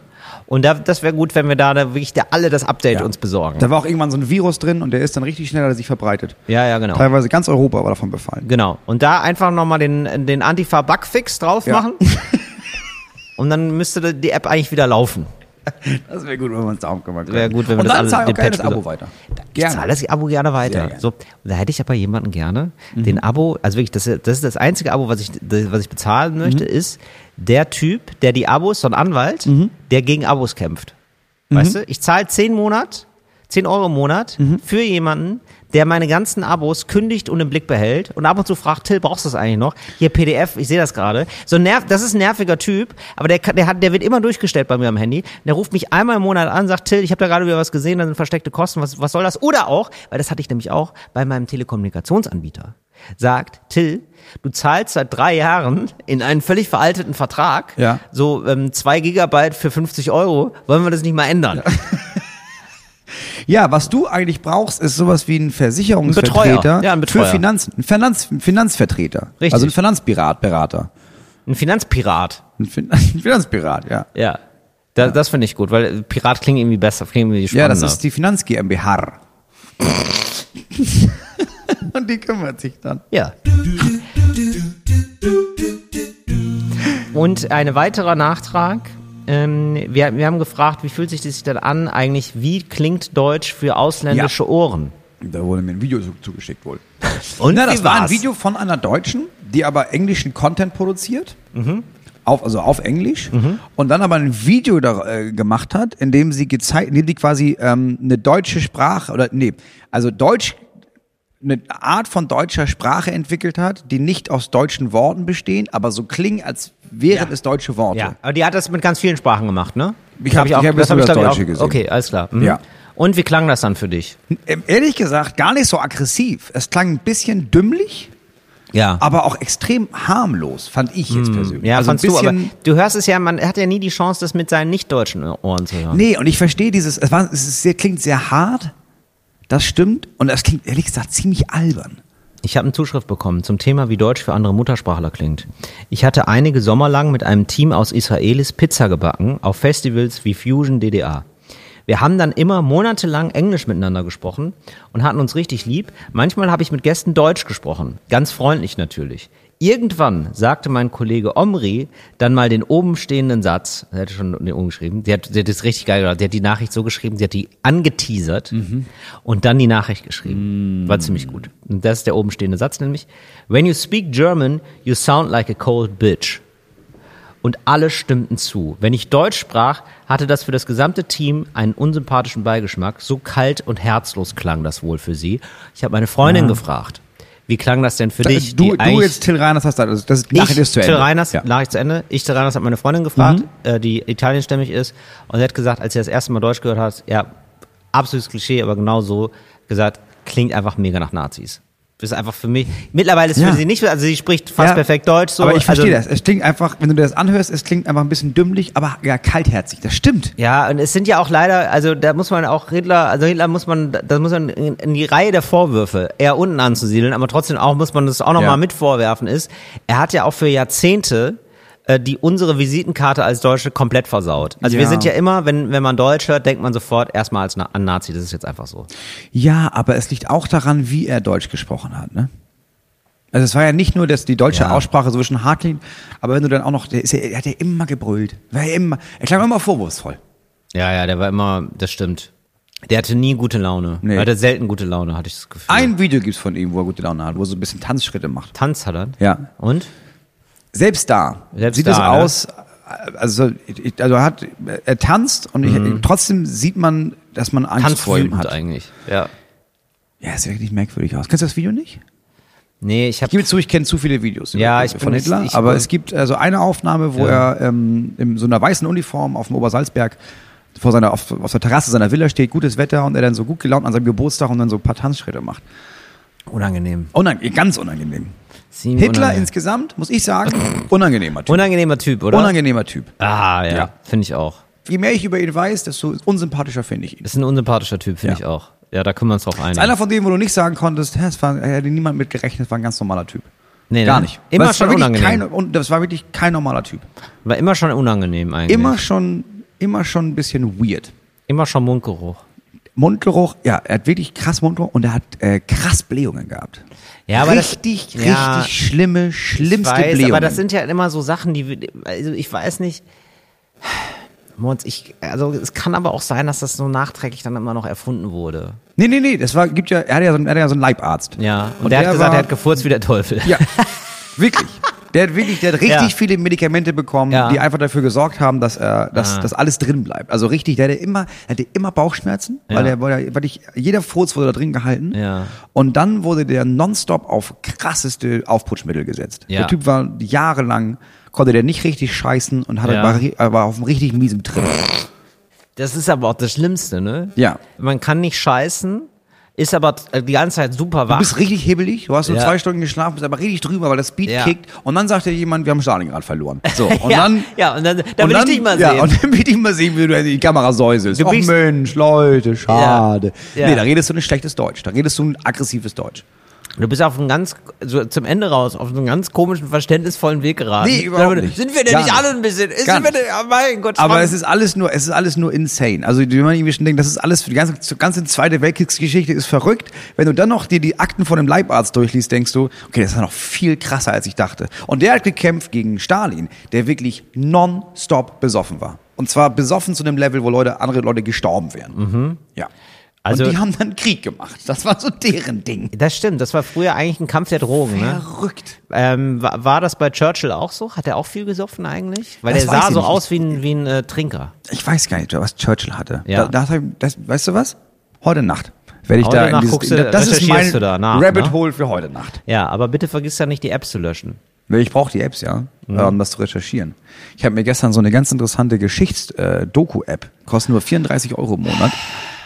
Speaker 2: Und da, das wäre gut, wenn wir da, da wirklich da alle das Update uns besorgen.
Speaker 4: Da war auch irgendwann so ein Virus drin und der ist dann richtig schnell, hat er sich verbreitet.
Speaker 2: ja, ja, genau.
Speaker 4: Teilweise ganz Europa war davon befallen.
Speaker 2: Genau. Und da einfach nochmal den, den Antifa-Bugfix drauf
Speaker 4: Ja.
Speaker 2: machen. Und dann müsste die App eigentlich wieder laufen.
Speaker 4: Das wäre gut, wenn wir uns darum kümmern können.
Speaker 2: Wäre gut, wenn wir
Speaker 4: Und
Speaker 2: das
Speaker 4: dann
Speaker 2: alle-
Speaker 4: zahl-
Speaker 2: den
Speaker 4: okay,
Speaker 2: Patch
Speaker 4: das Abo
Speaker 2: wieder-
Speaker 4: weiter.
Speaker 2: Ich zahle das Abo gerne weiter.
Speaker 4: Sehr gerne.
Speaker 2: So, da hätte ich aber jemanden gerne, den Abo, also wirklich, das, ist- das ist das einzige Abo, was ich, das, was ich bezahlen möchte, ist der Typ, der die Abos, so ein Anwalt, der gegen Abos kämpft. Weißt du, ich zahle 10 Monat, 10 Euro im Monat für jemanden, der meine ganzen Abos kündigt und im Blick behält und ab und zu fragt, Till, brauchst du das eigentlich noch? Hier PDF, ich sehe das gerade. So ein nerv, das ist ein nerviger Typ, aber der, kann- der hat, der wird immer durchgestellt bei mir am Handy. Der ruft mich einmal im Monat an, sagt, Till, ich habe da gerade wieder was gesehen, da sind versteckte Kosten, was, was soll das? Oder auch, weil das hatte ich nämlich auch bei meinem Telekommunikationsanbieter, sagt, Till, du zahlst seit drei Jahren in einen völlig veralteten Vertrag,
Speaker 4: Ja.
Speaker 2: so ähm, zwei Gigabyte für 50 Euro, wollen wir das nicht mal ändern?
Speaker 4: Ja, was du eigentlich brauchst, ist sowas wie ein
Speaker 2: Ein Betreuer.
Speaker 4: Versicherungsvertreter
Speaker 2: Ja, ein Betreuer.
Speaker 4: für Finanzen. Ein Finanz, ein Finanzvertreter.
Speaker 2: Richtig.
Speaker 4: Also ein Finanzpirat, Berater.
Speaker 2: Ein Finanzpirat.
Speaker 4: Ein, fin ein Finanzpirat, ja.
Speaker 2: Ja. Da, Das finde ich gut, weil äh, Pirat klingt irgendwie besser, klingt irgendwie
Speaker 4: Ja,
Speaker 2: spannender.
Speaker 4: das ist die Finanz GmbH. Und die kümmert sich dann.
Speaker 2: Ja. Und ein weiterer Nachtrag. Ähm, wir, wir haben gefragt, wie fühlt sich das dann an, eigentlich, wie klingt Deutsch für ausländische Ohren?
Speaker 4: Da wurde mir ein Video zu- zugeschickt wohl.
Speaker 2: Und
Speaker 4: Na,
Speaker 2: wie
Speaker 4: das war ein
Speaker 2: war's?
Speaker 4: Video von einer Deutschen, die aber englischen Content produziert.
Speaker 2: Mhm.
Speaker 4: Auf, also auf Englisch. Und dann aber ein Video da, äh, gemacht hat, in dem sie gezeigt, in dem sie quasi ähm, eine deutsche Sprache oder nee, also Deutsch eine Art von deutscher Sprache entwickelt hat, die nicht aus deutschen Worten bestehen, aber so klingen, als wären
Speaker 2: Ja.
Speaker 4: es deutsche Worte.
Speaker 2: Ja, aber die hat das mit ganz vielen Sprachen gemacht, ne?
Speaker 4: Ich hab- ich hab jetzt
Speaker 2: hab
Speaker 4: nur das
Speaker 2: glaub
Speaker 4: Deutsche gesehen.
Speaker 2: Okay, alles klar. Mhm.
Speaker 4: Ja.
Speaker 2: Und wie klang das dann für dich?
Speaker 4: Ähm, Ehrlich gesagt, gar nicht so aggressiv. Es klang ein bisschen dümmlich,
Speaker 2: Ja.
Speaker 4: aber auch extrem harmlos, fand ich jetzt persönlich.
Speaker 2: Hm. Ja,
Speaker 4: also ein
Speaker 2: fandst du, aber
Speaker 4: bisschen,
Speaker 2: du hörst es ja, man hat ja nie die Chance, das mit seinen nicht-deutschen Ohren zu hören.
Speaker 4: Nee, und ich verstehe dieses, es, war, es ist sehr, klingt sehr hart, das stimmt, und es klingt ehrlich gesagt ziemlich albern.
Speaker 2: Ich habe eine Zuschrift bekommen zum Thema, wie Deutsch für andere Muttersprachler klingt. Ich hatte einige Sommer lang mit einem Team aus Israelis Pizza gebacken auf Festivals wie Fusion DDR. Wir haben dann immer monatelang Englisch miteinander gesprochen und hatten uns richtig lieb. Manchmal habe ich mit Gästen Deutsch gesprochen, ganz freundlich natürlich. Irgendwann sagte mein Kollege Omri dann mal den oben stehenden Satz, er hätte schon den oben geschrieben, sie hat, sie hat das richtig geil gemacht, sie hat die Nachricht so geschrieben, sie hat die angeteasert
Speaker 4: Mhm.
Speaker 2: und dann die Nachricht geschrieben. War ziemlich gut. Und das ist der oben stehende Satz nämlich. When you speak German, you sound like a cold bitch. Und alle stimmten zu. Wenn ich Deutsch sprach, hatte das für das gesamte Team einen unsympathischen Beigeschmack. So kalt und herzlos klang das wohl für sie. Ich habe meine Freundin gefragt, wie klang das denn für dich? die
Speaker 4: du, du
Speaker 2: eigentlich-
Speaker 4: jetzt Till Reiners hast da, also das
Speaker 2: ich,
Speaker 4: Nachricht ist zu
Speaker 2: Till
Speaker 4: Ende.
Speaker 2: Reiners,
Speaker 4: ja. Mhm.
Speaker 2: Nachricht zu Ende. Ich, Till Reiners, hat meine Freundin gefragt, äh, die italienstämmig ist. Und sie hat gesagt, als sie das erste Mal Deutsch gehört hat, ja, absolutes Klischee, aber genau so gesagt, klingt einfach mega nach Nazis. Das ist einfach für mich, mittlerweile ist
Speaker 4: Ja.
Speaker 2: für sie nicht, also sie spricht fast
Speaker 4: Ja,
Speaker 2: perfekt Deutsch. So,
Speaker 4: aber ich verstehe
Speaker 2: also,
Speaker 4: das. Es klingt einfach, wenn du dir das anhörst, es klingt einfach ein bisschen dümmlich, aber ja, kaltherzig. Das stimmt.
Speaker 2: Ja, und es sind ja auch leider, also da muss man auch Hitler, also Hitler muss man, das muss man in, in die Reihe der Vorwürfe eher unten anzusiedeln, aber trotzdem auch muss man das auch nochmal
Speaker 4: Ja.
Speaker 2: mal mit vorwerfen ist, er hat ja auch für Jahrzehnte äh, die unsere Visitenkarte als Deutsche komplett versaut. Also wir
Speaker 4: Ja.
Speaker 2: sind ja immer, wenn, wenn man Deutsch hört, denkt man sofort erstmal als Na an Nazi, das ist jetzt einfach so.
Speaker 4: Ja, aber es liegt auch daran, wie er Deutsch gesprochen hat, ne? Also es war ja nicht nur, dass die deutsche
Speaker 2: Ja.
Speaker 4: Aussprache so schon hart klingt, aber wenn du dann auch noch, der ist ja, er hat ja immer gebrüllt. War ja immer, er klang immer vorwurfsvoll.
Speaker 2: Ja, ja, der war immer, das stimmt. Der hatte nie gute Laune.
Speaker 4: Nee.
Speaker 2: Er hatte selten gute Laune, hatte ich das Gefühl.
Speaker 4: Ein Video gibt's von ihm, wo er gute Laune hat, wo er so ein bisschen Tanzschritte macht.
Speaker 2: Tanz hat er.
Speaker 4: Ja.
Speaker 2: Und?
Speaker 4: Selbst da
Speaker 2: Selbst
Speaker 4: sieht
Speaker 2: da,
Speaker 4: es
Speaker 2: ne?
Speaker 4: aus, also, ich- also er hat, er tanzt und ich, trotzdem sieht man, dass man Angst vor ihm
Speaker 2: Tanzwütend
Speaker 4: hat.
Speaker 2: Mhm. eigentlich. Ja.
Speaker 4: Ja, es sieht wirklich merkwürdig aus. Kennst du das Video nicht?
Speaker 2: Nee, ich
Speaker 4: Ich
Speaker 2: habe
Speaker 4: gebe zu, ich kenne zu viele Videos
Speaker 2: Ja,
Speaker 4: über-
Speaker 2: ich
Speaker 4: von
Speaker 2: bin-
Speaker 4: Hitler,
Speaker 2: ich-
Speaker 4: aber es gibt also eine Aufnahme, wo er ähm, in so einer weißen Uniform auf dem Obersalzberg vor seiner, auf, auf der Terrasse seiner Villa steht, gutes Wetter und er dann so gut gelaunt an seinem Geburtstag und dann so ein paar Tanzschritte macht.
Speaker 2: unangenehm.
Speaker 4: Unang ganz unangenehm.
Speaker 2: Ziemlich
Speaker 4: Hitler
Speaker 2: unangenehm.
Speaker 4: insgesamt, muss ich sagen, unangenehmer Typ.
Speaker 2: Unangenehmer Typ, oder?
Speaker 4: Unangenehmer Typ.
Speaker 2: Ah, ja.
Speaker 4: Ja.
Speaker 2: Finde ich auch.
Speaker 4: Je mehr ich über ihn weiß, desto unsympathischer finde ich ihn.
Speaker 2: Ist ein unsympathischer Typ, finde
Speaker 4: Ja.
Speaker 2: ich auch. Ja, da können wir uns drauf einigen.
Speaker 4: Ist einer von denen, wo du nicht sagen konntest, hä, es war, er hätte niemand mit gerechnet, war ein ganz normaler Typ.
Speaker 2: Nee,
Speaker 4: Gar
Speaker 2: nee.
Speaker 4: nicht.
Speaker 2: Immer
Speaker 4: Weil es war
Speaker 2: schon
Speaker 4: wirklich
Speaker 2: unangenehm.
Speaker 4: Kein, und das war wirklich kein normaler Typ.
Speaker 2: War immer schon unangenehm eigentlich.
Speaker 4: immer schon, immer schon ein bisschen weird.
Speaker 2: immer schon Mundgeruch.
Speaker 4: Mundgeruch, ja, er hat wirklich krass Mundgeruch und er hat äh, krass Blähungen gehabt.
Speaker 2: Ja, aber das-
Speaker 4: richtig, richtig
Speaker 2: ja,
Speaker 4: schlimme, schlimmste
Speaker 2: weiß,
Speaker 4: Blähungen.
Speaker 2: aber das sind ja immer so Sachen, die, also ich weiß nicht. Moritz, ich, also es kann aber auch sein, dass das so nachträglich dann immer noch erfunden wurde.
Speaker 4: Nee, nee, nee, das war, gibt ja, er hat ja so, einen- er hat ja so einen Leibarzt.
Speaker 2: Ja. Und, der,
Speaker 4: der
Speaker 2: hat gesagt,
Speaker 4: war-
Speaker 2: er hat gefurzt wie der Teufel.
Speaker 4: Ja, wirklich. Der hat wirklich, der hat richtig
Speaker 2: Ja.
Speaker 4: viele Medikamente bekommen,
Speaker 2: Ja.
Speaker 4: die einfach dafür gesorgt haben, dass er, dass,
Speaker 2: Ah.
Speaker 4: dass alles drin bleibt. Also richtig, der hatte immer, der hatte immer Bauchschmerzen,
Speaker 2: Ja.
Speaker 4: weil der, weil der, weil ich, jeder Furz wurde da drin gehalten.
Speaker 2: Ja.
Speaker 4: Und dann wurde der nonstop auf krasseste Aufputschmittel gesetzt.
Speaker 2: Ja.
Speaker 4: Der Typ war jahrelang, konnte der nicht richtig scheißen und hatte,
Speaker 2: Ja.
Speaker 4: war, ri- er war auf einem richtig miesen Trip.
Speaker 2: Das ist aber auch das Schlimmste, ne?
Speaker 4: Ja.
Speaker 2: Man kann nicht scheißen, ist aber t- die ganze Zeit super wach.
Speaker 4: Du bist richtig hibbelig, du hast nur
Speaker 2: Ja.
Speaker 4: zwei Stunden geschlafen, bist aber richtig drüber, weil das Speed
Speaker 2: Ja.
Speaker 4: kickt. Und dann sagt dir jemand, wir haben Stalingrad verloren. So, und
Speaker 2: ja,
Speaker 4: dann...
Speaker 2: ja, und dann, da will ich dich mal
Speaker 4: ja,
Speaker 2: sehen.
Speaker 4: Und dann will ich mal sehen, wie du in die Kamera säuselst.
Speaker 2: Du
Speaker 4: Och
Speaker 2: bist-
Speaker 4: Mensch, Leute, schade.
Speaker 2: Ja.
Speaker 4: Nee, da redest du ein schlechtes Deutsch. Da redest du ein aggressives Deutsch.
Speaker 2: du bist auf einem ganz, so zum Ende raus, auf einen ganz komischen, verständnisvollen Weg geraten.
Speaker 4: Nee, überhaupt
Speaker 2: Dann-
Speaker 4: nicht.
Speaker 2: Sind wir denn
Speaker 4: Gar
Speaker 2: nicht
Speaker 4: nicht.
Speaker 2: alle ein bisschen? Sind
Speaker 4: Gar
Speaker 2: wir
Speaker 4: nicht.
Speaker 2: denn, oh mein Gott,
Speaker 4: Aber
Speaker 2: Mann.
Speaker 4: es ist alles nur, es ist alles nur insane. Also, wenn man irgendwie schon denkt, das ist alles für die ganze, zur ganze zweite Weltkriegsgeschichte ist verrückt. Wenn du dann noch dir die Akten von dem Leibarzt durchliest, denkst du, okay, das ist ja noch viel krasser, als ich dachte. Und der hat gekämpft gegen Stalin, der wirklich non-stop besoffen war. Und zwar besoffen zu einem Level, wo Leute, andere Leute gestorben wären. Ja.
Speaker 2: Also-
Speaker 4: und die haben dann Krieg gemacht. Das war so deren Ding.
Speaker 2: das stimmt, das war früher eigentlich ein Kampf der Drogen, ne?
Speaker 4: Verrückt.
Speaker 2: Ähm, war, war das bei Churchill auch so? Hat er auch viel gesoffen eigentlich? Weil
Speaker 4: Das
Speaker 2: er
Speaker 4: weiß
Speaker 2: sah
Speaker 4: ich
Speaker 2: so
Speaker 4: nicht.
Speaker 2: aus wie ein, wie ein äh, Trinker.
Speaker 4: Ich weiß gar nicht, was Churchill hatte.
Speaker 2: Ja.
Speaker 4: Da, da, hab ich- das, weißt du was? Heute Nacht werde ich
Speaker 2: Heute
Speaker 4: da in
Speaker 2: Nacht
Speaker 4: dieses,
Speaker 2: guckst du-
Speaker 4: in, das ist
Speaker 2: recherchierst
Speaker 4: mein
Speaker 2: du da nach,
Speaker 4: Rabbit
Speaker 2: ne?
Speaker 4: Hole für heute Nacht.
Speaker 2: Ja, aber bitte vergiss ja nicht, die App zu löschen.
Speaker 4: Weil Ich brauche die Apps, ja,
Speaker 2: Mhm.
Speaker 4: äh, um das zu recherchieren. Ich habe mir gestern so eine ganz interessante Geschichts-Doku-App, kostet nur 34 Euro im Monat,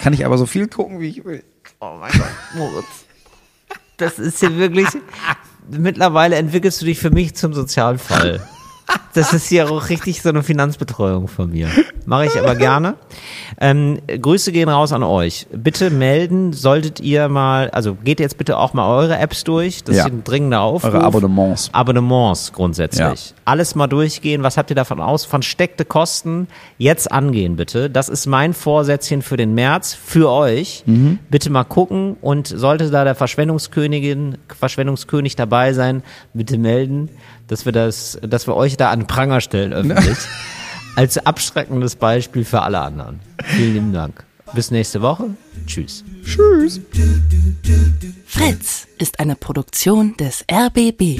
Speaker 4: kann ich aber so viel gucken, wie ich will.
Speaker 2: Oh mein Gott, Moritz. Das ist hier wirklich. Mittlerweile entwickelst du dich für mich zum Sozialfall. Das ist hier auch richtig so eine Finanzbetreuung von mir. Mache ich aber gerne. Ähm, Grüße gehen raus an euch. Bitte melden, solltet ihr mal, also geht jetzt bitte auch mal eure Apps durch. Das
Speaker 4: Ja.
Speaker 2: ist ein dringender Aufruf.
Speaker 4: Eure Abonnements.
Speaker 2: Abonnements grundsätzlich.
Speaker 4: Ja.
Speaker 2: Alles mal durchgehen. Was habt ihr davon aus? Versteckte Kosten jetzt angehen, bitte. Das ist mein Vorsätzchen für den März, für euch. Bitte mal gucken und sollte da der Verschwendungskönigin, Verschwendungskönig dabei sein, bitte melden, dass wir das, dass wir euch da an den Pranger stellen öffentlich. Als abschreckendes Beispiel für alle anderen. Vielen lieben Dank. Bis nächste Woche. Tschüss.
Speaker 1: Fritz ist eine Produktion des RBB.